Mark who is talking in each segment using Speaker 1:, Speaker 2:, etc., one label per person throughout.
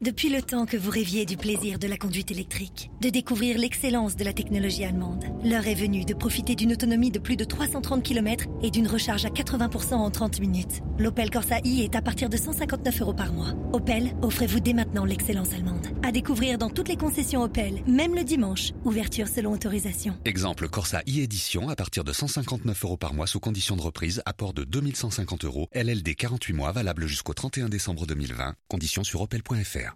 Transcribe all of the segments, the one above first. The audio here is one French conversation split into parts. Speaker 1: Depuis le temps que vous rêviez du plaisir de la conduite électrique, de découvrir l'excellence de la technologie allemande, l'heure est venue de profiter d'une autonomie de plus de 330 km et d'une recharge à 80% en 30 minutes. L'Opel Corsa i est à partir de 159 euros par mois. Opel, offrez-vous dès maintenant l'excellence allemande. À découvrir dans toutes les concessions Opel, même le dimanche. Ouverture selon autorisation.
Speaker 2: Exemple Corsa e-édition à partir de 159 euros par mois sous condition de reprise, apport de 2150 euros, LLD 48 mois, valable jusqu'au 31 décembre 2020. Conditions sur opel.fr.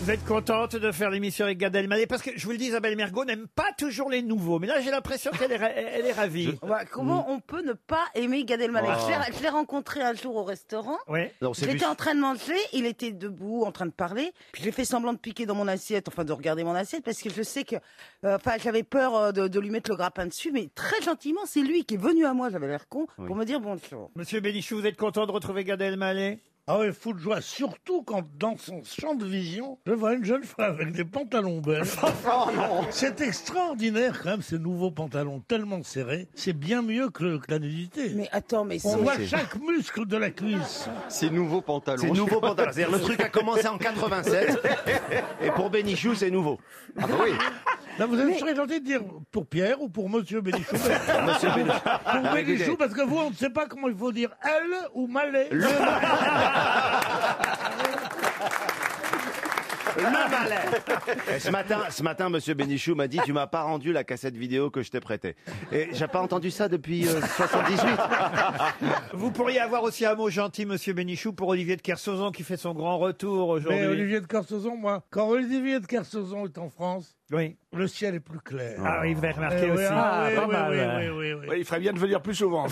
Speaker 3: Vous êtes contente de faire l'émission avec Gad Elmaleh parce que je vous le dis, Isabelle Mergot n'aime pas toujours les nouveaux, mais là j'ai l'impression qu'elle est, ra- elle est ravie.
Speaker 4: Bah,
Speaker 3: Mm.
Speaker 4: comment
Speaker 5: Mm.
Speaker 4: on peut ne pas aimer Gad Elmaleh
Speaker 5: Ah.
Speaker 3: Oh.
Speaker 4: Je l'ai- Je l'ai rencontré un jour au restaurant.
Speaker 3: Ouais. Non, c'est
Speaker 4: J'étais
Speaker 3: juste-
Speaker 4: en train de manger, il était debout, en train de parler. Puis j'ai fait semblant de piquer dans mon assiette, enfin de regarder mon assiette, parce que je sais que, euh, enfin, j'avais peur euh, de, de lui mettre le grappin dessus, mais très gentiment, c'est lui qui est venu à moi. J'avais l'air con pour me dire
Speaker 5: Oh
Speaker 4: bonjour.
Speaker 3: Monsieur Bénichou, vous êtes content de retrouver Gad Elmaleh
Speaker 5: Ah ouais, fou de joie, surtout quand dans son champ de vision, je vois une jeune femme avec des pantalons belles.
Speaker 4: Oh,
Speaker 5: C'est extraordinaire quand même ces nouveaux pantalons tellement serrés. C'est bien mieux que, le- que la nudité.
Speaker 4: Mais attends, mais
Speaker 5: on
Speaker 6: c'est-
Speaker 5: voit
Speaker 6: c'est-
Speaker 5: chaque muscle de la cuisse.
Speaker 6: Ces nouveaux pantalons.
Speaker 7: C'est nouveau pantalon. C'est-à-dire le truc a commencé en 87 et pour Bénichou c'est nouveau.
Speaker 6: Ah bah oui.
Speaker 5: Là, vous avez très gentil de dire pour Pierre ou pour Monsieur Bénichou.
Speaker 7: Monsieur Bénichou.
Speaker 5: Pour
Speaker 7: Ah,
Speaker 5: Bénichou,
Speaker 7: écoutez.
Speaker 5: parce que vous, on ne sait pas comment il faut dire elle ou malais.
Speaker 7: Le malais. Et Eh, ce matin, ce matin, Monsieur Bénichou m'a dit, tu m'as pas rendu la cassette vidéo que je t'ai prêtée. Et j'ai pas entendu ça depuis euh, 78.
Speaker 3: Vous pourriez avoir aussi un mot gentil, Monsieur Bénichou, pour Olivier de Kersauzon qui fait son grand retour aujourd'hui.
Speaker 5: Mais Olivier de Kersauzon, moi, quand Olivier de Kersauzon est en France,
Speaker 3: Oui.
Speaker 5: le ciel est plus clair.
Speaker 3: Ah oui, vous avez remarqué
Speaker 5: Eh oui,
Speaker 3: aussi.
Speaker 5: ah oui,
Speaker 3: pas
Speaker 5: oui,
Speaker 3: mal.
Speaker 5: oui, oui, oui, oui.
Speaker 8: Ouais, il ferait bien de venir plus souvent.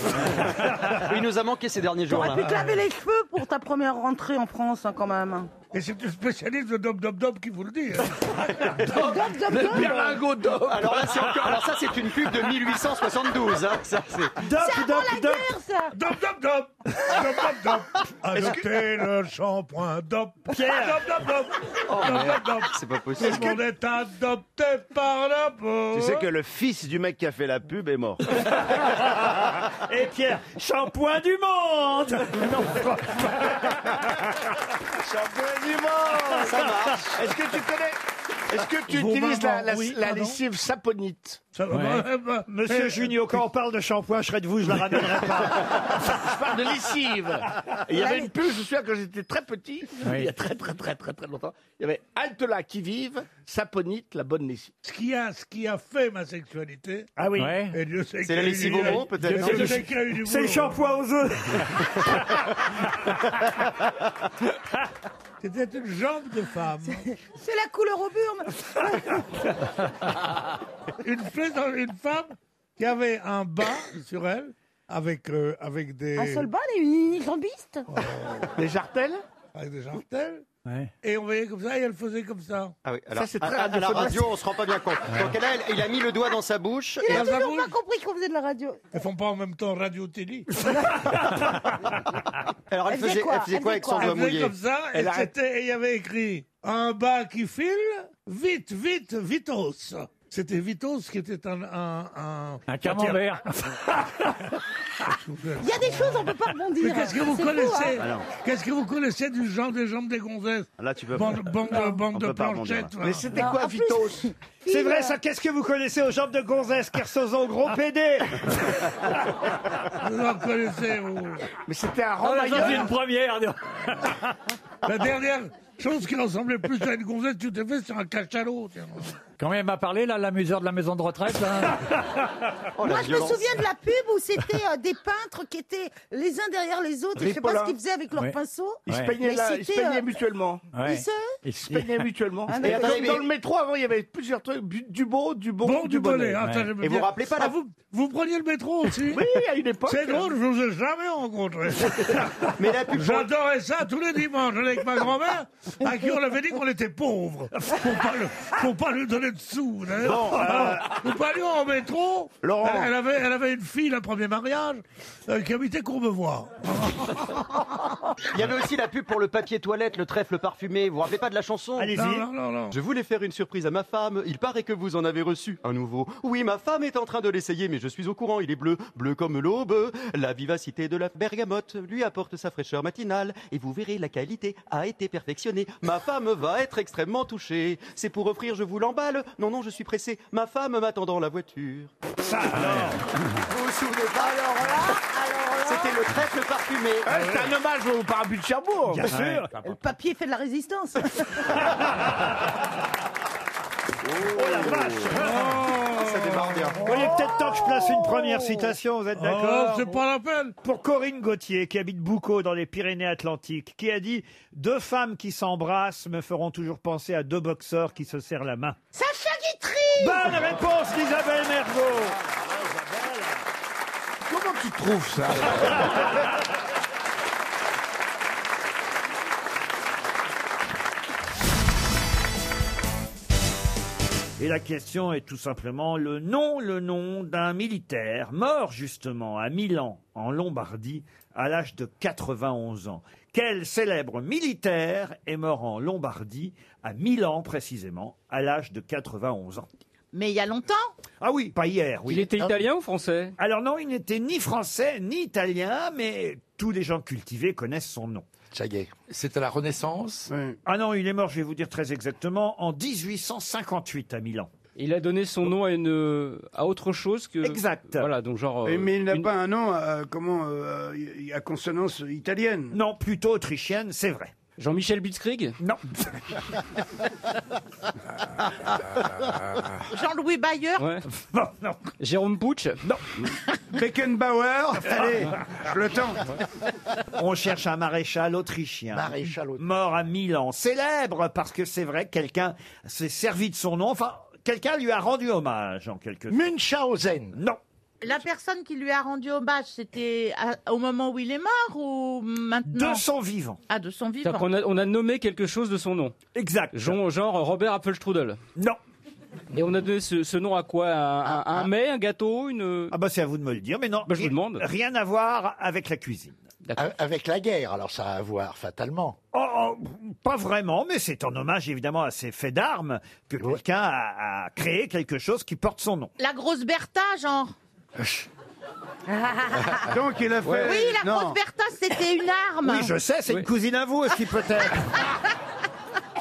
Speaker 9: Il nous a manqué ces derniers jours.
Speaker 4: T'aurais
Speaker 3: hein.
Speaker 9: là.
Speaker 4: pu te laver les cheveux pour ta première rentrée en France, hein, quand même.
Speaker 5: Et c'est le spécialiste de Dom Dom Dom qui vous le dit. hein.
Speaker 4: Dom, dom, dom.
Speaker 8: Le berlingot d'homme.
Speaker 9: Alors là, c'est encore. Alors ça, c'est une pub de 1872. hein. Ça, c'est.
Speaker 3: Dop, dop, dop.
Speaker 4: Faire ça.
Speaker 5: Dom Dom Dom Dom Dom Dom Adoptez le shampoing Dom
Speaker 3: Pierre.
Speaker 5: Dom Dom Dom Dom Dom Dom
Speaker 9: C'est pas
Speaker 5: Tout
Speaker 9: possible.
Speaker 5: le monde est adopté par la peau
Speaker 7: Tu sais que le fils du mec qui a fait la pub est mort.
Speaker 3: Et Pierre, shampoing du monde
Speaker 8: Oh, Est-ce que tu connais Est-ce que tu
Speaker 5: Vos
Speaker 8: utilises la,
Speaker 5: mamans,
Speaker 8: la-
Speaker 5: oui,
Speaker 8: la
Speaker 5: pardon.
Speaker 8: lessive saponite
Speaker 5: Ça va, bah, bah,
Speaker 3: Monsieur
Speaker 5: eh,
Speaker 3: Junio, quand on parle de shampoing, je serais de vous, je la ramènerai pas.
Speaker 8: Je parle de lessive. Et il y avait une pub, je me souviens, quand j'étais très petit, il y a très très très très très longtemps, il y avait Altela qui vive, saponite, la bonne lessive.
Speaker 5: Ce qui, a, ce qui a fait ma sexualité,
Speaker 3: Ah oui.
Speaker 5: et Dieu sait
Speaker 6: C'est la
Speaker 5: qu'il y a eu
Speaker 6: lessive
Speaker 5: du-
Speaker 6: au monde, peut-être.
Speaker 5: Dieu sait qu'il y a eu du
Speaker 3: C'est le
Speaker 5: boulot.
Speaker 3: shampoing aux œufs.
Speaker 5: C'était une jambe de femme,
Speaker 4: C'est la couleur au burme.
Speaker 5: une, plaisan- une femme qui avait un bas sur elle avec, euh, avec des...
Speaker 4: Un seul bal et une unijambiste.
Speaker 8: Les jartelles
Speaker 5: avec des jartelles. Et on voyait comme ça, et elle faisait comme ça.
Speaker 9: Ah oui, alors,
Speaker 8: c'est
Speaker 9: à-
Speaker 8: très
Speaker 9: à, à la
Speaker 8: radiophonique.
Speaker 9: radio, on se rend pas bien compte. Donc là, elle- il a mis le doigt dans sa bouche.
Speaker 5: Et
Speaker 9: Et
Speaker 5: dans sa
Speaker 4: J'ai
Speaker 5: bouche,
Speaker 4: pas compris qu'on faisait de la radio.
Speaker 5: elles font pas en même temps radio-télé.
Speaker 9: alors, elle,
Speaker 4: Elle faisait
Speaker 9: faisait,
Speaker 4: quoi
Speaker 9: elle faisait
Speaker 4: Elle
Speaker 9: quoi
Speaker 4: faisait
Speaker 9: avec son
Speaker 4: quoi
Speaker 9: doigt
Speaker 5: Elle faisait
Speaker 9: mouillé
Speaker 5: comme ça, et
Speaker 8: Elle a-
Speaker 5: c'était- et il y avait écrit un bas qui file, vite, vite, vitos. C'était Vitos qui était un. Un, un...
Speaker 10: Un camembert.
Speaker 4: Il y a des choses, on peut pas rebondir.
Speaker 5: Mais qu'est-ce que vous
Speaker 4: C'est fou,
Speaker 5: connaissez
Speaker 4: hein.
Speaker 7: Ah non.
Speaker 5: Qu'est-ce que vous connaissez du genre des jambes des gonzesses
Speaker 7: Là, tu peux pas.
Speaker 5: Bande, bande, bande
Speaker 7: On
Speaker 5: de
Speaker 7: peut pas rebondir,
Speaker 5: planchettes.
Speaker 8: Mais
Speaker 5: voilà.
Speaker 8: c'était
Speaker 4: Non,
Speaker 8: quoi,
Speaker 4: en plus-
Speaker 8: Vitos
Speaker 3: C'est vrai, ça, qu'est-ce que vous connaissez aux jambes de gonzesse, Kersauzon, gros PD
Speaker 5: Vous en connaissez, vous.
Speaker 8: Mais c'était un
Speaker 10: Ah, là, ça, c'est
Speaker 8: remailleur.
Speaker 10: une première.
Speaker 5: La dernière chose qui ressemblait plus à une gonzesse, tu t'es fait sur un cachalot. tiens.
Speaker 10: Quand elle m'a parlé, là, l'amuseur de la maison de retraite, là.
Speaker 9: Oh, la
Speaker 4: Moi, je me
Speaker 9: violence.
Speaker 4: souviens de la pub où c'était euh, des peintres qui étaient les uns derrière les autres. et Je sais pas
Speaker 8: Ripollin.
Speaker 4: ce qu'ils faisaient avec leurs
Speaker 10: Ouais.
Speaker 4: pinceaux.
Speaker 8: Ils se
Speaker 10: Ouais.
Speaker 8: peignaient,
Speaker 4: Mais
Speaker 8: là,
Speaker 4: c'était,
Speaker 8: ils se peignaient
Speaker 4: euh,
Speaker 8: mutuellement.
Speaker 10: Ouais.
Speaker 4: Ils se-
Speaker 10: Et
Speaker 8: Ils se peignaient mutuellement.
Speaker 4: Ah,
Speaker 8: Et
Speaker 4: d'accord.
Speaker 8: comme dans
Speaker 9: Mais-
Speaker 8: le métro, avant, il y avait plusieurs trucs. bu- Du beau, du bon,
Speaker 5: Bon, du bonnet. hein,
Speaker 10: ouais.
Speaker 5: ça, j'aime
Speaker 9: Et vous
Speaker 5: bien.
Speaker 9: rappelez pas la-
Speaker 5: Ah, vous, vous preniez le métro aussi
Speaker 8: Oui, à une époque.
Speaker 5: C'est drôle, je vous ai jamais rencontré.
Speaker 8: euh
Speaker 9: Mais la pub.
Speaker 5: J'adorais ça tous les dimanches avec ma grand-mère. à qui on avait dit qu'on était pauvres. Pour pas, le- pour pas lui donner de sous. vous savez.
Speaker 11: Bon, euh,
Speaker 5: Nous parlions en métro.
Speaker 11: Laurent.
Speaker 5: Elle, elle avait, elle avait une fille, un premier mariage, euh, qui habitait Courbevoie.
Speaker 7: Il y avait aussi la pub pour le papier toilette, le trèfle parfumé. Vous vous rappelez pas de la chanson
Speaker 3: Allez-y.
Speaker 5: Non, non, non, non.
Speaker 7: Je voulais faire une surprise à ma femme. Il paraît que vous en avez reçu un nouveau. Oui, ma femme est en train de l'essayer, mais je suis au courant. Il est bleu, bleu comme l'aube. La vivacité de la bergamote lui apporte sa fraîcheur matinale. Et vous verrez, la qualité a été perfectionnée. Ma femme va être extrêmement touchée. C'est pour offrir, je vous l'emballe. Non, non, je suis pressé. Ma femme m'attend dans la voiture.
Speaker 11: vous vous souvenez pas
Speaker 7: C'était le trèfle parfumé.
Speaker 8: Eh,
Speaker 12: C'est un hommage au parapluie de Cherbourg.
Speaker 3: Bien sûr.
Speaker 13: Le papier fait de la résistance.
Speaker 3: Oh la vache.
Speaker 7: Ça démarre bien.
Speaker 3: Bon, il est peut-être temps que je place une première citation, vous êtes d'accord
Speaker 5: Oh, c'est pas la peine.
Speaker 3: Pour Corinne Gauthier, qui habite Boucau dans les Pyrénées-Atlantiques, qui a dit « Deux femmes qui s'embrassent me feront toujours penser à deux boxeurs qui se serrent la main
Speaker 13: Sacha ».
Speaker 3: Bonne réponse d'Isabelle Mergo.
Speaker 12: Comment tu trouves ça
Speaker 3: Et la question est tout simplement le nom, le nom d'un militaire mort justement à Milan, en Lombardie, à l'âge de 91 ans. Quel célèbre militaire est mort en Lombardie, à Milan précisément, à l'âge de 91 ans
Speaker 14: Mais il y a longtemps
Speaker 3: Ah oui, pas hier, oui. Ah.
Speaker 15: était italien ou français
Speaker 3: Alors non, il n'était ni français ni italien, mais tous les gens cultivés connaissent son nom.
Speaker 12: C'est à la Renaissance.
Speaker 3: Ah non, il est mort, je vais vous dire très exactement, en 1858 à Milan.
Speaker 15: Il a donné son nom à une à autre chose que
Speaker 3: Exact.
Speaker 15: Voilà, donc genre euh,
Speaker 9: mais il n'a
Speaker 15: une-
Speaker 9: pas un nom à, comment, euh, à consonance italienne.
Speaker 3: Non, plutôt autrichienne, c'est vrai.
Speaker 15: Jean-Michel Blitzkrieg
Speaker 3: Non.
Speaker 14: Jean-Louis Bayer
Speaker 15: Ouais.
Speaker 3: Non, non.
Speaker 15: Jérôme Pouch
Speaker 10: Hmm.
Speaker 9: Beckenbauer, allez, je le tente.
Speaker 3: On cherche un maréchal autrichien.
Speaker 12: Maréchal autrichien.
Speaker 3: Mort à Milan. Célèbre parce que c'est vrai, quelqu'un s'est servi de son nom. Enfin, quelqu'un lui a rendu hommage en quelque sorte.
Speaker 12: Munchausen.
Speaker 3: Non.
Speaker 14: La personne qui lui a rendu hommage, c'était à- au moment où il est mort ou maintenant
Speaker 3: De son vivant.
Speaker 14: Ah, de son vivant.
Speaker 15: C'est-à-dire qu'on a, on a nommé quelque chose de son nom.
Speaker 3: Exact.
Speaker 15: Genre, genre Robert Appelstrudel.
Speaker 3: Non.
Speaker 15: Et on a donné ce, ce nom à quoi à, à- à un mets, un gâteau, une.
Speaker 3: Ah bah c'est à vous de me le dire, mais non.
Speaker 15: Bah, je vous
Speaker 3: ri-
Speaker 15: demande.
Speaker 3: Rien à voir avec la cuisine.
Speaker 12: Avec la guerre, alors ça a à voir, fatalement.
Speaker 3: Oh, oh, pas vraiment, mais c'est en hommage évidemment à ces faits d'armes que quelqu'un a, a créé quelque chose qui porte son nom.
Speaker 14: La grosse Bertha, genre
Speaker 9: Donc il a fait.
Speaker 14: Oui, la
Speaker 9: non.
Speaker 14: grosse Bertha, c'était une arme
Speaker 3: Oui, je sais, c'est
Speaker 15: Oui.
Speaker 3: une cousine à vous aussi peut-être.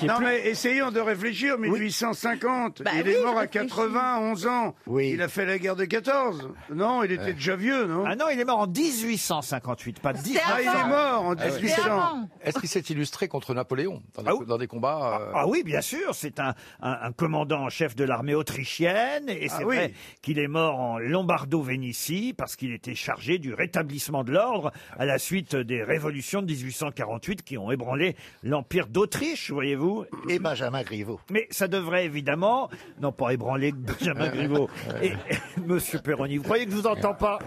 Speaker 9: Non, mais essayons de réfléchir. 1850,
Speaker 14: Bah
Speaker 9: il
Speaker 14: oui,
Speaker 9: est mort
Speaker 14: je
Speaker 9: à
Speaker 14: réfléchis.
Speaker 9: 91 ans.
Speaker 12: Oui.
Speaker 9: Il a fait la guerre de 14. Non, il était déjà vieux, non
Speaker 3: ah non, il est mort en 1858, pas 10.
Speaker 14: C'est
Speaker 9: Ah, il est
Speaker 14: avant.
Speaker 9: mort en
Speaker 14: C'était
Speaker 9: 1800.
Speaker 14: avant.
Speaker 16: Est-ce qu'il s'est illustré contre Napoléon dans des,
Speaker 3: Ah oui.
Speaker 16: dans des combats euh,
Speaker 3: Ah oui, bien sûr, c'est un, un- un commandant en chef de l'armée autrichienne, et c'est
Speaker 9: Ah oui.
Speaker 3: vrai qu'il est mort en Lombardo-Vénitie parce qu'il était chargé du rétablissement de l'ordre à la suite des révolutions de 1848 qui ont ébranlé l'Empire d'Autriche, voyez-vous.
Speaker 12: Et Benjamin Griveaux.
Speaker 3: Mais ça devrait évidemment, non pas ébranler Benjamin Griveaux et Monsieur Perroni. Vous croyez que je vous entends pas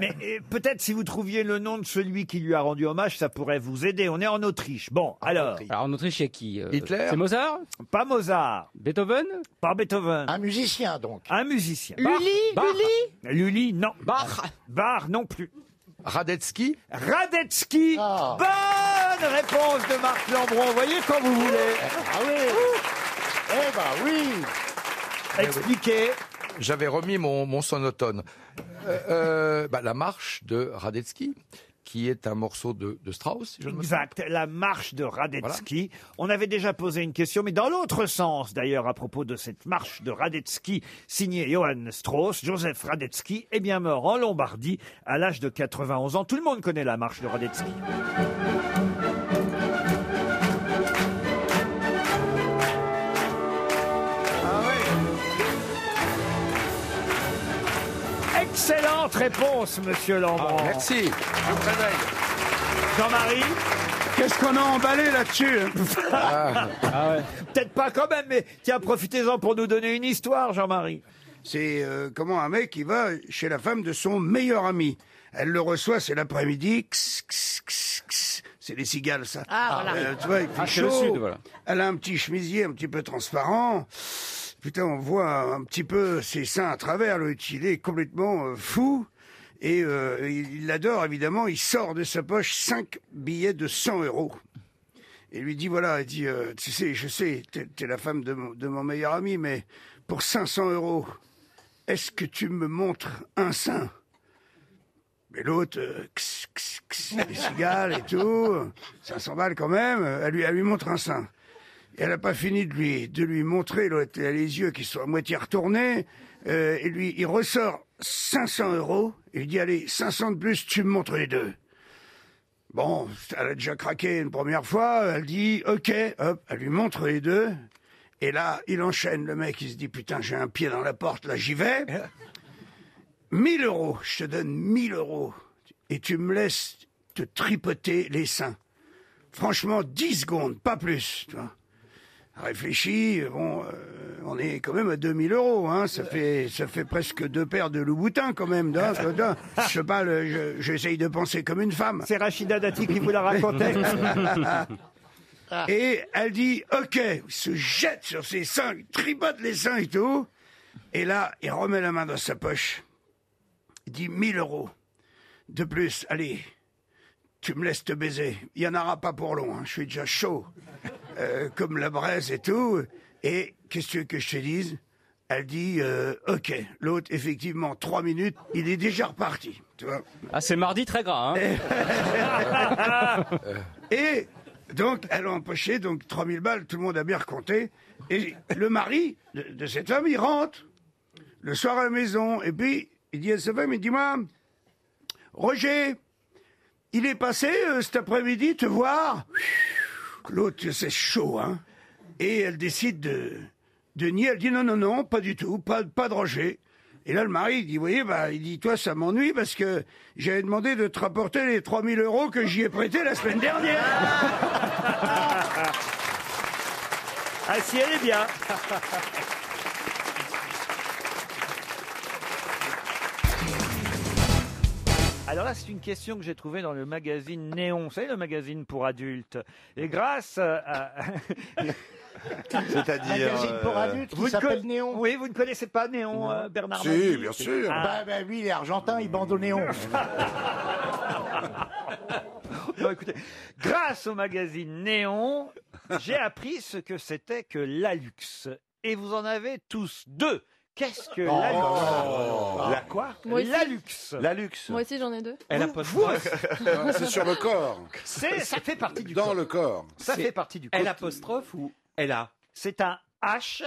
Speaker 3: Mais euh, peut-être si vous trouviez le nom de celui qui lui a rendu hommage, ça pourrait vous aider. On est en Autriche. Bon, alors,
Speaker 15: Alors en Autriche, il y a qui euh,
Speaker 16: Hitler
Speaker 15: C'est Mozart
Speaker 3: pas Mozart,
Speaker 15: Beethoven
Speaker 3: pas Beethoven,
Speaker 12: Un musicien, donc.
Speaker 3: un musicien.
Speaker 14: Lully,
Speaker 15: Bach.
Speaker 14: Lully
Speaker 3: Lully, non.
Speaker 15: Bach
Speaker 3: Bar, non plus.
Speaker 16: Radetzky
Speaker 3: Radetzky.
Speaker 12: Ah.
Speaker 3: Bonne réponse de Marc Lambron. Vous Voyez quand vous voulez.
Speaker 12: Ah oui Eh ben oui
Speaker 3: Expliquez.
Speaker 16: Eh J'avais remis mon, mon sonotone. Euh, euh, bah, la marche de Radetzky, qui est un morceau de, de Strauss, si je ne me trompe
Speaker 3: Exact, la marche de Radetzky. On avait déjà posé une question, mais dans l'autre sens d'ailleurs, à propos de cette marche de Radetzky, signée Johann Strauss, Joseph Radetzky est bien mort en Lombardie à l'âge de 91 ans. Tout le monde connaît la marche de Radetzky. Excellente réponse, monsieur Lambron.
Speaker 16: pas. Merci.
Speaker 3: Jean-Marie,
Speaker 9: Qu'est-ce qu'on a emballé là-dessus hein
Speaker 3: Ah, peut-être pas quand même, mais tiens, profitez-en pour nous donner une histoire, Jean-Marie.
Speaker 9: C'est euh, comment un mec qui va chez la femme de son meilleur ami. Elle le reçoit, c'est l'après-midi. X, x, x, x. C'est les cigales, ça. Euh,
Speaker 17: Ah, voilà.
Speaker 9: tu vois, il fait
Speaker 17: Ah, c'est
Speaker 9: chaud.
Speaker 17: le sud, voilà.
Speaker 9: Elle a un petit chemisier un petit peu transparent. Putain, on voit un petit peu ses seins à travers. Le il est complètement euh, fou. Et euh, il l'adore, évidemment. Il sort de sa poche 5 billets de 100 euros. Et lui dit, voilà, il dit, euh, tu sais, je sais, t'es t'es la femme de mon, de mon meilleur ami, mais pour 500 euros, est-ce que tu me montres un sein mais l'autre, euh, x, x, x, les cigales et tout, 500 balles quand même, euh, elle lui, elle lui montre un sein. Et elle n'a pas fini de lui, de lui montrer, l'autre, elle a les yeux qui sont à moitié retournés, euh, et lui, il ressort 500 euros, et il dit, allez, 500 de plus, tu me montres les deux. Bon, elle a déjà craqué une première fois, elle dit, ok, hop, elle lui montre les deux, et là, il enchaîne, le mec, il se dit, putain, j'ai un pied dans la porte, là, j'y vais. 1000 euros, je te donne 1000 euros et tu me laisses te tripoter les seins. Franchement, 10 secondes, pas plus. Tu vois. Réfléchis, bon, euh, on est quand même à 2000 euros, hein,
Speaker 3: Euh.
Speaker 9: ça, fait, ça fait presque deux paires de Louboutin quand même. d'un- d'un- d'un. Je sais pas, le- je- j'essaye de penser comme une femme.
Speaker 3: C'est Rachida Dati qui vous l'a raconté.
Speaker 9: Et elle dit OK, il se jette sur ses seins, il tripote les seins et tout. Et là, il remet la main dans sa poche. Il dit 1000 euros. De plus, allez, tu me laisses te baiser. Il n'y en aura pas pour long, hein, je suis déjà chaud, euh, comme la braise et tout. Et qu'est-ce que tu veux que je te dise Elle dit euh, OK. L'autre, effectivement, trois minutes, il est déjà reparti. Tu vois
Speaker 15: Ah, c'est mardi très gras. Hein.
Speaker 9: Et donc, elle a empoché donc 3000 balles, tout le monde a bien recompté. Et le mari de, de cette femme, il rentre le soir à la maison. Et puis, il dit à sa femme, il dit, moi, Roger, il est passé euh, cet après-midi te voir. L'autre, c'est chaud, hein. Et elle décide de, de nier. Elle dit, non, non, non, pas du tout, pas, pas de Roger. Et là, le mari, il dit, vous voyez, bah, il dit, toi, ça m'ennuie parce que j'avais demandé de te rapporter les 3000 euros que j'y ai prêté la semaine dernière.
Speaker 3: Ah si, elle est bien. Alors là, c'est une question que j'ai trouvée dans le magazine Néon. Vous savez, le magazine pour adultes. Et grâce euh, à...
Speaker 11: C'est-à-dire, Magazine pour euh, adultes qui
Speaker 3: Vous ne
Speaker 11: s'appelle
Speaker 3: co- Oui, vous ne connaissez pas Néon, euh, Bernard
Speaker 11: Si,
Speaker 3: Mabie
Speaker 11: bien sûr.
Speaker 3: Ah,
Speaker 17: Bah, bah, lui, il est argentin, il bande au néon.
Speaker 3: non, écoutez, grâce au magazine Néon, j'ai appris ce que c'était que l'Alux. Et vous en avez tous deux. Qu'est-ce que
Speaker 11: Oh.
Speaker 3: l'Alux La quoi
Speaker 8: Moi aussi.
Speaker 3: L'Alux.
Speaker 8: Moi aussi, j'en ai deux.
Speaker 3: Elle a pas de voix.
Speaker 18: C'est sur le corps.
Speaker 3: C'est, ça fait partie du
Speaker 18: Dans
Speaker 3: corps.
Speaker 18: le corps.
Speaker 3: Ça fait partie du corps.
Speaker 18: L
Speaker 3: apostrophe ou L A Ah. C'est un H,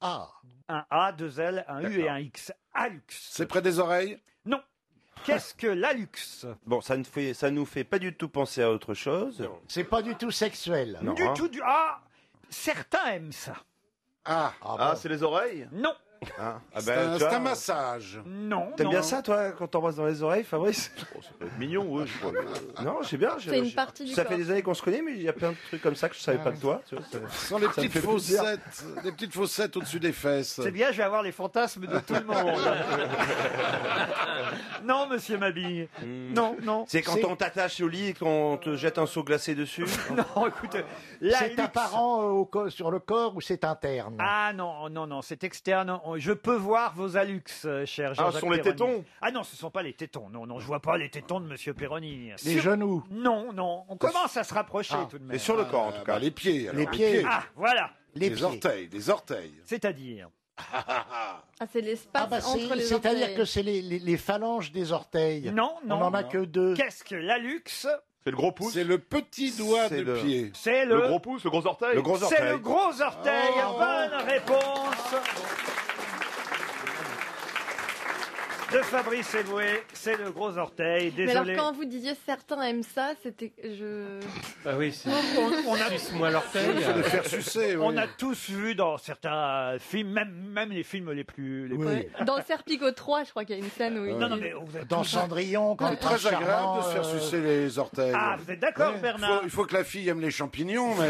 Speaker 11: Ah.
Speaker 3: un A, deux L, un U et un X. Alux.
Speaker 18: C'est près des oreilles
Speaker 3: Non. Qu'est-ce que l'alux
Speaker 11: Bon, ça ne fait, ça nous fait pas du tout penser à autre chose.
Speaker 17: C'est pas du tout sexuel.
Speaker 11: Non,
Speaker 3: Du
Speaker 11: hein.
Speaker 3: tout du Ah Certains aiment ça.
Speaker 18: Ah,
Speaker 11: Ah, c'est les oreilles
Speaker 3: Non.
Speaker 11: Ah, ah
Speaker 18: C'est
Speaker 11: ben,
Speaker 18: un-
Speaker 11: tu
Speaker 18: c'est
Speaker 11: vois,
Speaker 18: un massage.
Speaker 3: Non.
Speaker 11: T'aimes
Speaker 18: non.
Speaker 11: bien ça, toi, quand t'embrasses dans les oreilles, Fabrice oh, Ça peut être mignon, oui. je crois. non, je sais bien. je-
Speaker 8: C'est une
Speaker 11: je-
Speaker 8: partie du
Speaker 11: Ça
Speaker 8: corps.
Speaker 11: fait des années qu'on se connaît, mais il y a plein de trucs comme ça que je savais pas de toi. Tu vois, ça-
Speaker 18: Ce sont les
Speaker 11: ça me
Speaker 18: petites
Speaker 11: fait plaisir.
Speaker 18: fossettes, les petites fossettes au-dessus des fesses.
Speaker 3: C'est bien, je vais avoir les fantasmes de tout le monde. non, monsieur Mabille.
Speaker 11: Hmm.
Speaker 3: Non, non.
Speaker 11: C'est quand on t'attache au lit et qu'on te jette un seau glacé dessus
Speaker 3: Non, écoute, euh,
Speaker 17: C'est apparent euh, au co- sur le corps ou c'est interne
Speaker 3: Ah non, non, non, c'est externe. On- Je peux voir vos alux, euh, cher
Speaker 11: Ah,
Speaker 3: Jean-Jacques
Speaker 11: ce sont les
Speaker 3: Perroni.
Speaker 11: tétons
Speaker 3: Ah non, ce ne sont pas les tétons. Non, non, je vois pas les tétons de Monsieur Perroni.
Speaker 17: Les genoux
Speaker 3: Non, non, on commence à se rapprocher tout de même.
Speaker 18: Ah, Et sur le
Speaker 8: Euh,
Speaker 18: corps, en
Speaker 8: bah,
Speaker 18: tout cas. bah, les pieds. alors,
Speaker 17: Les pieds.
Speaker 3: Ah, voilà.
Speaker 18: Les,
Speaker 17: pieds.
Speaker 18: orteils, les orteils.
Speaker 3: C'est-à-dire
Speaker 8: Ah, c'est l'espace
Speaker 17: Ah bah, c'est-
Speaker 8: entre les
Speaker 17: C'est-à-dire
Speaker 8: orteils.
Speaker 17: que c'est les, les- les phalanges des orteils.
Speaker 3: Non, non.
Speaker 17: On n'en a
Speaker 3: non.
Speaker 17: que deux.
Speaker 3: Qu'est-ce que l'alux
Speaker 11: C'est le gros pouce
Speaker 18: C'est le petit doigt
Speaker 11: C'est
Speaker 18: de
Speaker 11: le-
Speaker 18: pied.
Speaker 3: C'est le...
Speaker 11: pouce, le gros orteil
Speaker 18: Le gros
Speaker 3: C'est
Speaker 18: orteil.
Speaker 3: le gros orteil. Bonne réponse de Fabrice Eboué. C'est le gros orteil.
Speaker 8: Mais alors,
Speaker 3: Désolé.
Speaker 8: quand vous disiez certains aiment ça, c'était. Je.
Speaker 15: Bah oui, c'est.
Speaker 3: on a-
Speaker 15: Suce-moi l'orteil.
Speaker 18: Je vais le faire sucer, oui.
Speaker 3: On a tous vu dans certains films, même, même les films les plus. Les
Speaker 18: Oui.
Speaker 3: plus-
Speaker 8: Dans le Serpico 3, je crois qu'il y a une scène où. il-
Speaker 3: Non, non, mais vous êtes
Speaker 17: Dans
Speaker 3: tous-
Speaker 17: Cendrillon, quand
Speaker 18: C'est très
Speaker 17: Prince
Speaker 18: agréable
Speaker 17: Charmant,
Speaker 18: de se faire
Speaker 17: euh,
Speaker 18: sucer les orteils.
Speaker 3: Ah, vous êtes d'accord,
Speaker 18: Il faut-
Speaker 3: Bernard
Speaker 8: Euh,
Speaker 18: Il faut que la fille aime les champignons, mais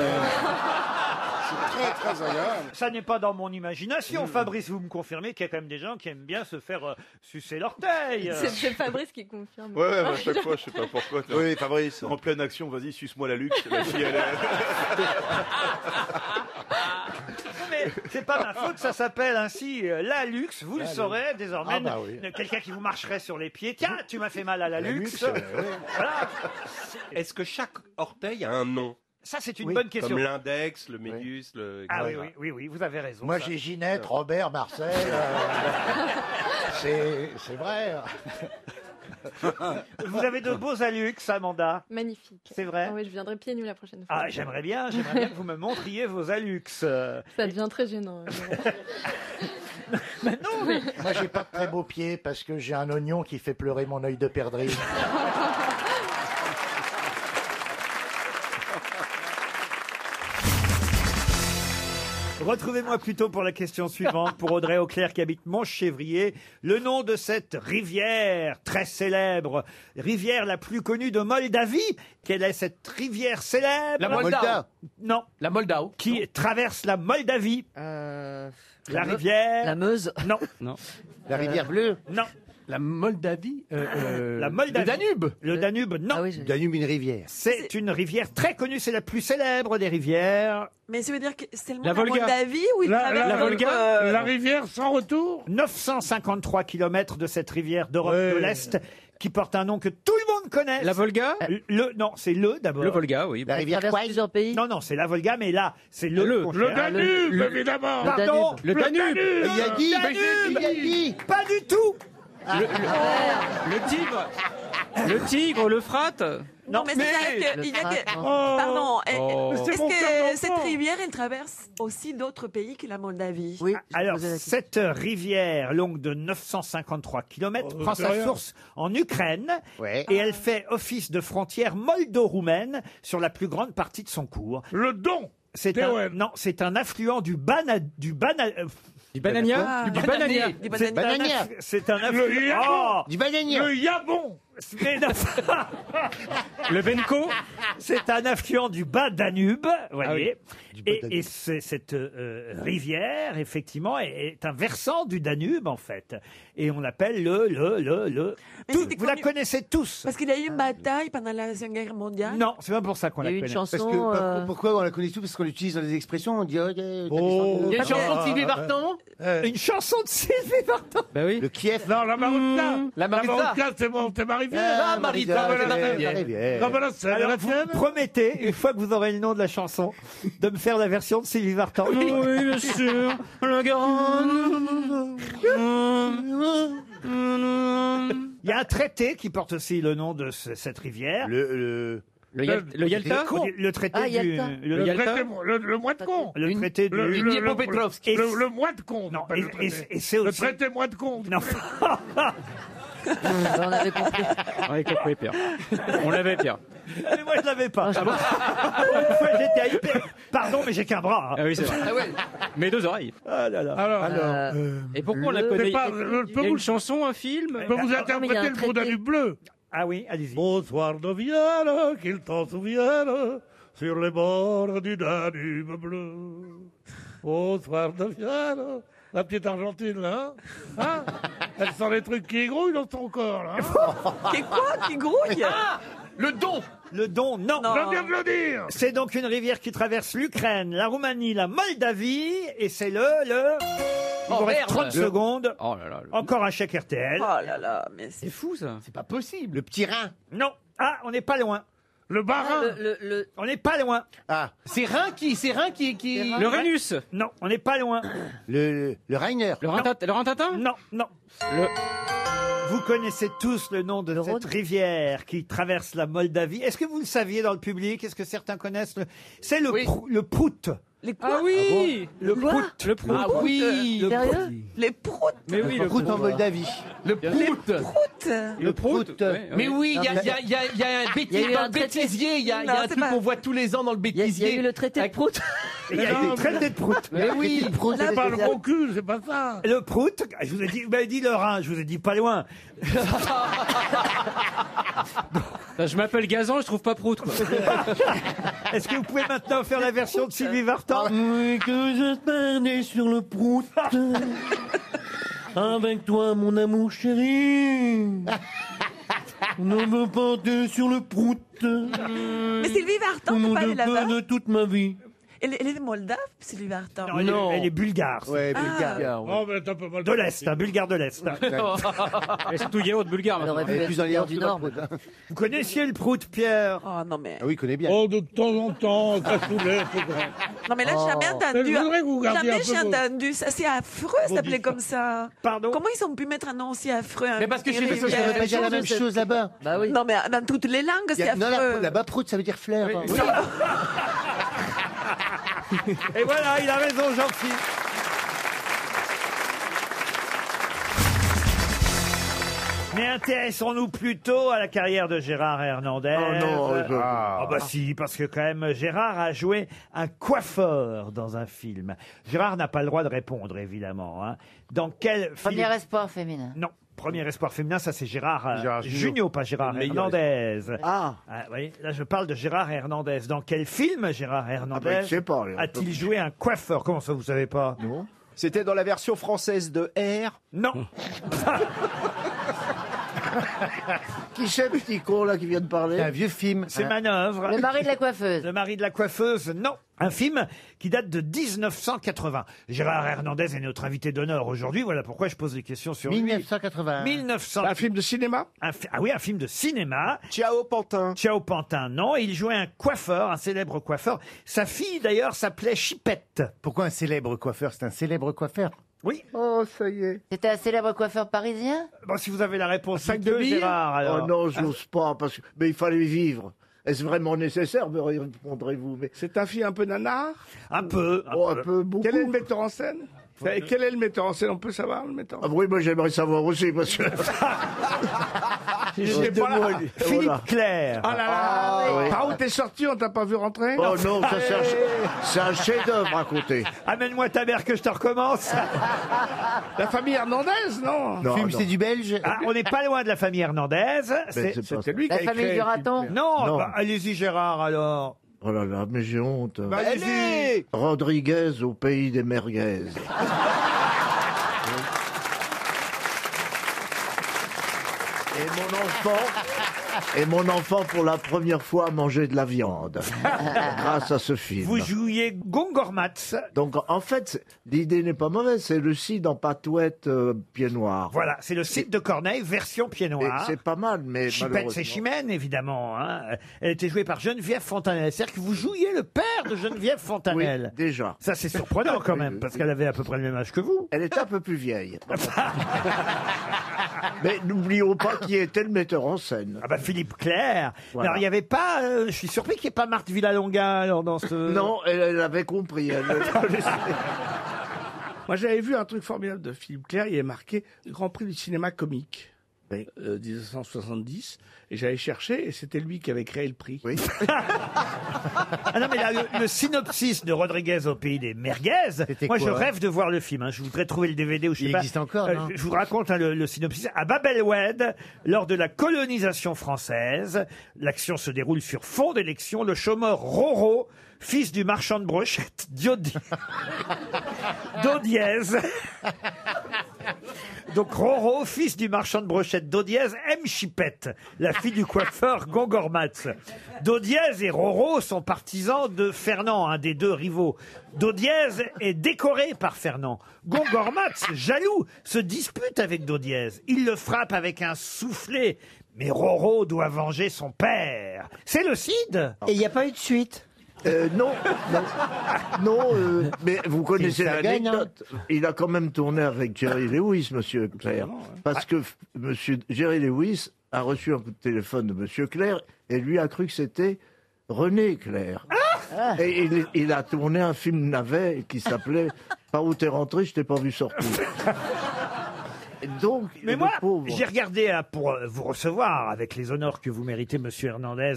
Speaker 19: très, très agréable.
Speaker 3: Ça n'est pas dans mon imagination. Fabrice, vous me confirmez qu'il y a quand même des gens qui aiment bien se faire euh, sucer l'orteil.
Speaker 20: C'est c'est Fabrice qui confirme.
Speaker 7: Ouais, ouais,
Speaker 11: Ah,
Speaker 7: mais à chaque fois, je sais pas pourquoi. t'as-
Speaker 21: Oui, Fabrice.
Speaker 7: En pleine action, vas-y, suce-moi la luxe. La fille, elle
Speaker 3: Mais c'est pas ma faute, ça s'appelle ainsi euh, la luxe. Vous le
Speaker 7: La
Speaker 3: saurez
Speaker 7: luxe.
Speaker 3: désormais.
Speaker 7: Ah bah oui.
Speaker 3: ne- Quelqu'un qui vous marcherait sur les pieds. Tiens, tu m'as fait mal à la, luxe.
Speaker 7: Est-ce que chaque orteil a un nom
Speaker 3: Ça, c'est une bonne question.
Speaker 7: Comme l'index, le médius, le.
Speaker 3: Ah oui,
Speaker 7: etc.
Speaker 3: oui, oui, oui, vous avez raison.
Speaker 22: Moi,
Speaker 3: ça.
Speaker 22: j'ai Ginette, Robert, Marcel. euh, c'est c'est vrai.
Speaker 3: Vous avez de beaux alux, Amanda.
Speaker 20: Magnifique.
Speaker 3: C'est vrai
Speaker 20: Ah oui, je viendrai pieds nus la prochaine fois.
Speaker 3: Ah, j'aimerais bien, j'aimerais bien que vous me montriez vos alux. euh.
Speaker 20: Ça devient très gênant.
Speaker 3: Bah
Speaker 22: Moi, j'ai pas de très beaux pieds parce que j'ai un oignon qui fait pleurer mon œil de perdrix.
Speaker 3: Retrouvez-moi plutôt pour la question suivante pour Audrey Auclair qui habite Montchévrier. Le nom de cette rivière très célèbre, rivière la plus connue de Moldavie. Quelle est cette rivière célèbre
Speaker 18: La Moldau. Molda.
Speaker 3: Non. La Moldau. Qui traverse la Moldavie. La
Speaker 8: Euh,
Speaker 18: la Me-
Speaker 3: rivière.
Speaker 18: la
Speaker 3: Meuse. Non. non.
Speaker 18: La rivière
Speaker 3: Bleue. Non. Ah,
Speaker 18: La Moldavie
Speaker 8: euh,
Speaker 3: La Moldavie. Le Danube. Le Danube, non.
Speaker 8: Ah
Speaker 18: Danube, une rivière.
Speaker 3: C'est une rivière très connue, c'est la plus célèbre des rivières.
Speaker 11: Mais ça veut dire que c'est le
Speaker 3: La
Speaker 11: monde
Speaker 3: Volga.
Speaker 11: de la vie où il
Speaker 3: la,
Speaker 11: traverse le- euh,
Speaker 3: rivière sans retour 953 km de cette rivière d'Europe de l'Est qui porte un nom que tout le monde connaît. La Volga le, Non, c'est le d'abord.
Speaker 8: Le Volga, oui. La rivière
Speaker 3: traverse plusieurs pays Non, non, c'est la Volga, mais là, c'est le.
Speaker 8: Le.
Speaker 3: qu'on
Speaker 8: Le
Speaker 3: cherche.
Speaker 8: Danube, Le- le- évidemment. le
Speaker 3: Pardon
Speaker 8: Danube. Le Danube. Il y a dit, mais
Speaker 3: Danube.
Speaker 8: il y a dit. Ah.
Speaker 3: Pas du tout
Speaker 8: Le, le- le tigre Le tigre, le frat
Speaker 11: Non, mais, c'est vrai qu'il y a des... Pardon,
Speaker 8: Oh.
Speaker 11: eh,
Speaker 8: Mais c'est
Speaker 11: est-ce
Speaker 8: mon cœur
Speaker 11: que
Speaker 8: d'enfant.
Speaker 11: cette rivière, elle traverse aussi d'autres pays que la Moldavie
Speaker 3: Alors, cette rivière longue de 953 km
Speaker 11: Oh,
Speaker 3: prend
Speaker 11: c'est
Speaker 3: sa
Speaker 11: rien.
Speaker 3: source en Ukraine et elle fait office de frontière moldo-roumaine sur la plus grande partie de son cours. Le Don c'est un,
Speaker 5: Théorème.
Speaker 3: non, c'est un affluent du Bana, du Bana, euh, du
Speaker 5: Banania Ah. Du Banania.
Speaker 3: C'est
Speaker 5: Du Banania.
Speaker 3: un
Speaker 5: Banania.
Speaker 3: aff- C'est un
Speaker 5: Le
Speaker 3: affluent.
Speaker 5: Yabon. Du
Speaker 3: Banania.
Speaker 5: Le Yabon.
Speaker 3: Le Benko C'est un affluent du bas Danube, voyez. Et- Et, c'est- cette euh, rivière, effectivement, est, est un versant du Danube, en fait. Et on l'appelle le, le, le, le. Tout- vous la connaissez tous.
Speaker 11: Parce qu'il y a eu une bataille pendant la Deuxième Guerre mondiale.
Speaker 3: Non, c'est pas pour ça qu'on la connaît.
Speaker 23: Parce que,
Speaker 8: bah,
Speaker 23: par- Pourquoi on la connaît tout Parce qu'on l'utilise dans les expressions. On dit. oh, euh, t'as
Speaker 5: Oh.
Speaker 23: des sandales.
Speaker 3: Une chanson de Sylvie Vartan
Speaker 5: Bah oui. Le Kiev. Non, la Marotta. la
Speaker 23: Maritza.
Speaker 5: Marotta, c'est bon, c'est ma rivière.
Speaker 23: Ah, Maritza,
Speaker 5: Non, mais
Speaker 23: c'est ma
Speaker 5: la-
Speaker 23: rivière.
Speaker 5: Non, mais là, c'est
Speaker 3: Alors,
Speaker 5: la
Speaker 3: vous
Speaker 5: tienne.
Speaker 3: promettez, une fois que vous aurez le nom de la chanson, de me faire la version de Sylvie Vartan.
Speaker 8: Oui, bien sûr, le Garonne.
Speaker 3: Il y a un traité qui porte aussi le nom de ce- cette rivière. Le, le...
Speaker 8: Le Yal- le Yalta
Speaker 3: Le traité
Speaker 5: Ah,
Speaker 3: du...
Speaker 5: Yalta. Le traité- le- le mois de con.
Speaker 3: Le traité du...
Speaker 5: Le- le- le-
Speaker 3: Et-
Speaker 5: Le, le mois de con. Non,
Speaker 3: et-
Speaker 5: le traité.
Speaker 3: et- et c'est
Speaker 5: Le
Speaker 3: aussi-
Speaker 5: traité mois de con.
Speaker 3: Non.
Speaker 8: On avait compris. On avait compris, Pierre. On l'avait, Pierre.
Speaker 3: Mais moi, je l'avais pas.
Speaker 8: Ah
Speaker 3: Une fois, j'étais hyper... Pardon, mais j'ai qu'un bras. hein.
Speaker 8: Ah oui, c'est vrai. Mais deux oreilles.
Speaker 3: Ah là là.
Speaker 5: Alors,
Speaker 18: euh,
Speaker 8: et pourquoi on la
Speaker 5: le-
Speaker 8: connaît
Speaker 5: C'est pas-
Speaker 8: Il y a-
Speaker 5: le-
Speaker 8: Il y a une chanson, un film Ah,
Speaker 5: Je peux vous interpréter le bon Danube bleu.
Speaker 3: Ah oui, allez-y.
Speaker 5: Bonsoir de Vienne, qu'il t'en souvienne, sur les bords du Danube bleu. Bonsoir de Vienne. La petite Argentine, là, hein, Hein Elle sent les trucs qui grouillent dans son corps, là.
Speaker 11: C'est quoi qui grouille
Speaker 5: Ah, Le don
Speaker 3: Le don, non.
Speaker 5: Non. Je viens de le dire.
Speaker 3: C'est donc une rivière qui traverse l'Ukraine, la Roumanie, la Moldavie, et c'est le, le... Il
Speaker 8: Oh,
Speaker 3: vous reste
Speaker 8: merde.
Speaker 3: 30
Speaker 8: Le-
Speaker 3: secondes.
Speaker 8: Oh là là. le-
Speaker 3: Encore un chèque RTL.
Speaker 11: Oh là là, mais c'est
Speaker 8: C'est fou, ça.
Speaker 3: C'est pas possible. Le petit rein. Non. Ah, on n'est pas loin.
Speaker 5: Le barin.
Speaker 8: Ah,
Speaker 23: Ah,
Speaker 3: On n'est pas loin. Ah, c'est rein qui, c'est rein qui,
Speaker 8: Le Rhinus.
Speaker 3: Non, on n'est pas loin.
Speaker 23: Le, le Rainer.
Speaker 8: Le Rintat- le Rintintin
Speaker 3: Non, non. Vous connaissez tous le nom de cette rivière qui traverse la Moldavie. Est-ce que vous le saviez dans le public Est-ce que certains connaissent le... C'est le, prou- le Prout.
Speaker 8: Ah oui
Speaker 3: Le Prout.
Speaker 8: Le Prout. Ah oui,
Speaker 3: Le
Speaker 8: sérieux
Speaker 3: Prout.
Speaker 11: Les proutes
Speaker 8: Mais oui, le
Speaker 23: Prout en Moldavie.
Speaker 8: Le prout.
Speaker 23: Le Prout.
Speaker 8: euh,
Speaker 18: Mais oui, il y a- il y a- il y a- il y a
Speaker 8: Ah,
Speaker 18: un
Speaker 23: Ah, Il y a
Speaker 18: bêtis-
Speaker 23: eu
Speaker 18: dans
Speaker 23: un
Speaker 18: le
Speaker 23: traité.
Speaker 18: bêtisier, il y a il y
Speaker 23: Non,
Speaker 18: a un
Speaker 23: c'est
Speaker 18: truc
Speaker 23: pas-
Speaker 18: qu'on voit tous les ans dans le bêtisier.
Speaker 23: eu
Speaker 18: le traité de Prout.
Speaker 3: Il y a
Speaker 18: Non,
Speaker 3: des traités de Prout.
Speaker 18: Mais oui,
Speaker 3: le
Speaker 18: Prout, Là, c'est par le spécial. bon
Speaker 5: cul, c'est pas ça.
Speaker 3: Le Prout, je vous ai dit, vous m'avez dit le Rhin, je vous ai dit pas loin.
Speaker 2: Enfin, Ben, je m'appelle Gazan, je trouve pas prout. quoi.
Speaker 3: Est-ce que vous pouvez maintenant faire la version de Sylvie Vartan
Speaker 8: Ah. Que je perdais sur le prout. Avec toi, mon amour chéri. On ne veut pas de sur le prout. Mais
Speaker 11: Sylvie Vartan, t'es pas allée là-bas
Speaker 8: de toute ma vie.
Speaker 11: Elle, elle est moldave, Sylvie Vartan
Speaker 3: Non, elle, Est, elle est bulgare.
Speaker 11: Ouais, bulgare,
Speaker 24: Ah. ouais. Oh, mais t'as pas mal
Speaker 3: De l'Est, hein, bulgare de l'Est.
Speaker 2: Elle est surtout guerre de bulgare maintenant.
Speaker 3: aurait pu être guerre du Nord,
Speaker 8: hein.
Speaker 3: Vous connaissiez le prout, Pierre
Speaker 11: Oh non,
Speaker 8: Ah
Speaker 11: mais.
Speaker 24: oui, connaît bien. Oh, de temps en temps, ça soulève. c'est vrai.
Speaker 11: Non, mais là, j'ai jamais
Speaker 24: Oh. Mais
Speaker 11: entendu.
Speaker 24: je voudrais que vous gardiez un
Speaker 11: Jamais
Speaker 24: peu
Speaker 11: j'ai
Speaker 24: vos-
Speaker 11: entendu ça. C'est affreux,
Speaker 24: vos
Speaker 11: s'appeler
Speaker 24: histoires.
Speaker 11: comme ça.
Speaker 3: Pardon
Speaker 11: Comment ils ont pu mettre un nom aussi affreux à un
Speaker 18: Mais parce que
Speaker 11: pays
Speaker 18: chez nous, ça
Speaker 11: rivière
Speaker 18: veut pas dire la même chose là-bas. Bah oui.
Speaker 11: Non, mais dans toutes les langues,
Speaker 18: Il y
Speaker 11: c'est
Speaker 18: a- non, là-
Speaker 11: affreux.
Speaker 18: là-bas, prout, ça veut dire flair.
Speaker 8: hein.
Speaker 18: Oui.
Speaker 3: Et voilà, il a raison, Jean-Philippe. Mais intéressons-nous plutôt à la carrière de Gérard Hernandez.
Speaker 8: Oh non, je-
Speaker 3: Ah bah si, parce que quand même, Gérard a joué un coiffeur dans un film. Gérard n'a pas le droit de répondre, évidemment. hein. Dans quel film
Speaker 14: Premier espoir féminin.
Speaker 3: Non. Premier espoir féminin, ça c'est Gérard, euh,
Speaker 14: Gérard
Speaker 3: Jugnot,
Speaker 14: Jugnot.
Speaker 3: pas Gérard
Speaker 14: Le meilleur
Speaker 3: Hernandez.
Speaker 14: Ah.
Speaker 3: oui, là je parle de Gérard Hernandez. Dans quel film Gérard Hernandez
Speaker 14: Ah, bah, je sais pas, là, on
Speaker 3: a-t-il joué un coiffeur Comment ça vous savez pas Non.
Speaker 25: C'était dans la version française de R
Speaker 3: Non.
Speaker 18: Qui c'est, petit con, là, qui vient de parler
Speaker 25: C'est un
Speaker 18: vieux film.
Speaker 3: C'est manœuvre.
Speaker 14: Le mari de la
Speaker 3: coiffeuse. Le mari de la coiffeuse, non. Un film qui date de 1980. Gérard Hernandez est notre invité d'honneur aujourd'hui. Voilà pourquoi je pose des questions sur lui.
Speaker 18: 1980.
Speaker 3: 1900. Un film de cinéma Ah oui, un film de cinéma. Ciao Pantin. Ciao Pantin, non. Il jouait un coiffeur, un célèbre coiffeur. Sa fille, d'ailleurs, s'appelait Chipette.
Speaker 18: Pourquoi un célèbre coiffeur C'est un célèbre coiffeur.
Speaker 3: Oui.
Speaker 14: Oh, ça y est. C'était un célèbre coiffeur parisien
Speaker 3: Bon, si vous avez la réponse,
Speaker 14: sac
Speaker 3: dites-le, Gérard, alors. Ah.
Speaker 17: Oh non, j'ose pas, parce que... mais il fallait vivre. Est-ce vraiment nécessaire, me répondrez-vous mais... C'est un film un peu nanar
Speaker 3: Un peu.
Speaker 17: oh, un peu, beaucoup.
Speaker 5: Quel est le metteur en scène Quel est le metteur en scène On peut savoir le metteur en
Speaker 17: Ah oui, moi j'aimerais savoir aussi, parce que...
Speaker 5: sais pas.
Speaker 3: Philippe Claire.
Speaker 5: Ah là là
Speaker 17: Ah, oui.
Speaker 5: Par où t'es sorti On t'a pas vu rentrer
Speaker 17: Oh non, ça c'est un, c'est un chef-d'œuvre à Ah. côté.
Speaker 3: Amène-moi ta mère que je te recommence.
Speaker 5: La famille Hernandez, non
Speaker 3: Non, Film, non. c'est du
Speaker 18: belge.
Speaker 3: Ah, on n'est pas loin de la famille Hernandez. C'est-
Speaker 17: c'est pas
Speaker 3: c'était
Speaker 17: ça. La famille du raton.
Speaker 3: Non,
Speaker 17: Non.
Speaker 3: bah, allez-y Gérard alors.
Speaker 17: Oh là là, mais j'ai honte.
Speaker 3: Bah, allez-y.
Speaker 17: Rodriguez au pays des merguez. Et mon enfant, et mon enfant pour la première fois mangeait de la viande grâce à ce film.
Speaker 3: Vous jouiez Gongormatz.
Speaker 17: Donc en fait, c'est- l'idée n'est pas mauvaise, c'est le cid en patouette euh, pied noir.
Speaker 3: Voilà, c'est le site de Corneille, version pied
Speaker 17: Et
Speaker 3: noir.
Speaker 17: C'est pas mal, mais
Speaker 3: Chipette,
Speaker 17: malheureusement-
Speaker 3: c'est Chimène, évidemment. hein. Elle était jouée par Geneviève Fontanelle. C'est-à-dire que vous jouiez le père de Geneviève Fontanelle.
Speaker 17: déjà.
Speaker 3: Ça, c'est surprenant quand même, parce qu'elle avait à peu près le même âge que vous.
Speaker 17: Elle était un peu plus vieille. Mais n'oublions pas qui était le metteur en scène.
Speaker 3: Ah bah Philippe Claire.
Speaker 17: Voilà.
Speaker 3: Alors, il n'y avait pas. euh, je suis surpris qu'il n'y ait pas Marthe Villalonga alors, dans ce.
Speaker 17: Non, elle, elle avait compris. elle-
Speaker 5: Moi, j'avais vu un truc formidable de Philippe Clair. Il est marqué Grand Prix du cinéma comique. euh, 1970, et j'avais cherché, et c'était lui qui avait créé le prix.
Speaker 3: Ah non, mais là, le, le synopsis de Rodriguez au pays des merguez. Moi, je
Speaker 18: quoi
Speaker 3: rêve de voir le film. hein. Je voudrais trouver le DVD ou je sais
Speaker 18: Il
Speaker 3: pas.
Speaker 18: existe encore, non
Speaker 3: je, je vous raconte hein, le, le synopsis. À Babelwed, lors de la colonisation française, l'action se déroule sur fond d'élection. Le chômeur Roro, fils du marchand de brochettes, Diodi. Dodiez. Donc Roro, fils du marchand de brochettes Dodiez, aime Chipette, la fille du coiffeur Gongormatz. Dodiez et Roro sont partisans de Fernand, un des deux rivaux. Dodiez est décoré par Fernand. Gongormatz, jaloux, se dispute avec Dodiez. Il le frappe avec un soufflet. Mais Roro doit venger son père. C'est le Cid Et il n'y a pas eu de suite
Speaker 17: Euh, non, non, non, euh, mais vous connaissez
Speaker 18: saga,
Speaker 3: hein.
Speaker 17: l'anecdote. Il a quand même tourné avec Jerry Lewis, monsieur Claire. Parce que f- monsieur Jerry Lewis a reçu un coup de téléphone de monsieur Claire et lui a cru que c'était René Claire.
Speaker 3: Ah.
Speaker 17: Et il, il a tourné un film navet qui s'appelait Par où t'es rentré, je t'ai pas vu sortir. Et Donc,
Speaker 3: Mais
Speaker 17: le
Speaker 3: moi,
Speaker 17: pauvre-
Speaker 3: euh, j'ai regardé hein, pour euh, vous recevoir avec les honneurs que vous méritez, Monsieur Hernandez,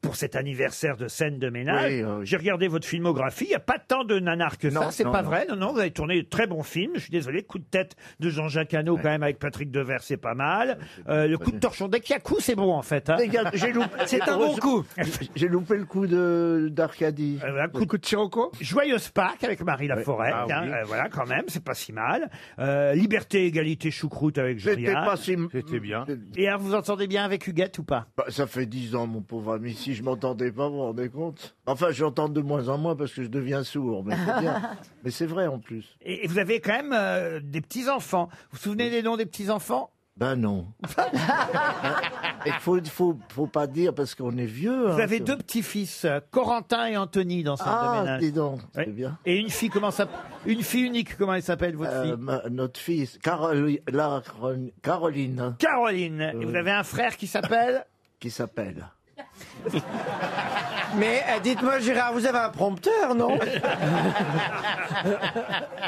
Speaker 3: pour cet anniversaire de scène de ménage.
Speaker 17: Oui, oui.
Speaker 3: J'ai regardé votre filmographie, il n'y a pas tant de nanars que ça,
Speaker 17: Non,
Speaker 3: c'est
Speaker 17: non,
Speaker 3: pas
Speaker 17: non.
Speaker 3: vrai. Non, non, vous avez tourné de très bons films. Je suis désolé, coup de tête de Jean-Jacques Hano quand même avec Patrick Devers, c'est pas mal. Euh, le coup de torchon d'Ekiaku, c'est bon en fait. hein.
Speaker 17: Les gars, j'ai loupé-
Speaker 3: C'est un bon coup. Euh,
Speaker 17: J'ai loupé le coup de d'Arcadie.
Speaker 3: Un coup, de Chirocco Joyeuse Pâques avec Marie Laforêt.
Speaker 17: Ah,
Speaker 3: hein,
Speaker 17: oui.
Speaker 3: euh, voilà, quand même, c'est pas si mal. Euh, Liberté, égalité, choucroute avec Jean
Speaker 17: C'était pas si. C'était bien.
Speaker 3: Et alors, vous entendez bien avec Huguette ou pas
Speaker 17: Bah, Ça fait dix ans, mon pauvre ami. Si je m'entendais pas, vous vous rendez compte Enfin, j'entends de moins en moins parce que je deviens sourd. Mais c'est bien. Mais c'est vrai en plus.
Speaker 3: Et et vous avez quand même euh, des petits-enfants. Vous vous souvenez des noms des petits-enfants
Speaker 17: Ben non. Il faut, faut, faut pas dire parce qu'on est vieux. hein,
Speaker 3: Vous avez deux petits-fils, euh, Corentin et Anthony, dans Scène
Speaker 17: Ah,
Speaker 3: de ménage.
Speaker 17: dis donc,
Speaker 3: Ouais. Et une fille, comment ça Une fille unique, comment elle s'appelle votre
Speaker 17: Euh,
Speaker 3: fille
Speaker 17: ma- notre fils, Caroli- la- Caroline, Euh,
Speaker 3: Caroline. Et vous avez un frère qui s'appelle
Speaker 17: qui s'appelle.
Speaker 26: Mais euh, dites-moi, Gérard, vous avez un prompteur, non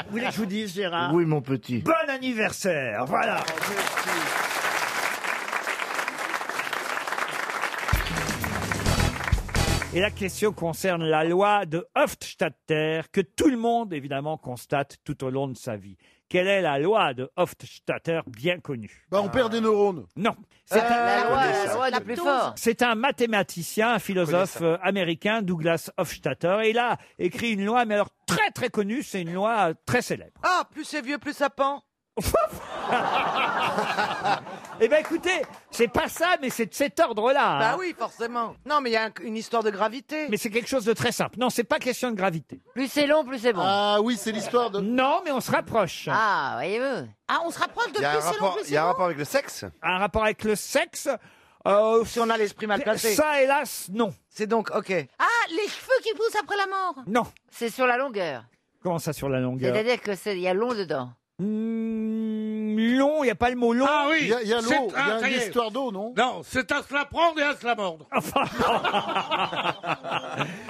Speaker 3: Vous voulez que je vous dise, Gérard
Speaker 17: Oui, mon petit.
Speaker 3: Bon anniversaire, voilà. Et la question concerne la loi de Hofstadter que tout le monde évidemment constate tout au long de sa vie. Quelle est la loi de Hofstadter bien connue
Speaker 27: Bah, on perd des neurones.
Speaker 3: Non.
Speaker 14: Euh, la loi- la loi
Speaker 18: Euh,
Speaker 14: du plus fort.
Speaker 3: C'est un mathématicien, un philosophe euh, américain, Douglas Hofstadter. Et il a écrit une loi, mais alors très très connue, c'est une loi euh, très célèbre.
Speaker 18: Ah, plus c'est vieux, plus ça pend.
Speaker 3: Eh bien écoutez, c'est pas ça, mais c'est de cet ordre-là. hein.
Speaker 18: Bah oui, forcément. Non, mais il y a un- une histoire de gravité.
Speaker 3: Mais c'est quelque chose de très simple. Non, c'est pas question de gravité.
Speaker 18: Plus c'est long, plus c'est bon.
Speaker 3: Ah oui, c'est l'histoire de... Non, mais on se rapproche.
Speaker 14: Ah, voyez-vous.
Speaker 18: Ah, on se rapproche de
Speaker 8: Il y a un
Speaker 18: plus c'est long,
Speaker 8: rapport,
Speaker 18: plus
Speaker 8: il y
Speaker 18: c'est
Speaker 8: a un
Speaker 18: bon.
Speaker 8: rapport avec le sexe
Speaker 3: Un rapport avec le sexe Si
Speaker 18: on a l'esprit mal placé.
Speaker 3: Ça, hélas, non.
Speaker 18: C'est donc, ok.
Speaker 14: Ah, les cheveux qui poussent après la mort.
Speaker 3: Non.
Speaker 14: C'est sur la longueur.
Speaker 3: Comment ça sur la longueur
Speaker 14: C'est-à-dire que c'est- il y a long dedans.
Speaker 3: Long, il n'y a pas le mot long.
Speaker 5: Ah oui,
Speaker 3: Il y a- il y a l'eau,
Speaker 5: c'est-
Speaker 3: il y a
Speaker 5: ça
Speaker 3: une
Speaker 5: y est.
Speaker 3: histoire
Speaker 27: d'eau, non
Speaker 5: Non, c'est à se la prendre et à se la mordre.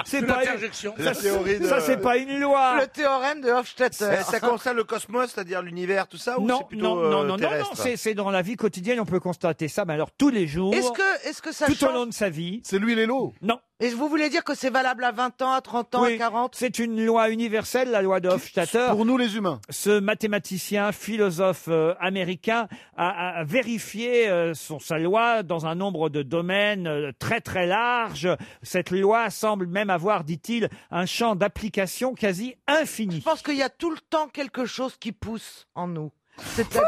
Speaker 3: C'est
Speaker 5: Une
Speaker 3: pas une-
Speaker 5: interjection.
Speaker 3: Ça, c'est- ça, c'est pas une loi.
Speaker 18: Le théorème de Hofstadter.
Speaker 8: Ça, Eh, ça concerne le cosmos, c'est-à-dire l'univers, tout ça ou
Speaker 3: Non,
Speaker 8: c'est plutôt,
Speaker 3: non, non,
Speaker 8: euh,
Speaker 3: non, non,
Speaker 8: terrestre
Speaker 3: non, c'est c'est dans la vie quotidienne, on peut constater ça, mais alors tous les jours,
Speaker 18: Est-ce que, est-ce que ça
Speaker 3: tout au
Speaker 18: change
Speaker 3: long de sa vie. C'est lui et l'eau Non.
Speaker 18: Et vous voulez dire que c'est valable à 20 ans, à 30 ans, à
Speaker 3: Oui,
Speaker 18: 40
Speaker 3: C'est une loi universelle, la loi de Hofstadter. Pour nous les humains. Ce mathématicien, philosophe euh, américain a, a- a vérifié euh, son, sa loi dans un nombre de domaines euh, très très large. Cette loi semble même avoir, dit-il, un champ d'application quasi infini. Je
Speaker 18: pense qu'il y a tout le temps quelque chose qui pousse en nous. C'est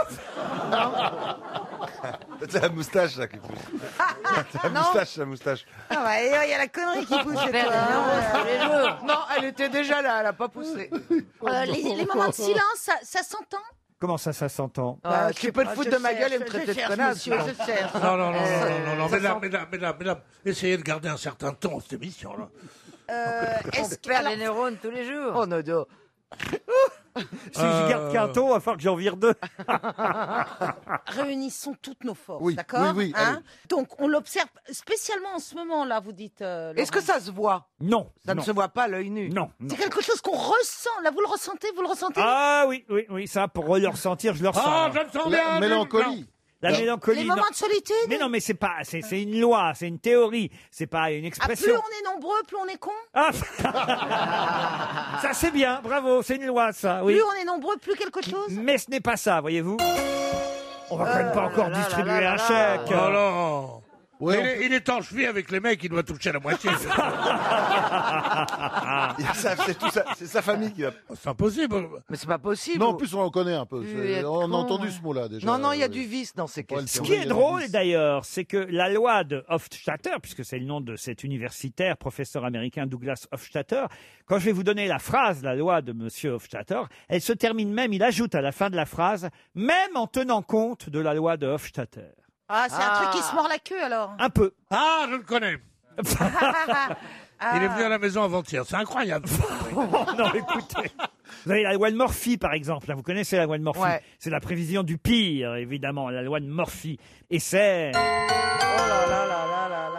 Speaker 8: C'est la moustache, ça, qui pousse. C'est la
Speaker 18: Ah, Non.
Speaker 8: moustache, la moustache.
Speaker 18: Ah ouais, il y a la connerie qui pousse. et
Speaker 14: Merde,
Speaker 18: toi,
Speaker 14: non,
Speaker 18: hein,
Speaker 14: tous les jours.
Speaker 18: Non, elle était déjà là, elle a pas poussé.
Speaker 4: Euh, les, les moments de silence, ça, ça s'entend
Speaker 3: Comment ça, ça s'entend
Speaker 18: Ah,
Speaker 5: je sais
Speaker 18: tu peux te
Speaker 5: pas,
Speaker 18: foutre
Speaker 5: je
Speaker 18: de ma gueule et me
Speaker 5: cherche,
Speaker 18: traiter
Speaker 5: je
Speaker 18: de
Speaker 5: cherche,
Speaker 18: connasse.
Speaker 5: monsieur, je cherche. Non, non, non, non, non, non, non,
Speaker 18: ça
Speaker 5: mesdames,
Speaker 18: sent-
Speaker 5: mesdames, mesdames, mesdames, essayez de garder un certain ton, cette émission, là.
Speaker 14: Euh,
Speaker 18: Est-ce perd les neurones tous les jours. Oh, Nodo.
Speaker 3: Si je garde qu'un ton, il va falloir que j'en vire deux.
Speaker 4: Réunissons toutes nos forces,
Speaker 18: Oui,
Speaker 4: d'accord
Speaker 18: oui, oui,
Speaker 4: Hein
Speaker 18: allez.
Speaker 4: Donc, on l'observe spécialement en ce moment, là, vous dites. euh,
Speaker 18: Est-ce que
Speaker 4: Laurent.
Speaker 18: ça se voit
Speaker 3: Non.
Speaker 18: Ça ne
Speaker 3: non.
Speaker 18: se voit pas à l'œil nu.
Speaker 3: Non. non.
Speaker 4: C'est quelque chose qu'on ressent, là, vous le ressentez, vous le ressentez
Speaker 3: Ah oui, oui, oui, ça, pour le ressentir, je le ressens.
Speaker 18: Ah, je le sens La bien, mais- mélancolie.
Speaker 3: Non. La mélancolie.
Speaker 4: Les moments
Speaker 3: non.
Speaker 4: de solitude
Speaker 3: Mais non, mais c'est pas, c'est c'est une loi, c'est une théorie, c'est pas une
Speaker 4: Ah, Plus
Speaker 3: expression.
Speaker 4: on est nombreux, plus on est con
Speaker 3: Ah, ça c'est bien, bravo, c'est une loi ça, ah. oui.
Speaker 4: Plus on est nombreux, plus quelque chose
Speaker 3: Mais ce n'est pas ça, voyez-vous. On va quand même
Speaker 4: Euh,
Speaker 3: pas encore distribuer un chèque.
Speaker 5: Oh non il, est, il est en cheville avec les mecs, il doit toucher la moitié.
Speaker 8: c'est tout ça- c'est sa famille qui va.
Speaker 5: C'est impossible.
Speaker 18: Mais c'est pas possible.
Speaker 27: Non, en plus, on en connaît un peu.
Speaker 18: Tu
Speaker 27: C'est-
Speaker 18: es
Speaker 27: On
Speaker 18: con,
Speaker 27: a entendu
Speaker 18: ouais.
Speaker 27: ce mot-là déjà.
Speaker 18: Non, non, il y a
Speaker 27: Euh,
Speaker 18: du vice dans ces questions.
Speaker 3: Ce qui est drôle d'ailleurs, c'est que la loi de Hofstadter, puisque c'est le nom de cet universitaire, professeur américain Douglas Hofstadter, quand je vais vous donner la phrase, la loi de monsieur Hofstadter, elle se termine même, il ajoute à la fin de la phrase, même en tenant compte de la loi de Hofstadter.
Speaker 4: Ah, c'est
Speaker 5: Ah.
Speaker 4: un truc qui se mord la queue, alors
Speaker 3: Un peu.
Speaker 5: Ah, je le connais.
Speaker 4: Ah.
Speaker 5: Il est venu à la maison avant-hier, c'est incroyable.
Speaker 3: Oh, non, écoutez. Vous avez la loi de Morphy, par exemple. hein, Vous connaissez la loi de Morphy. C'est la prévision du pire, évidemment, la loi de Morphy. Et c'est...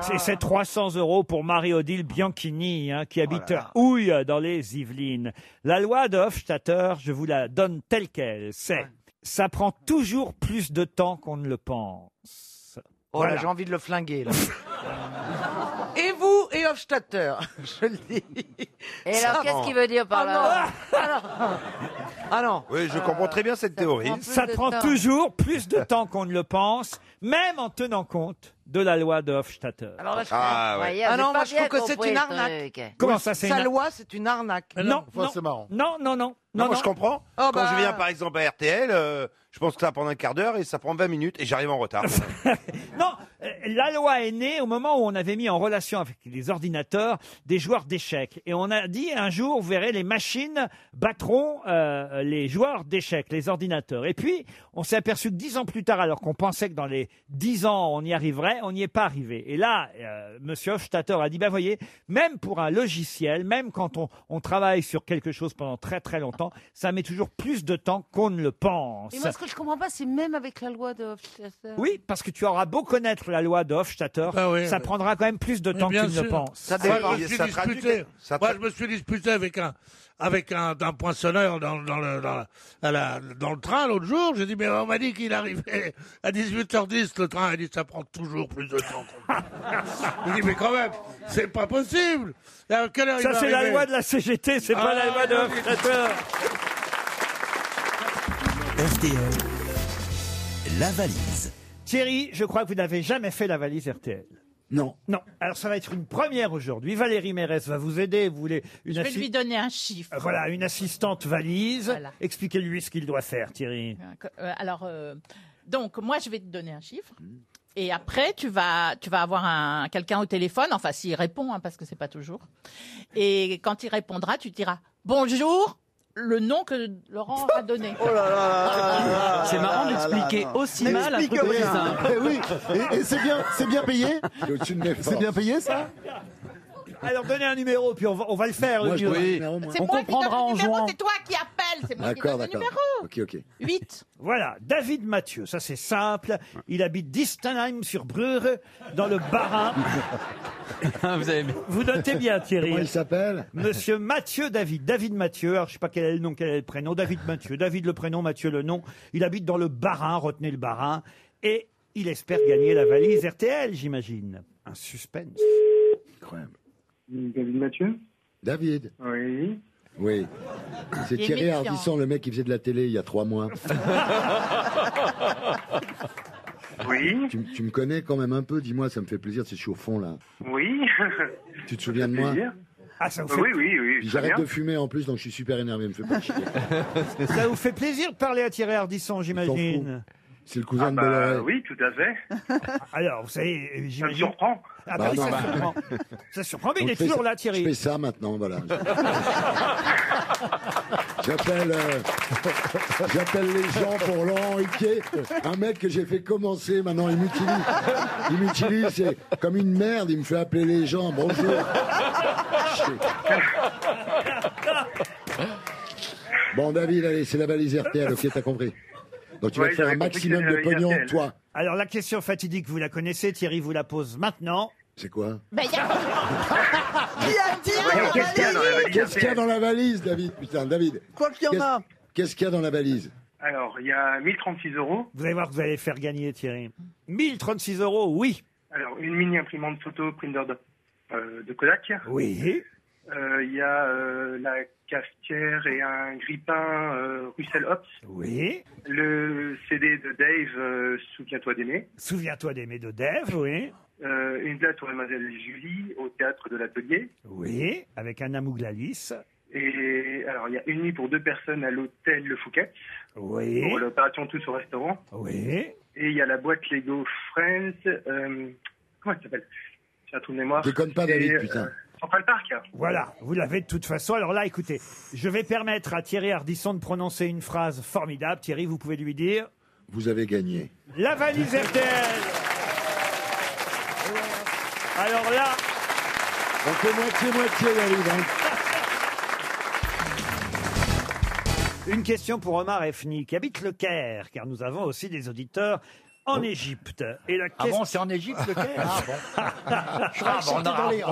Speaker 3: C'est c'est 300 euros pour Marie-Odile Bianchini, hein, qui habite Houille, dans les Yvelines. La loi de Hofstadter, je vous la donne telle qu'elle. C'est ça prend toujours plus de temps qu'on ne le pense.
Speaker 18: Oh là, j'ai envie de le flinguer, là. Et vous et Hofstadter, je le dis.
Speaker 28: Et alors, qu'est-ce qu'il veut dire par là Ah
Speaker 3: Ah non.
Speaker 14: Oui, je comprends très bien cette théorie.
Speaker 3: Ça, prend toujours plus de temps qu'on ne le pense, même en tenant compte de la loi de Hofstadter.
Speaker 18: Alors là, je
Speaker 14: Ah,
Speaker 18: comprends.
Speaker 14: ouais.
Speaker 18: Ah
Speaker 14: Vous
Speaker 18: non,
Speaker 14: avez
Speaker 18: moi
Speaker 14: pas
Speaker 18: je
Speaker 14: bien
Speaker 18: trouve que c'est
Speaker 14: compris
Speaker 18: une
Speaker 14: le
Speaker 18: arnaque.
Speaker 14: truc.
Speaker 3: Comment ça, c'est
Speaker 18: Sa
Speaker 3: une-
Speaker 18: loi, c'est une arnaque.
Speaker 3: Non, non, Non, non, non.
Speaker 14: Non, moi je comprends.
Speaker 18: Oh,
Speaker 14: Quand je
Speaker 18: bah.
Speaker 14: viens par exemple à RTL, euh, je pense que ça prend un quart d'heure et ça prend 20 minutes et j'arrive en retard.
Speaker 3: Euh, La loi est née au moment où on avait mis en relation avec les ordinateurs des joueurs d'échecs. Et on a dit un jour, vous verrez, les machines battront euh, les joueurs d'échecs, les ordinateurs. Et puis, on s'est aperçu que dix ans plus tard, alors qu'on pensait que dans les dix ans, on y arriverait, on n'y est pas arrivé. Et là, euh, Monsieur Hofstadter a dit, bah voyez, même pour un logiciel, même quand on, on travaille sur quelque chose pendant très très longtemps, ça met toujours plus de temps qu'on ne le pense.
Speaker 4: Et moi, ce que je comprends pas, c'est même avec la loi de Hofstadter.
Speaker 3: Oui, parce que tu auras beau connaître la loi de Hofstadter,
Speaker 5: Ah oui,
Speaker 3: ça
Speaker 5: oui.
Speaker 3: prendra quand même plus de
Speaker 5: Mais
Speaker 3: temps que
Speaker 5: bien
Speaker 3: tu ne le
Speaker 5: sûr.
Speaker 3: penses.
Speaker 5: Moi, je me suis disputé, moi, je me suis disputé avec un, avec un, un poinçonneur dans, dans le, dans, la- à la- dans le train l'autre jour. J'ai dit, mais on m'a dit qu'il arrivait à 18h10 le train. Il dit, ça prend toujours plus de temps. qu'on le- J'ai dit, mais quand même, c'est pas possible. Et à quelle heure il
Speaker 3: Ça,
Speaker 5: va
Speaker 3: c'est la
Speaker 5: arriver
Speaker 3: loi de la CGT, c'est pas
Speaker 5: Ah,
Speaker 3: la loi de
Speaker 5: non,
Speaker 3: Hofstadter.
Speaker 29: La valise.
Speaker 3: Thierry, je crois que vous n'avez jamais fait la valise RTL.
Speaker 29: Non.
Speaker 3: Non. Alors, ça va être une première aujourd'hui. Valérie Mérès va vous aider. Vous voulez une,
Speaker 15: Je vais
Speaker 3: assi-
Speaker 15: lui donner un chiffre.
Speaker 3: Euh, voilà, une assistante valise.
Speaker 15: Voilà.
Speaker 3: Expliquez-lui ce qu'il doit faire, Thierry.
Speaker 15: Euh, Alors, euh, donc, moi, je vais te donner un chiffre. Et après, tu vas, tu vas avoir un, quelqu'un au téléphone, enfin, s'il répond, hein, parce que c'est pas toujours. Et quand il répondra, tu diras bonjour, le nom que Laurent a donné.
Speaker 30: Ah.
Speaker 31: C'est marrant d'expliquer aussi mal un truc aussi simple.
Speaker 30: Eh oui, et, et c'est bien, c'est bien payé. C'est bien payé ça
Speaker 3: Alors, donnez un numéro, puis on va, on va le faire.
Speaker 30: Moi,
Speaker 3: le
Speaker 30: je
Speaker 3: mieux.
Speaker 30: dois- Oui. Non, moi-
Speaker 15: C'est moi qui donne le numéro, c'est toi qui appelles, c'est moi qui donne le numéro.
Speaker 30: Ok, ok.
Speaker 15: 8.
Speaker 3: Voilà, David Mathieu, ça c'est simple. Il habite Distenheim sur Brure, dans le Bas-Rhin.
Speaker 31: Vous avez bien.
Speaker 3: Vous notez bien, Thierry.
Speaker 31: Comment il
Speaker 3: s'appelle Monsieur Mathieu David. David Mathieu, alors je sais pas quel est le nom, quel est le prénom. David Mathieu. David le prénom, Mathieu le nom. Il habite dans le Barin, retenez le Barin. Et il espère gagner la valise RTL, j'imagine. Un suspense.
Speaker 30: Incroyable. David Mathieu David. Oui. Oui. C'est
Speaker 15: Il est
Speaker 30: Thierry
Speaker 15: méfiant.
Speaker 30: Ardisson, le mec qui faisait de la télé il y a trois mois. oui. Tu, tu me connais quand même un peu, dis-moi, ça me fait plaisir si je suis au fond là.
Speaker 8: Oui.
Speaker 30: Tu te souviens de moi
Speaker 8: plaisir.
Speaker 3: Ah, ça vous fait...
Speaker 30: Oui,
Speaker 8: oui, oui,
Speaker 30: Puis
Speaker 8: très
Speaker 30: J'arrête
Speaker 8: bien.
Speaker 30: de fumer en plus, donc je suis super énervé, me fait pas chier.
Speaker 3: Ça vous fait plaisir de parler à Thierry Ardisson, j'imagine.
Speaker 30: C'est le cousin de
Speaker 8: Bah,
Speaker 30: Bolloré.
Speaker 8: oui, tout à fait.
Speaker 3: Alors, vous savez, euh,
Speaker 8: Ça me
Speaker 3: j'imagine.
Speaker 8: surprend.
Speaker 3: Ah bah oui,
Speaker 30: Bah,
Speaker 3: ça
Speaker 30: non, bah.
Speaker 3: surprend. Ça surprend, mais
Speaker 30: Donc,
Speaker 3: il est
Speaker 30: je fais
Speaker 3: toujours
Speaker 30: ça-
Speaker 3: là, Thierry.
Speaker 30: Je fais ça maintenant, voilà. J'appelle euh, j'appelle les gens pour Laurent Ruquier, un mec que j'ai fait commencer, maintenant il m'utilise. Il m'utilise, c'est comme une merde, il me fait appeler les gens, bonjour. Bon David, allez, c'est la valise RTL, ok, t'as compris. Donc tu vas
Speaker 3: Ouais,
Speaker 30: te faire un
Speaker 3: j'avais compris que
Speaker 30: maximum
Speaker 3: c'était
Speaker 30: de
Speaker 3: la valise
Speaker 30: pognon,
Speaker 3: RTL.
Speaker 30: toi.
Speaker 3: Alors, la question fatidique, vous la connaissez, Thierry vous la pose maintenant.
Speaker 30: C'est quoi
Speaker 15: Ben,
Speaker 18: Bah,
Speaker 15: y a-
Speaker 18: Qui a dit
Speaker 30: Qu'est-ce qu'il y a dans la valise Qu'est-ce qu'il y a dans la valise, David Putain, David.
Speaker 18: Quoi qu'il y en a.
Speaker 30: Qu'est-ce- Qu'est-ce qu'il y a dans la valise
Speaker 8: Alors, il y a 1036 Euh, euros.
Speaker 3: Vous allez voir que vous allez faire gagner, Thierry. 1036 euros, oui.
Speaker 8: Alors, une mini imprimante photo printer de, euh, de Kodak.
Speaker 3: Oui.
Speaker 8: Euh, Il y a euh, la cafetière et un grippin euh, Russell Hobbs.
Speaker 3: Oui.
Speaker 8: Le CD de Dave, euh, Souviens-toi d'aimer.
Speaker 3: Souviens-toi d'aimer de Dev, oui.
Speaker 8: Euh, une date pour Mademoiselle Julie au théâtre de l'atelier.
Speaker 3: Oui, avec Anna Mouglalis.
Speaker 8: Et alors, il y a une nuit pour deux personnes à l'hôtel Le Fouquet.
Speaker 3: Oui.
Speaker 8: Pour l'opération Tous au restaurant.
Speaker 3: Oui.
Speaker 8: Et il y a la boîte Lego Friends. euh, comment elle s'appelle J'ai un trou de mémoire.
Speaker 30: Déconne pas, David,
Speaker 8: Et, euh,
Speaker 30: putain.
Speaker 8: Central Park.
Speaker 3: Voilà, vous l'avez de toute façon. Alors là, écoutez, je vais permettre à Thierry Ardisson de prononcer une phrase formidable. Thierry, vous pouvez lui dire
Speaker 30: Vous avez gagné.
Speaker 3: La valise RTL Alors là.
Speaker 30: On fait moitié-moitié, David.
Speaker 3: Une question pour Omar Efni, qui habite le Caire, car nous avons aussi des auditeurs en Égypte. Et la
Speaker 10: Oh. Ah bon, c'est en Égypte le Caire Ah bah, bon. Je
Speaker 3: Ah
Speaker 10: crois que c'était dans les-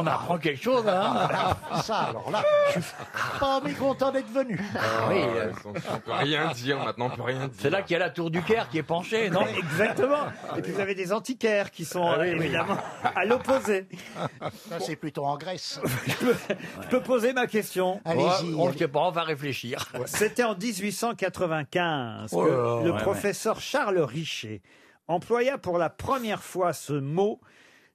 Speaker 3: quelque chose.
Speaker 10: hein.
Speaker 8: Ah, bah,
Speaker 10: Ça, alors là, je suis pas mécontent oh, d'être venu. euh,
Speaker 13: Ah, ouais, on, on peut rien dire maintenant, on peut rien dire.
Speaker 10: C'est là qu'il y a la tour du Caire qui est penchée, non
Speaker 3: Exactement. Et puis vous avez des antiquaires qui sont
Speaker 10: Ah
Speaker 3: euh,
Speaker 10: oui, oui.
Speaker 3: évidemment à l'opposé.
Speaker 10: Ça, c'est plutôt en Grèce.
Speaker 3: Je peux poser ma question.
Speaker 10: Allez-y. on ne sait pas, on va réfléchir.
Speaker 3: C'était en 1895 que
Speaker 10: Oh là là,
Speaker 3: le
Speaker 10: ouais,
Speaker 3: professeur Charles Richer employa pour la première fois ce mot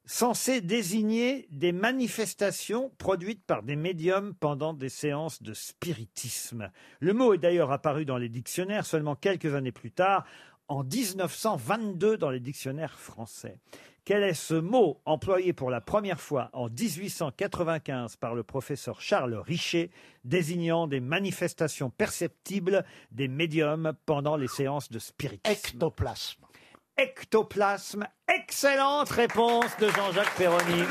Speaker 3: censé désigner des manifestations produites par des médiums pendant des séances de spiritisme. Le mot est d'ailleurs apparu dans les dictionnaires seulement quelques années plus tard, en 1922 dans les dictionnaires français. Quel est ce mot employé pour la première fois en 1895 par le professeur Charles Richer, désignant des manifestations perceptibles des médiums pendant les séances de spiritisme Ectoplasme. Ectoplasme. Excellente réponse de Jean-Jacques Perroni.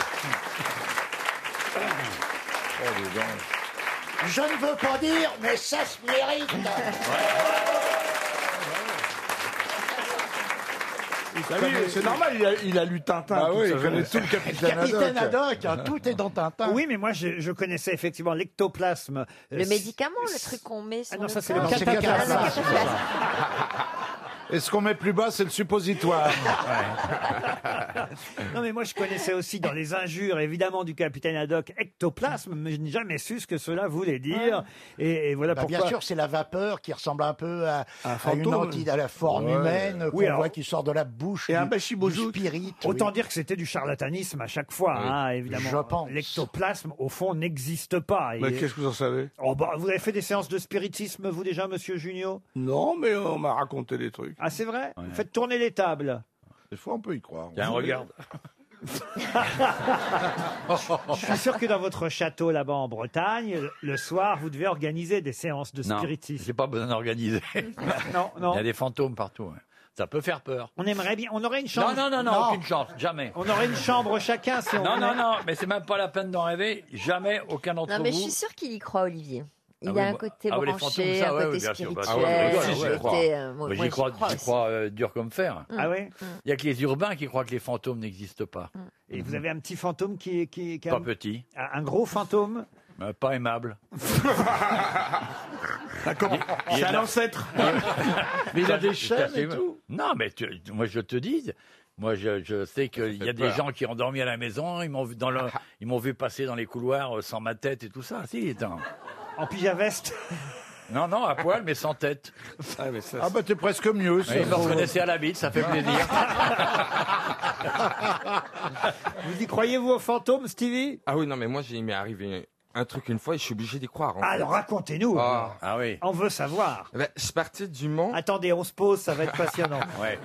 Speaker 32: Je ne veux pas dire, mais ça se mérite.
Speaker 3: euh, c'est normal, il a, lu Tintin.
Speaker 32: toute Bah oui, sa il connaît jeunesse. tout le Capitaine
Speaker 10: Capitaine Haddock, hein, tout est dans Tintin.
Speaker 3: Oui, mais moi, je, je connaissais effectivement l'ectoplasme. euh,
Speaker 20: Le
Speaker 3: c-
Speaker 20: médicament, le truc qu'on met sur
Speaker 3: Ah non,
Speaker 20: le
Speaker 3: ça, c'est
Speaker 20: corps.
Speaker 3: le cataplasme.
Speaker 20: Ah, le cataplasme.
Speaker 12: Et ce qu'on met plus bas, c'est le suppositoire.
Speaker 10: Bah,
Speaker 3: Non, mais moi, je connaissais aussi dans les injures, évidemment, du capitaine Haddock, ectoplasme, mais je n'ai jamais su ce que cela voulait dire. Et, et voilà
Speaker 10: Bah,
Speaker 3: pourquoi.
Speaker 10: bien sûr, c'est la vapeur qui ressemble un peu à, à une
Speaker 3: fantôme.
Speaker 10: anti- à la forme
Speaker 3: Ouais.
Speaker 10: humaine qu'on
Speaker 3: Oui, alors-
Speaker 10: voit qui sort de la bouche du, du spirit.
Speaker 3: Autant
Speaker 10: oui.
Speaker 3: dire que c'était du charlatanisme à chaque fois, hein, évidemment.
Speaker 10: Je pense.
Speaker 3: L'ectoplasme, au fond, n'existe pas. Et-
Speaker 18: Mais Bah, qu'est-ce que vous en savez
Speaker 3: Oh, bah, vous avez fait des séances de spiritisme, vous déjà, monsieur Junio
Speaker 18: Non, mais on m'a raconté des trucs.
Speaker 3: Ah, c'est vrai Vous faites tourner les tables.
Speaker 18: Des fois, on peut y croire.
Speaker 3: Tiens, regarde. Je suis sûr que dans votre château là-bas en Bretagne, le- le soir, vous devez organiser des séances de
Speaker 10: Non.
Speaker 3: spiritisme.
Speaker 10: J'ai pas besoin d'organiser.
Speaker 3: non, non.
Speaker 10: Il y a des fantômes partout. ouais. Ça peut faire peur.
Speaker 3: On aimerait bien, on aurait une
Speaker 10: Non,
Speaker 3: chambre.
Speaker 10: non, non, non, aucune chance, jamais.
Speaker 3: On aurait une chambre chacun si on
Speaker 10: Non, non,
Speaker 3: voulait.
Speaker 10: non, mais c'est même pas la peine d'en rêver. Jamais aucun d'entre
Speaker 20: Non,
Speaker 10: vous.
Speaker 20: mais je suis sûr qu'il y croit, Olivier. Il
Speaker 10: Ah
Speaker 20: y
Speaker 10: oui,
Speaker 20: a un
Speaker 10: moi-
Speaker 20: côté
Speaker 10: ah oui, les fantômes,
Speaker 20: branché,
Speaker 10: ça,
Speaker 20: un
Speaker 10: ouais,
Speaker 20: côté
Speaker 10: oui, bien sûr, bah,
Speaker 20: spirituel.
Speaker 10: ah ouais, ouais, ouais,
Speaker 20: un
Speaker 10: ouais,
Speaker 20: côté,
Speaker 10: ouais.
Speaker 20: euh, moi,
Speaker 10: Mais
Speaker 20: moi,
Speaker 10: j'y crois, j'y
Speaker 20: aussi.
Speaker 10: crois, euh, dur comme fer.
Speaker 20: Ah ouais
Speaker 10: Il y a que les urbains qui croient que les fantômes n'existent pas.
Speaker 20: Mm.
Speaker 3: Et vous avez un petit fantôme qui, qui, qui a
Speaker 10: Pas
Speaker 3: un-
Speaker 10: petit.
Speaker 3: un gros fantôme
Speaker 10: Euh, Pas aimable.
Speaker 18: D'accord.
Speaker 10: Il y
Speaker 18: C'est
Speaker 10: a de
Speaker 18: un
Speaker 10: la-
Speaker 18: ancêtre.
Speaker 10: Mais
Speaker 18: il a des chaînes et tout.
Speaker 10: Non, mais tu- moi je te dis, moi je, je sais qu'il y a des
Speaker 13: peur.
Speaker 10: gens qui ont dormi à la maison, ils m'ont vu, dans le- ils m'ont vu passer dans les couloirs euh, sans ma tête et tout ça. Si, attends.
Speaker 3: En pyjama veste
Speaker 10: Non, non, à poil, mais sans tête. Ah,
Speaker 12: Ah bah t'es presque mieux. ça.
Speaker 10: ils me reconnaissaient à la bite, ça fait
Speaker 3: Ah.
Speaker 10: plaisir.
Speaker 3: Vous y croyez-vous aux fantômes, Stevie
Speaker 13: Ah oui, non, mais moi, il m'est arrivé un truc une fois et je suis obligé d'y croire. en fait.
Speaker 3: Alors racontez-nous.
Speaker 13: Ah.
Speaker 10: oui.
Speaker 3: On veut savoir.
Speaker 13: Eh ben, je partais du Mans.
Speaker 3: Attendez, on se pose, ça va être passionnant.
Speaker 10: ouais.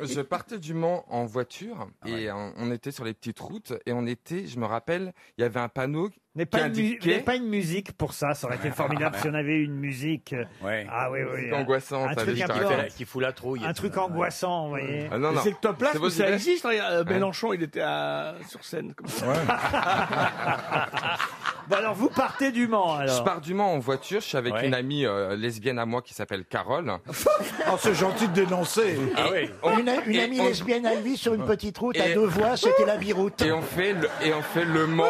Speaker 13: Je partais du Mans en voiture et on, on était sur les petites routes et on était, je me rappelle, il y avait un panneau
Speaker 3: Mais
Speaker 13: qui
Speaker 3: pas, une mu- mais
Speaker 13: indiquait...
Speaker 3: pas une musique pour ça, ça aurait été formidable si on avait eu une musique. euh, Ah oui, oui.
Speaker 13: C'est angoissant,
Speaker 3: Un
Speaker 13: ça,
Speaker 3: truc,
Speaker 13: je
Speaker 3: un
Speaker 13: te
Speaker 3: peu-
Speaker 13: rappelle.
Speaker 10: Qui fout la trouille.
Speaker 3: un truc angoissant, vous voyez.
Speaker 13: hein. Ah, non, non.
Speaker 18: C'est le top place,
Speaker 13: C'est vos
Speaker 18: ça
Speaker 13: idées
Speaker 18: existe. regarde, euh,
Speaker 13: Ouais.
Speaker 18: Mélenchon, il était à- sur scène. Comme ça.
Speaker 3: Bon, alors vous partez du Mans alors.
Speaker 13: Je pars du Mans en voiture, je suis avec une amie euh, lesbienne à moi qui s'appelle Carole.
Speaker 12: Oh, c'est gentil de dénoncer.
Speaker 13: Ah oui.
Speaker 12: Une, une
Speaker 13: Et
Speaker 12: amie
Speaker 13: on-
Speaker 12: lesbienne à lui sur une petite route à
Speaker 13: Et-
Speaker 12: deux voies, c'était la biroute.
Speaker 13: Et on fait le, et on fait le Mans.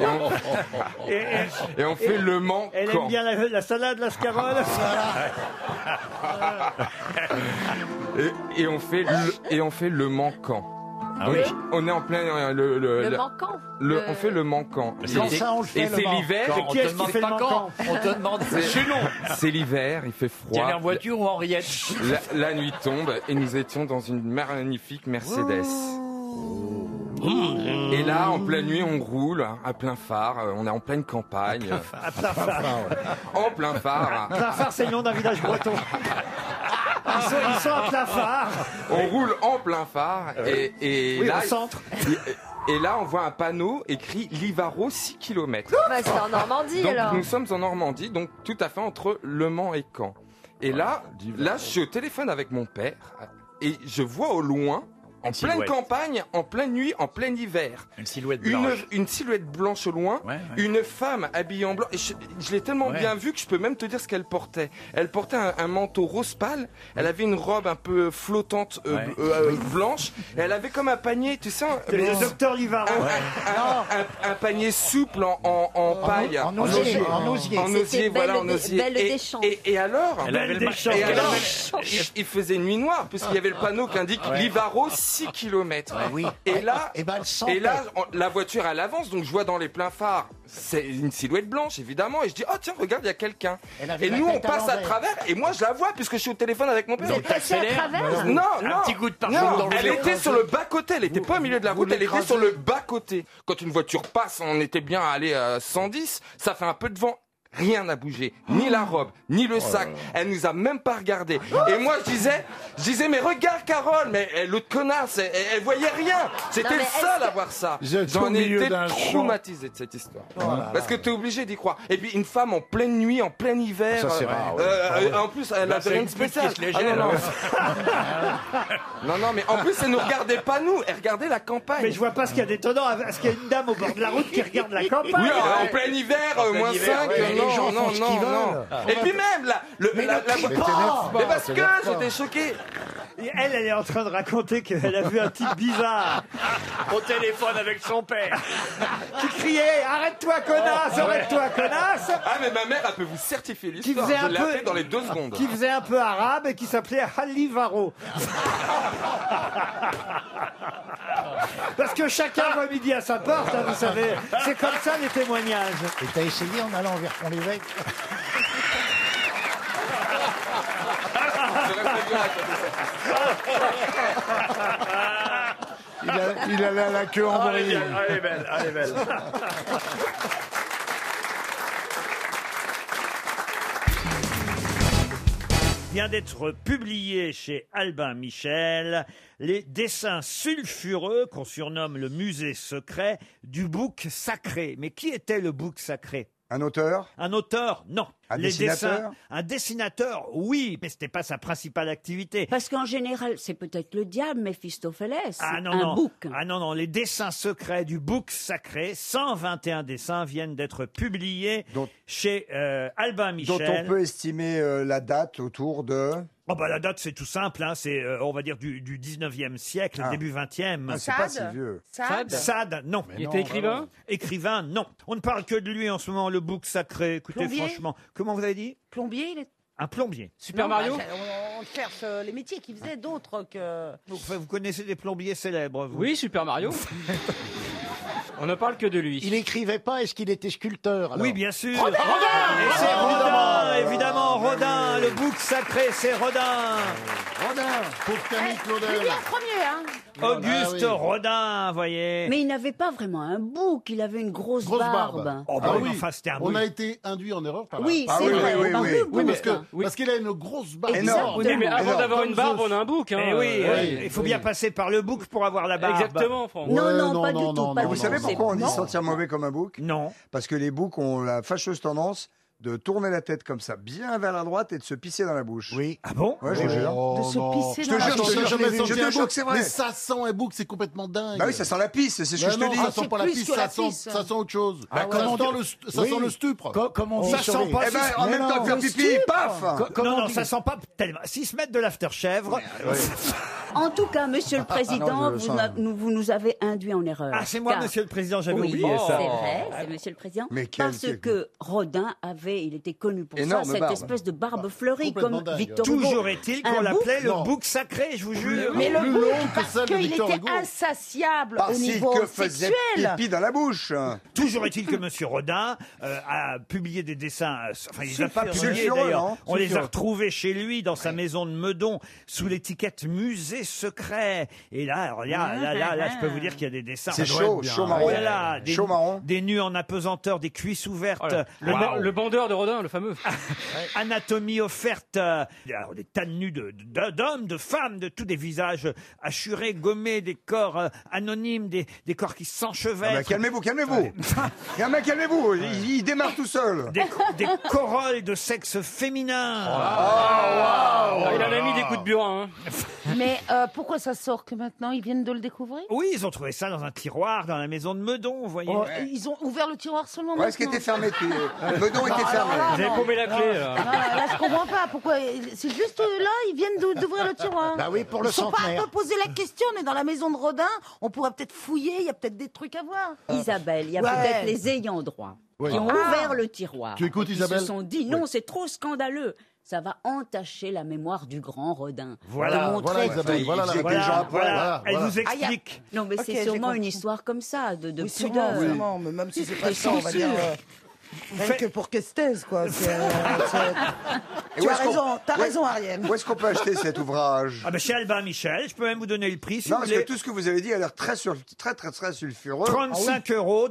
Speaker 13: Et on, et on fait le Mans.
Speaker 3: Elle
Speaker 13: quand
Speaker 3: aime bien la, la salade, la scarole.
Speaker 13: et, et on fait le, et on fait le manquant. Donc,
Speaker 20: oui.
Speaker 13: on est en plein euh, le, le-
Speaker 20: Le
Speaker 13: la-
Speaker 20: manquant.
Speaker 13: le-
Speaker 20: Le-
Speaker 13: on fait le manquant.
Speaker 10: Mais c'est- ça, on le fait,
Speaker 13: et
Speaker 10: le
Speaker 13: c'est
Speaker 10: Mans.
Speaker 13: l'hiver.
Speaker 10: Quand on te demande pas quand, on te demande
Speaker 13: C'est-
Speaker 10: chez nous.
Speaker 13: C'est l'hiver, il fait froid.
Speaker 10: Tiens, en voiture ou en rillette
Speaker 13: La, la nuit tombe et nous étions dans une magnifique Mercedes.
Speaker 3: Oh.
Speaker 13: Et là, en pleine nuit, on roule à plein phare. euh, On est en pleine campagne.
Speaker 3: À plein phare.
Speaker 13: En plein phare.
Speaker 3: Plein phare, c'est le nom d'un village breton. Ils sont, ils sont à plein phare.
Speaker 13: On roule en plein phare
Speaker 8: Ah,
Speaker 13: et, et
Speaker 3: Oui,
Speaker 13: là,
Speaker 3: au centre.
Speaker 13: Et, et là, on voit un panneau écrit Livaro 6 km.
Speaker 20: Bah, c'est en Normandie,
Speaker 13: donc,
Speaker 20: alors.
Speaker 13: Nous sommes en Normandie, donc tout à fait entre Le Mans et Caen. Et là, là, je suis au téléphone avec mon père et je vois au loin en pleine
Speaker 11: silhouette.
Speaker 13: campagne, en pleine nuit, en plein hiver.
Speaker 11: Une silhouette
Speaker 13: Une,
Speaker 11: blanche.
Speaker 13: une silhouette blanche au loin, une femme habillée en blanc. Et je je l'ai tellement
Speaker 11: Ouais.
Speaker 13: bien vue que je peux même te dire ce qu'elle portait. Elle portait un, un manteau rose pâle, elle avait une robe un peu flottante euh,
Speaker 11: Ouais.
Speaker 13: bl- euh, euh, blanche, et elle avait comme un panier, tu sais, un-
Speaker 3: C'est le docteur Livard.
Speaker 13: un,
Speaker 3: Ouais.
Speaker 13: un- un- un panier souple en, en- en paille.
Speaker 3: en osier. En osier.
Speaker 13: En
Speaker 3: C'était
Speaker 13: osier, voilà,
Speaker 3: Belle
Speaker 13: en
Speaker 3: des-
Speaker 13: osier.
Speaker 3: Belle
Speaker 13: et,
Speaker 3: Deschamps.
Speaker 13: et- et alors
Speaker 11: Elle avait le marché.
Speaker 13: Et alors,
Speaker 11: Belle
Speaker 13: il, il faisait nuit noire, puisqu'il y avait le panneau qui indique
Speaker 11: Ouais.
Speaker 13: Livaro 6 km.
Speaker 3: Ah
Speaker 13: Et là,
Speaker 30: Eh ben, elle sentait.
Speaker 13: et là, on- la voiture, elle avance, donc je vois dans les pleins phares, c'est une silhouette blanche, évidemment, et je dis, oh tiens, regarde, il y a quelqu'un.
Speaker 30: Elle avait
Speaker 13: Et
Speaker 30: la
Speaker 13: nous, on
Speaker 30: tête à
Speaker 13: passe à
Speaker 30: l'envers.
Speaker 13: travers, et moi, je la vois, puisque je suis au téléphone avec mon père.
Speaker 30: Vous êtes
Speaker 13: Donc,
Speaker 30: passé à
Speaker 13: t'accélères.
Speaker 30: travers
Speaker 13: Non,
Speaker 30: Un
Speaker 13: non.
Speaker 30: petit coup de
Speaker 13: non,
Speaker 30: pare-choc dans le
Speaker 13: Elle
Speaker 30: vélo.
Speaker 13: était sur le bas-côté, elle n'était pas au milieu de la route, elle était
Speaker 30: l'écrasez.
Speaker 13: sur le bas-côté. Quand une voiture passe, on était bien allé à 110, ça fait un peu de vent. Rien n'a bougé, ni la robe, ni
Speaker 30: Oh
Speaker 13: le sac. Elle nous a même pas regardé. Et moi, je disais, je disais, mais regarde Carole, mais elle, l'autre connasse, elle, elle- elle voyait rien. C'était
Speaker 30: Non, mais
Speaker 13: le
Speaker 30: est-ce
Speaker 13: seul
Speaker 30: que-
Speaker 13: à voir ça.
Speaker 30: Vous êtes au
Speaker 13: J'en ai
Speaker 30: milieu
Speaker 13: été
Speaker 30: d'un champ. Oh
Speaker 13: traumatisé de cette histoire.
Speaker 3: Oh
Speaker 30: là
Speaker 13: Parce que t'es obligé d'y croire. Et puis une femme en pleine nuit, en plein hiver.
Speaker 30: Ça, c'est
Speaker 13: euh,
Speaker 30: rare,
Speaker 13: euh,
Speaker 30: ouais. Ah ouais.
Speaker 13: euh, En plus, elle
Speaker 30: Là,
Speaker 13: avait
Speaker 30: c'est
Speaker 13: rien
Speaker 30: une
Speaker 13: de
Speaker 30: pute qui
Speaker 13: spécial.
Speaker 30: se les
Speaker 13: Ah
Speaker 30: gèle,
Speaker 13: non, non.
Speaker 30: alors.
Speaker 13: Non, non, mais en plus, elle ne regardait pas nous, elle regardait la campagne.
Speaker 3: Mais je vois pas ce qu'il y a d'étonnant, à- à ce qu'il y a une dame au bord de la route qui regarde la campagne.
Speaker 13: Oui, en plein hiver,
Speaker 3: Ah, En
Speaker 13: euh,
Speaker 3: plein
Speaker 13: moins
Speaker 3: hiver,
Speaker 13: 5,
Speaker 3: ouais, les gens font
Speaker 13: non, non,
Speaker 3: ce
Speaker 13: non,
Speaker 3: qu'ils
Speaker 13: non.
Speaker 3: veulent.
Speaker 13: Et puis même, la, le,
Speaker 3: Mais
Speaker 13: la,
Speaker 3: ne
Speaker 13: la-
Speaker 3: crie pas
Speaker 13: Mais parce que
Speaker 3: t'énerve pas.
Speaker 13: j'étais choqué.
Speaker 3: Et elle, elle est en train de raconter qu'elle a vu un type bizarre
Speaker 13: ah.
Speaker 30: Au téléphone avec son père.
Speaker 3: qui criait Arrête-toi, connasse Arrête-toi, connasse
Speaker 13: Ah, mais ma mère, elle peut vous certifier
Speaker 3: qui
Speaker 13: l'histoire.
Speaker 3: faisait,
Speaker 13: Je
Speaker 3: un
Speaker 13: l'ai
Speaker 3: peu,
Speaker 13: appelée dans les deux secondes.
Speaker 3: qui faisait un peu arabe et qui s'appelait Ali Varro. Parce que chacun voit midi à sa porte, hein, vous savez. C'est comme ça les témoignages.
Speaker 30: Et t'as essayé en allant vers Pont-l'Évêque
Speaker 9: Il, a- il allait à la queue en
Speaker 18: Ah,
Speaker 30: Elle est
Speaker 9: vrille.
Speaker 30: bien, Ah, elle est belle, elle est belle.
Speaker 3: vient d'être publié chez Albin Michel les dessins sulfureux qu'on surnomme le musée secret du bouc sacré. Mais qui était le bouc sacré
Speaker 8: Un auteur
Speaker 3: Un auteur, non.
Speaker 8: Un dessinateur
Speaker 3: un dessinateur, oui, mais c'était pas sa principale activité.
Speaker 33: Parce qu'en général, c'est peut-être le diable, Méphistophélès.
Speaker 3: Ah non,
Speaker 33: un
Speaker 3: non.
Speaker 33: bouc.
Speaker 3: Ah non, non, les dessins secrets du bouc sacré, 121 dessins viennent d'être publiés chez euh, Albin Michel.
Speaker 8: Dont on peut estimer euh, la date autour de.
Speaker 3: Oh bah la date c'est tout simple, hein, c'est euh, on va dire du, du 19e siècle, début 20e.
Speaker 8: Ah, c'est pas si vieux. Sade
Speaker 3: Sade, non.
Speaker 8: Mais Il était non, écrivain vraiment.
Speaker 3: Écrivain, non. On ne parle que de lui en ce moment, le bouc sacré. Écoutez,
Speaker 8: Plombier
Speaker 3: franchement, comment vous avez dit
Speaker 33: Plombier, il est...
Speaker 3: Un plombier.
Speaker 33: Non, bah, ça, on, on cherche euh, les métiers qui faisaient d'autres que...
Speaker 3: Donc, enfin, vous connaissez des plombiers célèbres, vous
Speaker 5: Oui, Super Mario. On ne parle que de lui.
Speaker 30: Il écrivait pas, est-ce qu'il était sculpteur alors
Speaker 3: Oui, bien sûr.
Speaker 30: Rodin
Speaker 3: Et c'est Rodin, évidemment, Rodin, le bouc sacré, c'est Rodin.
Speaker 9: Rodin,
Speaker 33: Eh,
Speaker 9: pour Camille Claudel.
Speaker 33: premier, hein
Speaker 3: Auguste
Speaker 8: ah
Speaker 3: Rodin, voyez.
Speaker 33: Mais il n'avait pas vraiment un bouc, il avait une grosse,
Speaker 30: Grosse
Speaker 33: barbe.
Speaker 3: Oh, bah oui, mais enfin, c'était un
Speaker 30: On
Speaker 3: bouc.
Speaker 30: a été induit en erreur par là.
Speaker 33: Oui, Ah c'est oui, vrai, oui, oui, par oui. le
Speaker 30: Oui, parce
Speaker 33: bouc.
Speaker 30: que-
Speaker 3: Ah
Speaker 30: parce qu'il a une grosse barbe.
Speaker 5: Oui, mais avant d'avoir une barbe, on a un bouc. Hein.
Speaker 3: Eh oui,
Speaker 5: Euh,
Speaker 3: oui, il faut bien passer par le bouc pour avoir la barbe.
Speaker 5: Exactement, Franck.
Speaker 8: Et vous savez pourquoi on dit se sentir mauvais comme un bouc
Speaker 3: Non.
Speaker 8: Parce que les boucs ont la fâcheuse tendance de tourner la tête comme ça, bien vers la droite et de se pisser dans la bouche.
Speaker 30: Oui.
Speaker 3: Ah bon
Speaker 8: Ouais, je te jure. je te jure, je te jure, je te jure, je te jure que c'est vrai.
Speaker 30: Mais ça sent un bouc, c'est complètement dingue.
Speaker 8: Bah oui, ça sent la pisse, c'est ce que
Speaker 30: Mais
Speaker 8: je te
Speaker 30: non,
Speaker 8: dis.
Speaker 30: Ça sent pas la pisse, ça sent, ça sent autre chose.
Speaker 8: Ah ouais.
Speaker 30: ça
Speaker 8: Comment
Speaker 30: sent
Speaker 8: on
Speaker 30: le,
Speaker 8: dit-
Speaker 30: stu- ça
Speaker 8: Oui.
Speaker 30: sent le stupre.
Speaker 8: Co- comment on dit-
Speaker 30: ça sent pas.
Speaker 8: Eh ben, en même temps que faire pipi, paf
Speaker 3: Non, non, ça sent pas tellement. 6 mètres de l'afterchèvre.
Speaker 33: En tout cas, monsieur le
Speaker 3: Non,
Speaker 33: président,
Speaker 3: je le
Speaker 33: vous,
Speaker 3: sens.
Speaker 33: n'a- nous- vous nous avez induit en erreur.
Speaker 3: Ah, c'est moi, monsieur le président, j'avais
Speaker 33: Oui,
Speaker 3: oublié ça.
Speaker 33: C'est vrai, c'est monsieur le président.
Speaker 3: Mais quel-
Speaker 33: parce
Speaker 3: quel-
Speaker 33: que Rodin avait, il était connu pour
Speaker 3: Énorme
Speaker 33: ça, cette
Speaker 3: barbe.
Speaker 33: espèce de barbe fleurie
Speaker 30: complètement
Speaker 33: comme
Speaker 30: dingue.
Speaker 33: Victor Hugo.
Speaker 3: Toujours est-il
Speaker 33: Un
Speaker 3: qu'on l'appelait
Speaker 33: bouc
Speaker 3: le
Speaker 33: Non.
Speaker 3: bouc sacré, je vous jure.
Speaker 33: Mais le
Speaker 8: Plus
Speaker 33: bouc,
Speaker 8: long que
Speaker 33: parce
Speaker 8: celle de
Speaker 33: qu'il
Speaker 8: Victor
Speaker 33: était
Speaker 8: Hugo.
Speaker 33: insatiable
Speaker 8: Parce
Speaker 33: au niveau
Speaker 8: que faisait
Speaker 33: sexuel.
Speaker 8: pipi dans la bouche.
Speaker 3: Toujours est-il que Monsieur Rodin euh, a publié des dessins, euh, enfin il les a pas
Speaker 8: Sulfureux.
Speaker 3: publiés
Speaker 8: Sulfureux,
Speaker 3: d'ailleurs,
Speaker 8: non
Speaker 3: on les a
Speaker 8: Sulfureux.
Speaker 3: retrouvés chez lui dans sa maison de Meudon sous l'étiquette musée secret. Et là, alors, là, là, là, là, je peux vous dire qu'il y a des dessins.
Speaker 8: C'est
Speaker 3: Ça doit
Speaker 8: chaud,
Speaker 3: être bien.
Speaker 8: chaud marron.
Speaker 3: Oh là là, des,
Speaker 8: Chaud marron.
Speaker 3: des nus en apesanteur, des cuisses ouvertes,
Speaker 5: Voilà. Le,
Speaker 3: Waouh.
Speaker 5: ban- le bandeur de Rodin, le fameux.
Speaker 3: anatomie offerte, euh, alors, des tas de nus de- de- d'hommes, de femmes, de tous des visages assurés, gommés, des corps euh, anonymes, des, des corps qui
Speaker 8: Ah
Speaker 3: s'enchevêtrent.
Speaker 8: bah, calmez-vous, calmez-vous. Calmez, calmez-vous. Il, il démarre tout seul.
Speaker 3: des, des corolles de sexe féminin.
Speaker 8: Ah, waouh.
Speaker 5: Ah, il en a mis des coups de burin. hein.
Speaker 4: Mais euh, pourquoi ça sort que maintenant Ils viennent de le découvrir
Speaker 3: Oui, ils ont trouvé ça dans un tiroir, dans la maison de Meudon, vous voyez.
Speaker 4: Oh, Ils ont ouvert le tiroir seulement
Speaker 3: Ouais,
Speaker 4: maintenant.
Speaker 3: ce qui était fermé, tu- euh, Meudon était
Speaker 4: Ah,
Speaker 3: fermé.
Speaker 4: alors là,
Speaker 3: Vous avez
Speaker 4: non.
Speaker 3: paumé la clé, là.
Speaker 4: Ah, là, je comprends pas. Pourquoi C'est juste euh, là, ils viennent d'ou- d'ouvrir le tiroir.
Speaker 30: Bah oui, pour le
Speaker 4: Ils sont
Speaker 30: centenaire.
Speaker 4: pas un peu posé la question. On est dans la maison de Rodin. On pourrait peut-être fouiller. Il y a peut-être des trucs à
Speaker 18: Euh,
Speaker 4: voir.
Speaker 33: Isabelle, il y a
Speaker 4: Ah, Ouais.
Speaker 33: peut-être les ayants droit
Speaker 30: Ouais.
Speaker 33: qui ont
Speaker 30: Ah.
Speaker 33: ouvert le tiroir.
Speaker 30: Tu écoutes,
Speaker 33: et qui
Speaker 30: Isabelle
Speaker 33: se sont dit non, c'est trop scandaleux. Ça va entacher la mémoire du grand Rodin.
Speaker 30: Voilà,
Speaker 33: De montrer
Speaker 30: voilà,
Speaker 33: tout.
Speaker 30: Isabelle, voilà, Ils étaient voilà, gens à poil, voilà. voilà, Elle voilà. nous
Speaker 33: Ah, il y a-
Speaker 30: explique.
Speaker 33: Non, mais
Speaker 30: Ok,
Speaker 33: c'est
Speaker 30: j'ai
Speaker 33: sûrement une
Speaker 30: compris.
Speaker 33: histoire comme ça, de, de
Speaker 18: Oui, sûrement,
Speaker 33: pudeur.
Speaker 18: sûrement, mais même si c'est pas
Speaker 33: De
Speaker 18: ça, on va dire,
Speaker 33: censure.
Speaker 18: euh, Rien que pour Questez, quoi. c'est, euh, c'est-
Speaker 3: Et
Speaker 18: tu
Speaker 3: où
Speaker 18: as
Speaker 3: est-ce qu'on-
Speaker 18: raison, t'as
Speaker 3: où est-
Speaker 18: raison, Ariel.
Speaker 3: où est-ce qu'on peut acheter
Speaker 8: cet ouvrage
Speaker 3: Ah ben chez Albin Michel, je peux même vous donner le prix si
Speaker 8: non,
Speaker 3: vous
Speaker 8: parce
Speaker 3: voulez.
Speaker 8: que tout ce que vous avez dit a l'air très, sur- très, très, très sulfureux.
Speaker 3: 35 euros,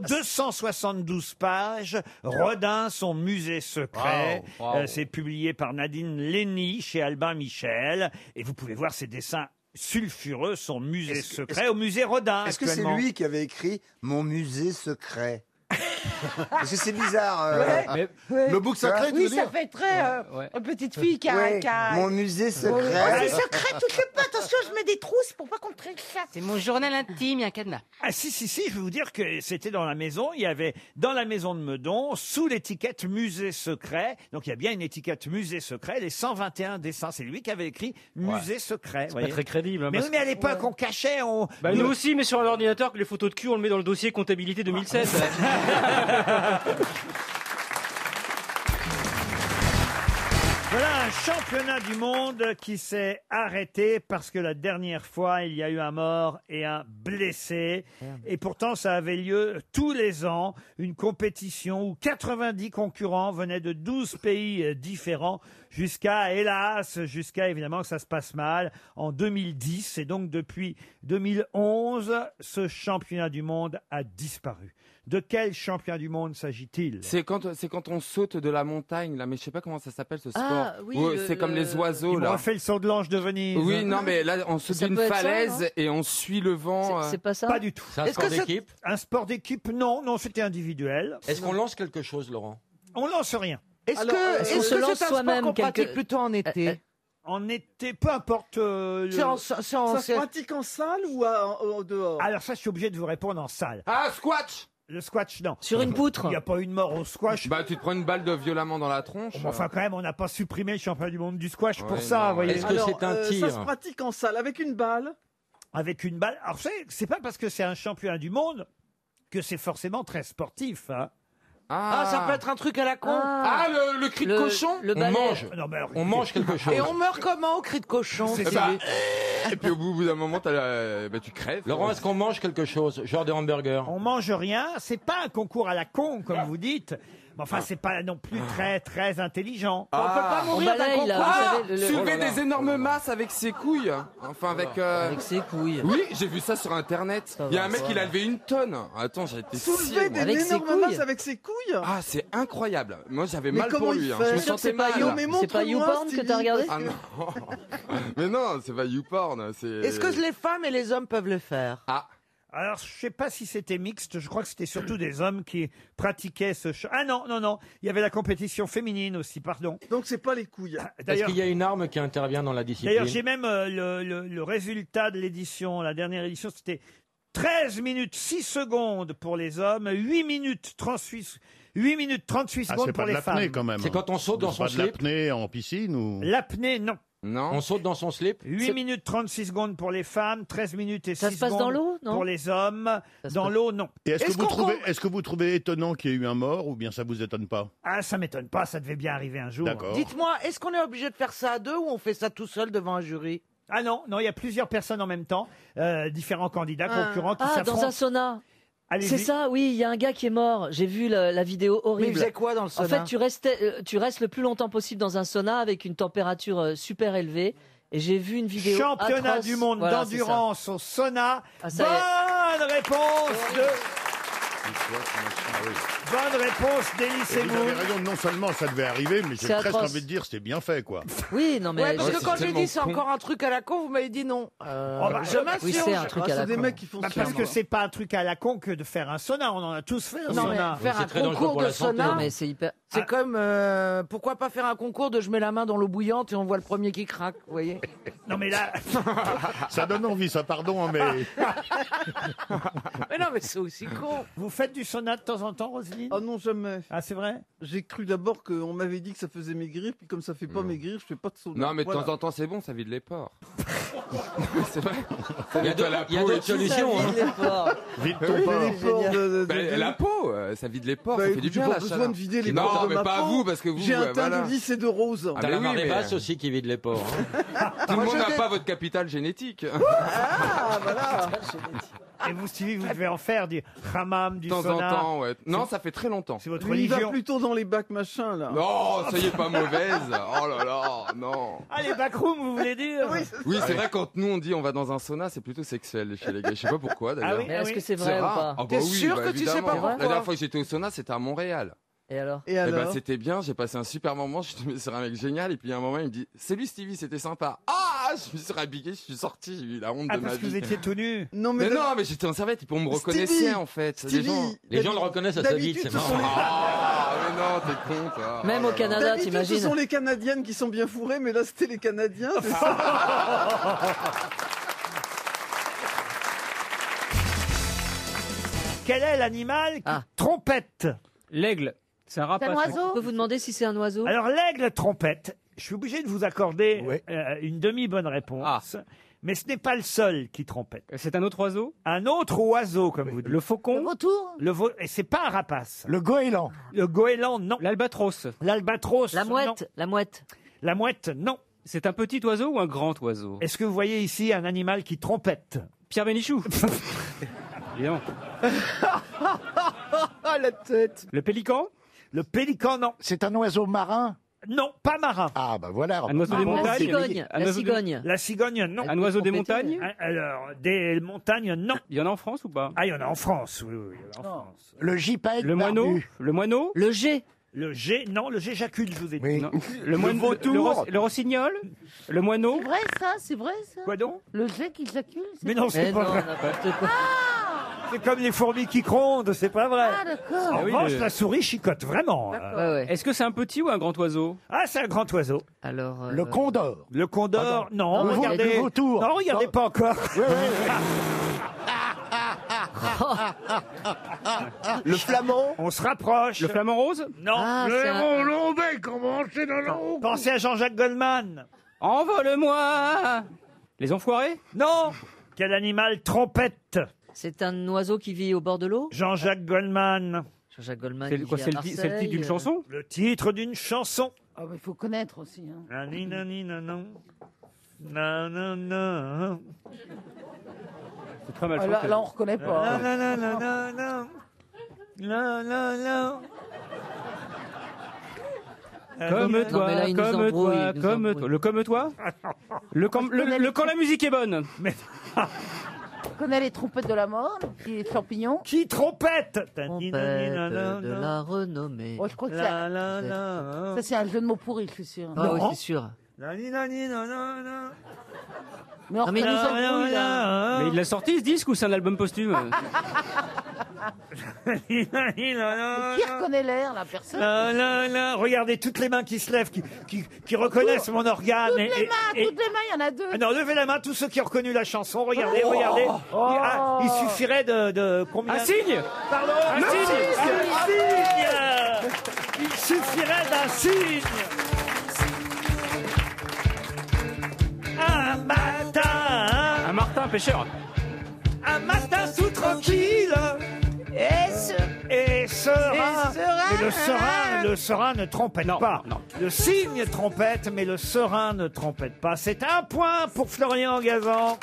Speaker 3: 272 pages, Rodin, son musée secret.
Speaker 8: Wow, wow.
Speaker 3: Euh, c'est publié par Nadine Lenny chez Albin Michel. Et vous pouvez voir ses dessins sulfureux, son musée secret, au musée Rodin.
Speaker 8: Est-ce que c'est
Speaker 3: Ah, actuellement.
Speaker 8: lui qui avait écrit Mon musée secret Parce que c'est bizarre. euh,
Speaker 18: Ouais, ouais.
Speaker 8: Le book secret, tu
Speaker 18: Oui,
Speaker 8: veux
Speaker 18: ça
Speaker 8: dire
Speaker 18: fait très euh, petite fille qui a.
Speaker 8: Ouais,
Speaker 18: qui a-
Speaker 8: Mon musée secret.
Speaker 18: Oh, c'est secret, tu fais pas attention, je mets des trousses pour pas qu'on traîne ça. C'est mon journal intime, il y a un cadenas.
Speaker 3: Ah si, si, si, je vais vous dire que c'était dans la maison, il y avait dans la maison de Meudon, sous l'étiquette musée secret, donc il y a bien une étiquette musée secret, les 121 dessins, c'est lui qui avait écrit musée secret.
Speaker 34: C'est
Speaker 3: voyez.
Speaker 34: pas très crédible. hein,
Speaker 3: Mais oui,
Speaker 34: parce
Speaker 3: mais à
Speaker 34: que-
Speaker 3: l'époque, on cachait, on...
Speaker 34: Bah, nous aussi, mais sur un ordinateur, que les photos de cul, on le met dans le dossier comptabilité 2007.
Speaker 3: Voilà un championnat du monde qui s'est arrêté parce que la dernière fois, il y a eu un mort et un blessé. Et pourtant, ça avait lieu tous les ans, une compétition où 90 concurrents venaient de 12 pays euh, différents jusqu'à, hélas, jusqu'à évidemment que ça se passe mal en 2010. Et donc, depuis 2011, ce championnat du monde a disparu. De quel championnat du monde s'agit-il
Speaker 13: C'est quand, c'est quand on saute de la montagne, là, mais je sais pas comment ça s'appelle ce sport.
Speaker 3: Ah, oui,
Speaker 13: Où,
Speaker 3: le-
Speaker 13: c'est comme les oiseaux,
Speaker 3: Il
Speaker 13: là.
Speaker 3: m'a fait le son de l'ange de Venise.
Speaker 13: Oui, non, mais là, on se
Speaker 3: Ça
Speaker 13: dit une
Speaker 3: peut être ça,
Speaker 13: falaise
Speaker 3: non
Speaker 13: et on suit le vent. euh.
Speaker 3: Pas du tout.
Speaker 13: C'est un Est-ce sport que c'est- d'équipe
Speaker 3: Un sport d'équipe, non, non, c'était individuel.
Speaker 13: Est-ce qu'on lance quelque chose, Laurent
Speaker 3: On lance rien.
Speaker 18: Est-ce Alors, que- est-ce est-ce que qu'on se c'est lance un sport soi-même qu'on quelque- pratique plutôt en été Euh, euh,
Speaker 3: En été, peu importe. euh, le-
Speaker 18: C'est en- c'est en- Ça se c'est- pratique
Speaker 3: en salle ou en dehors Alors ça, je suis obligé de vous répondre en salle.
Speaker 13: Ah, squash
Speaker 3: Le squash, non.
Speaker 13: Sur une poutre
Speaker 3: Il n'y a pas une mort au squash.
Speaker 13: Bah, tu te prends une balle de violemment dans la tronche. euh.
Speaker 3: Bon, Enfin, quand même, on n'a pas supprimé le championnat du monde du squash
Speaker 13: Ouais,
Speaker 3: pour ça,
Speaker 13: non,
Speaker 3: vous voyez.
Speaker 13: est-ce que Alors, c'est un euh, ça tir se
Speaker 18: pratique en salle avec une balle.
Speaker 3: avec une balle. Alors, vous savez, c'est pas parce que c'est un championnat du monde que c'est forcément très sportif. hein.
Speaker 18: Ah, ça peut être un truc à la con.
Speaker 13: Ah, le, le cri de cochon
Speaker 18: le
Speaker 13: On
Speaker 18: balai.
Speaker 13: mange.
Speaker 3: Non, mais alors-
Speaker 13: on mange quelque chose.
Speaker 18: Et on meurt comment au cri de cochon
Speaker 13: Eh
Speaker 18: c'est-
Speaker 13: bah, Et puis au bout, au bout d'un moment, t'as la- bah, tu crèves. Laurent, est-ce qu'on mange quelque chose Genre des hamburgers
Speaker 3: On mange rien, c'est pas un concours à la con, comme vous dites. Mais enfin, c'est pas non plus très, très intelligent.
Speaker 13: Ah.
Speaker 18: balaye, là,
Speaker 13: Ah,
Speaker 18: vous savez, le- le-
Speaker 13: Soulever
Speaker 18: Oh là là.
Speaker 13: des énormes masses avec ses couilles. Enfin, avec. Avec ses couilles. Oui, j'ai vu ça sur internet. Il y a un mec qui a levé une tonne. Attends, j'ai été scié,
Speaker 30: Soulever
Speaker 13: moi.
Speaker 30: des énormes masses avec ses couilles
Speaker 13: Ah, c'est incroyable. Moi, j'avais
Speaker 30: Mais
Speaker 13: mal
Speaker 30: comment
Speaker 13: pour
Speaker 30: il
Speaker 13: lui. hein.
Speaker 30: fait
Speaker 13: Je me
Speaker 30: Sûr que
Speaker 13: sentais
Speaker 30: c'est pas
Speaker 13: mal.
Speaker 30: You- mais
Speaker 18: C'est pas montre-moi, YouPorn que Stevie, t'as regardé
Speaker 13: Ah non. mais non, c'est pas YouPorn. C'est.
Speaker 18: Est-ce que les femmes et les hommes peuvent le faire
Speaker 13: Ah.
Speaker 3: Alors, je sais pas si c'était mixte, je crois que c'était surtout des hommes qui pratiquaient ce... ch- Ah non, non, non, il y avait la compétition féminine aussi, pardon. Donc c'est pas les couilles.
Speaker 35: Est-ce
Speaker 3: D'ailleurs,
Speaker 35: qu'il y a une arme qui intervient dans la discipline
Speaker 3: D'ailleurs, j'ai même euh, le, le- le résultat de l'édition, la dernière édition, c'était 13 minutes 6 secondes pour les hommes, 8 minutes 38, 8 minutes 38
Speaker 10: Ah,
Speaker 3: secondes
Speaker 10: c'est
Speaker 3: pour
Speaker 10: pas de
Speaker 3: les
Speaker 10: l'apnée
Speaker 3: femmes.
Speaker 10: quand même. C'est pas de l'apnée en piscine ou
Speaker 3: L'apnée, non.
Speaker 13: Non.
Speaker 35: On saute dans son slip
Speaker 3: 8 minutes 36 secondes pour les femmes, 13 minutes et 6
Speaker 10: Ça
Speaker 3: secondes
Speaker 10: se passe dans l'eau, non
Speaker 3: pour les hommes. Dans l'eau, non.
Speaker 10: Et est-ce que, vous trouvez, est-ce que vous trouvez étonnant qu'il y ait eu un mort ou bien ça vous étonne pas
Speaker 3: Ah, ça m'étonne pas, ça devait bien arriver un jour.
Speaker 10: D'accord.
Speaker 18: Dites-moi, est-ce qu'on est obligé de faire ça à deux ou on fait ça tout seul devant un jury
Speaker 3: Ah non, non, il y a plusieurs personnes en même temps, euh, différents candidats, concurrents qui
Speaker 36: Ah,
Speaker 3: s'affrontent.
Speaker 36: dans un sauna.
Speaker 3: Allez-y.
Speaker 36: C'est ça, oui, il y a un gars qui est mort. J'ai vu la, la vidéo horrible.
Speaker 18: Mais il faisait quoi dans le
Speaker 36: En
Speaker 18: sauna
Speaker 36: fait, tu, restais, euh, tu restes le plus longtemps possible dans un sauna avec une température euh, super élevée. Et j'ai vu une vidéo.
Speaker 3: Championnat
Speaker 36: atroce.
Speaker 3: du monde
Speaker 36: Voilà, c'est ça.
Speaker 3: d'endurance au sauna.
Speaker 36: Ah, ça y
Speaker 3: Bonne réponse de... Bonne réponse d'Élie
Speaker 10: Et Vous avez
Speaker 3: Semoun.
Speaker 10: raison, non seulement ça devait arriver, mais j'ai
Speaker 36: C'est
Speaker 10: presque
Speaker 36: atroce.
Speaker 10: envie de dire c'était bien fait quoi.
Speaker 36: Oui, non, mais.
Speaker 18: Ouais, parce que quand j'ai dit c'est encore un truc à la con, vous m'avez dit non.
Speaker 3: Oh, bah,
Speaker 18: je m'insurge.
Speaker 3: Bah, Parce que c'est pas un truc à la con que de faire un sauna. On en a tous fait un
Speaker 18: Non, mais
Speaker 3: sauna.
Speaker 18: faire Oui, c'est un très dangereux concours pour de la santé. sauna.
Speaker 36: Non, mais c'est hyper.
Speaker 33: C'est comme euh, pourquoi pas faire un concours de je mets la main dans l'eau bouillante et on voit le premier qui craque, vous voyez
Speaker 3: Non mais là,
Speaker 37: ça donne envie, ça, pardon, hein, mais.
Speaker 33: mais non mais c'est aussi con.
Speaker 3: Vous faites du sauna de temps en temps, Roselyne
Speaker 9: Oh non, jamais.
Speaker 3: Ah, c'est vrai
Speaker 9: J'ai cru d'abord qu'on m'avait dit que ça faisait maigrir, puis comme ça fait pas maigrir, je fais pas de sauna.
Speaker 13: Non, mais de
Speaker 9: Voilà.
Speaker 13: temps en temps, c'est bon, ça vide les pores. c'est vrai.
Speaker 38: Il y a d'autres- il y a d'autres solutions, hein.
Speaker 13: Vide
Speaker 38: ton porc.
Speaker 13: les pores
Speaker 38: Génial.
Speaker 13: de- de-
Speaker 38: Ben,
Speaker 13: de-
Speaker 38: la
Speaker 13: peau, euh, ça vide les pores,
Speaker 9: Bah,
Speaker 13: ça fait
Speaker 9: écoute,
Speaker 13: du bien
Speaker 9: j'ai
Speaker 13: la
Speaker 9: pas besoin
Speaker 13: chaleur.
Speaker 9: de vider les
Speaker 13: non,
Speaker 9: pores de
Speaker 13: mais
Speaker 9: ma
Speaker 13: pas
Speaker 9: peau.
Speaker 13: vous, parce que vous.
Speaker 9: J'ai un
Speaker 13: euh,
Speaker 9: teint
Speaker 13: voilà. Ah,
Speaker 9: de lisse et de rose.
Speaker 38: T'as la marée basse aussi qui vide les porcs. hein.
Speaker 13: Tout le
Speaker 9: Moi,
Speaker 13: monde
Speaker 9: je
Speaker 13: n'a
Speaker 9: dé-
Speaker 13: pas votre capital génétique.
Speaker 9: Ah, voilà.
Speaker 3: Et vous, Stevie, vous devez en faire du hammam, du
Speaker 13: De temps en
Speaker 3: sauna.
Speaker 13: temps, ouais. Non,
Speaker 3: C'est-
Speaker 13: ça fait très longtemps.
Speaker 3: C'est votre
Speaker 9: Lui, Il va
Speaker 3: religion.
Speaker 9: plutôt dans les bacs machin là.
Speaker 13: Non, ça y est, pas mauvaise. Oh là là, non.
Speaker 3: Ah, les backrooms, vous voulez dire
Speaker 13: Oui,
Speaker 18: Ah
Speaker 13: c'est vrai, quand nous on dit on va dans un sauna, c'est plutôt sexuel chez les gars. Je sais pas pourquoi d'ailleurs.
Speaker 2: Ah oui, Mais est-ce ah oui. que c'est vrai ou
Speaker 13: rare.
Speaker 2: pas
Speaker 13: ah bah
Speaker 2: T'es
Speaker 13: oui,
Speaker 2: sûr
Speaker 13: bah,
Speaker 2: que tu sais pas
Speaker 13: évidemment.
Speaker 2: pourquoi
Speaker 13: La dernière fois que j'étais au sauna, c'était à Montréal.
Speaker 2: Et alors
Speaker 13: Eh ben, c'était bien, j'ai passé un super moment, je suis tombé sur un mec génial, et puis à un moment il me dit Salut Stevie, c'était sympa. Ah Je me suis rabigué, je suis sorti, j'ai eu la honte
Speaker 3: Ah,
Speaker 13: de ma
Speaker 3: parce
Speaker 13: vie.
Speaker 3: que vous étiez tout nu.
Speaker 9: Non,
Speaker 13: mais, non, mais j'étais en serviette, et puis on me
Speaker 3: Stevie,
Speaker 13: reconnaissait en fait. les
Speaker 3: Stevie,
Speaker 13: gens, hein.
Speaker 38: Les gens le reconnaissent à sa vie,
Speaker 9: d'habitude,
Speaker 38: c'est
Speaker 9: ce sont
Speaker 38: marrant.
Speaker 13: Ah, mais non, t'es con, toi. Oh
Speaker 2: Même au Canada,
Speaker 9: D'habitude,
Speaker 2: t'imagines
Speaker 9: Ce sont les Canadiennes qui sont bien fourrées, mais là c'était les Canadiens. c'est ça.
Speaker 3: Quel est l'animal qui
Speaker 36: Ah.
Speaker 3: trompette
Speaker 15: L'aigle. C'est un
Speaker 3: Ah,
Speaker 15: rapace.
Speaker 2: On peut vous demander si c'est un oiseau
Speaker 3: Alors, l'aigle trompette, je suis obligé de vous accorder euh, une demi-bonne réponse. Mais ce n'est pas le seul qui trompette.
Speaker 15: Ah. Euh, C'est un autre oiseau Euh,
Speaker 3: Un autre oiseau, comme vous dites. Le faucon Le
Speaker 4: vautour
Speaker 3: le Et c'est pas un rapace.
Speaker 15: Le goéland.
Speaker 3: Le goéland, non.
Speaker 15: L'albatros.
Speaker 3: L'albatros.
Speaker 15: La
Speaker 2: mouette, La mouette.
Speaker 3: La mouette, non.
Speaker 15: C'est un petit oiseau ou un grand oiseau
Speaker 3: Est-ce que vous voyez ici un animal qui trompette
Speaker 15: Pierre Bénichou. Évidemment.
Speaker 9: Ah, la tête.
Speaker 15: Le pélican
Speaker 3: Le pélican, non.
Speaker 5: C'est un oiseau marin
Speaker 3: Non, pas marin.
Speaker 5: Ah, bah voilà.
Speaker 15: Un oiseau des
Speaker 3: Ah,
Speaker 15: montagnes. Un oiseau des-
Speaker 3: La cigogne, non.
Speaker 15: Un oiseau des montagnes
Speaker 3: Ah, Alors, des montagnes, non.
Speaker 15: Il y en a en France ou pas
Speaker 3: Ah, il y en a en France, oui, oui, oui, en France.
Speaker 5: Le JPEG.
Speaker 15: Le moineau Le moineau
Speaker 2: Le G.
Speaker 3: Le G, non, le G j'accule, je vous ai dit.
Speaker 15: Non. Le moine- le- le ros- le rossignol Le moineau
Speaker 4: C'est vrai ça, c'est vrai ça.
Speaker 3: Quoi donc
Speaker 4: Le jet qui s'accule.
Speaker 3: Mais non,
Speaker 18: Eh
Speaker 13: Eh
Speaker 3: c'est pas vrai. C'est comme les fourmis qui grondent, c'est pas vrai.
Speaker 4: Ah, d'accord.
Speaker 3: En
Speaker 15: Ah oui,
Speaker 3: revanche,
Speaker 15: le-
Speaker 3: la souris chicote vraiment. hein.
Speaker 15: Est-ce que c'est un petit ou un grand oiseau
Speaker 3: Oh Ah, c'est un grand oiseau.
Speaker 2: Alors,
Speaker 3: euh,
Speaker 5: Le condor.
Speaker 3: Le condor,
Speaker 5: Pardon.
Speaker 3: non,
Speaker 5: Le veau-
Speaker 3: regardez.
Speaker 5: le vautour.
Speaker 3: Non, regardez
Speaker 5: Non.
Speaker 3: pas encore.
Speaker 5: Le flamand.
Speaker 3: On se rapproche.
Speaker 15: Le flamand rose
Speaker 3: Non.
Speaker 2: Ah,
Speaker 15: Le héros
Speaker 5: lombé, comment c'est dans l'eau
Speaker 3: Pensez à Jean-Jacques Goldman.
Speaker 15: Envole-moi Les enfoirés
Speaker 3: Non Quel animal trompette
Speaker 2: C'est un oiseau qui vit au bord de l'eau
Speaker 3: Jean-Jacques Goldman.
Speaker 2: Jean-Jacques Goldman.
Speaker 15: C'est
Speaker 2: qui
Speaker 15: quoi,
Speaker 2: vit à
Speaker 15: c'est le ti- c'est le titre
Speaker 2: Marseille,
Speaker 15: d'une
Speaker 2: euh,
Speaker 15: chanson
Speaker 3: Le titre d'une chanson.
Speaker 4: Ah,
Speaker 3: Ah,
Speaker 4: mais il faut connaître aussi. hein.
Speaker 3: Nani, nani, nanan. Nanana.
Speaker 15: C'est très mal
Speaker 4: Ah,
Speaker 15: chanté.
Speaker 4: là- là, on reconnaît pas.
Speaker 3: Nanananana. Nanana. Euh,
Speaker 15: Comme
Speaker 3: Non, mais là,
Speaker 15: toi,
Speaker 3: il nous
Speaker 15: comme
Speaker 3: embrouille,
Speaker 15: toi,
Speaker 3: il nous
Speaker 15: comme
Speaker 3: embrouille.
Speaker 15: toi. Le comme toi le, quand- le- le quand la musique est bonne.
Speaker 3: Mais
Speaker 4: On connaît les trompettes de la mort, les petits champignons.
Speaker 3: Qui trompette
Speaker 2: Trompette de la renommée.
Speaker 4: Oh, je crois que
Speaker 3: La,
Speaker 4: ça.
Speaker 3: la, la.
Speaker 4: Ça, c'est un jeu de mots pourri, je suis sûr.
Speaker 2: Ah oui, c'est sûr.
Speaker 3: Nani, nani, nanana.
Speaker 4: Mais on
Speaker 2: Non, mais
Speaker 4: reconnaît
Speaker 2: nous
Speaker 4: ça.
Speaker 2: avons-
Speaker 4: oui, là.
Speaker 15: Mais il l'a sorti ce disque ou c'est un album posthume
Speaker 3: Nani, nanana.
Speaker 4: Qui reconnaît l'air, la personne
Speaker 3: La, la, la. Regardez toutes les mains qui se lèvent, qui, qui, qui reconnaissent mon organe.
Speaker 4: Toutes
Speaker 3: et-
Speaker 4: les
Speaker 3: et-
Speaker 4: mains,
Speaker 3: et-
Speaker 4: toutes les mains, il y en a deux.
Speaker 3: Ah non, levez la main tous ceux qui ont reconnu la chanson. Regardez,
Speaker 4: Oh
Speaker 3: regardez. Ah, il suffirait de, de combien
Speaker 15: Un signe
Speaker 3: Pardon
Speaker 15: Un signe
Speaker 3: Un signe Ah, Il suffirait d'un signe Un matin
Speaker 15: Un Martin pêcheur.
Speaker 3: Un matin sous tranquille
Speaker 33: Et ce-
Speaker 3: Et serein
Speaker 33: Et serein.
Speaker 3: Mais le serein, le serein ne trompette pas.
Speaker 15: non.
Speaker 3: Le signe trompette, mais le serein ne trompette pas. C'est un point pour Florian Gazan.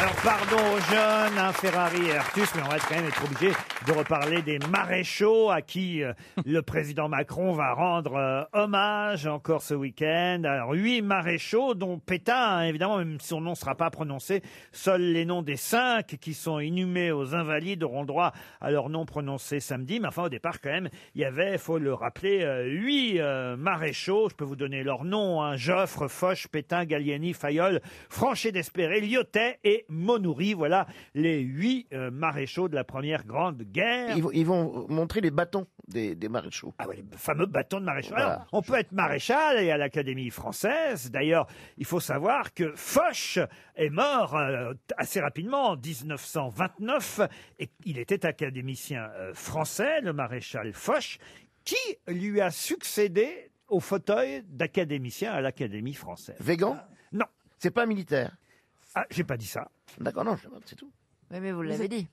Speaker 3: Alors pardon aux jeunes, hein, Ferrari et Artus, mais on va quand même être obligé de reparler des maréchaux à qui euh, le président Macron va rendre euh, hommage encore ce week-end. Alors huit maréchaux, dont Pétain, hein, évidemment, même si son nom ne sera pas prononcé, seuls les noms des cinq qui sont inhumés aux Invalides auront droit à leur nom prononcé samedi. Mais enfin, au départ, quand même, il y avait, faut le rappeler, euh, huit euh, maréchaux. Je peux vous donner leur nom, hein, Joffre, Foch, Pétain, Gallieni, Fayol, Franchet d'Espéré, Lyotet et Monod. nourrit. Voilà les huit euh, maréchaux de la première grande guerre.
Speaker 39: Ils, vont- ils vont montrer les bâtons des, des maréchaux.
Speaker 3: Ah ouais, les fameux bâtons de maréchal. Alors, on peut être maréchal et à l'Académie française. D'ailleurs, il faut savoir que Foch est mort euh, assez rapidement en 1929 et il était académicien euh, français, le maréchal Foch, qui lui a succédé au fauteuil d'académicien à l'Académie française. Végan Non. C'est pas un militaire Ah, j'ai pas dit ça. D'accord, non, c'est tout.
Speaker 14: Oui, mais vous l'avez dit.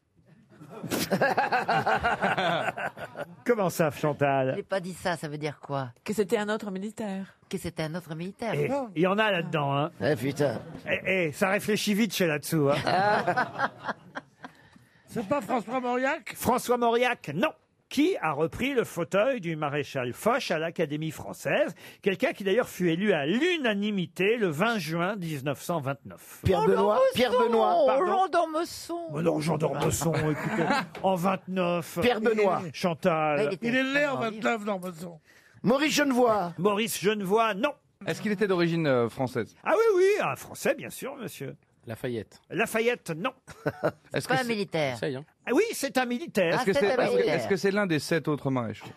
Speaker 3: Comment ça, Chantal
Speaker 11: J'ai pas dit ça, ça veut dire quoi Que c'était un autre militaire. Que c'était un autre militaire.
Speaker 3: Eh, Il y en a là-dedans, hein. Eh putain. Eh, ça réfléchit vite chez là-dessous, hein.
Speaker 5: C'est pas François Mauriac
Speaker 3: François Mauriac, non. Qui a repris le fauteuil du maréchal Foch à l'Académie française Quelqu'un qui d'ailleurs fut élu à l'unanimité le 20 juin 1929.
Speaker 5: Oh,
Speaker 18: Jean
Speaker 3: pardon.
Speaker 18: d'Ormesson.
Speaker 3: Oh non, Jean d'Ormesson, écoutez, en 29.
Speaker 18: Pierre Benoît.
Speaker 3: Chantal.
Speaker 18: Il est né en 29, Dormesson.
Speaker 3: Maurice Genevois. Maurice Genevois, non. Est-ce qu'il était d'origine
Speaker 8: euh,
Speaker 3: française Ah oui, oui, un français, bien sûr, monsieur. Lafayette. Lafayette, non.
Speaker 11: C'est pas un militaire.
Speaker 3: Ah oui, c'est un militaire.
Speaker 8: hein.
Speaker 11: Ah,
Speaker 8: Est-ce que
Speaker 11: c'est
Speaker 8: c'est
Speaker 11: un
Speaker 8: est-ce que-
Speaker 11: militaire.
Speaker 8: est-ce que c'est l'un des sept autres maréchaux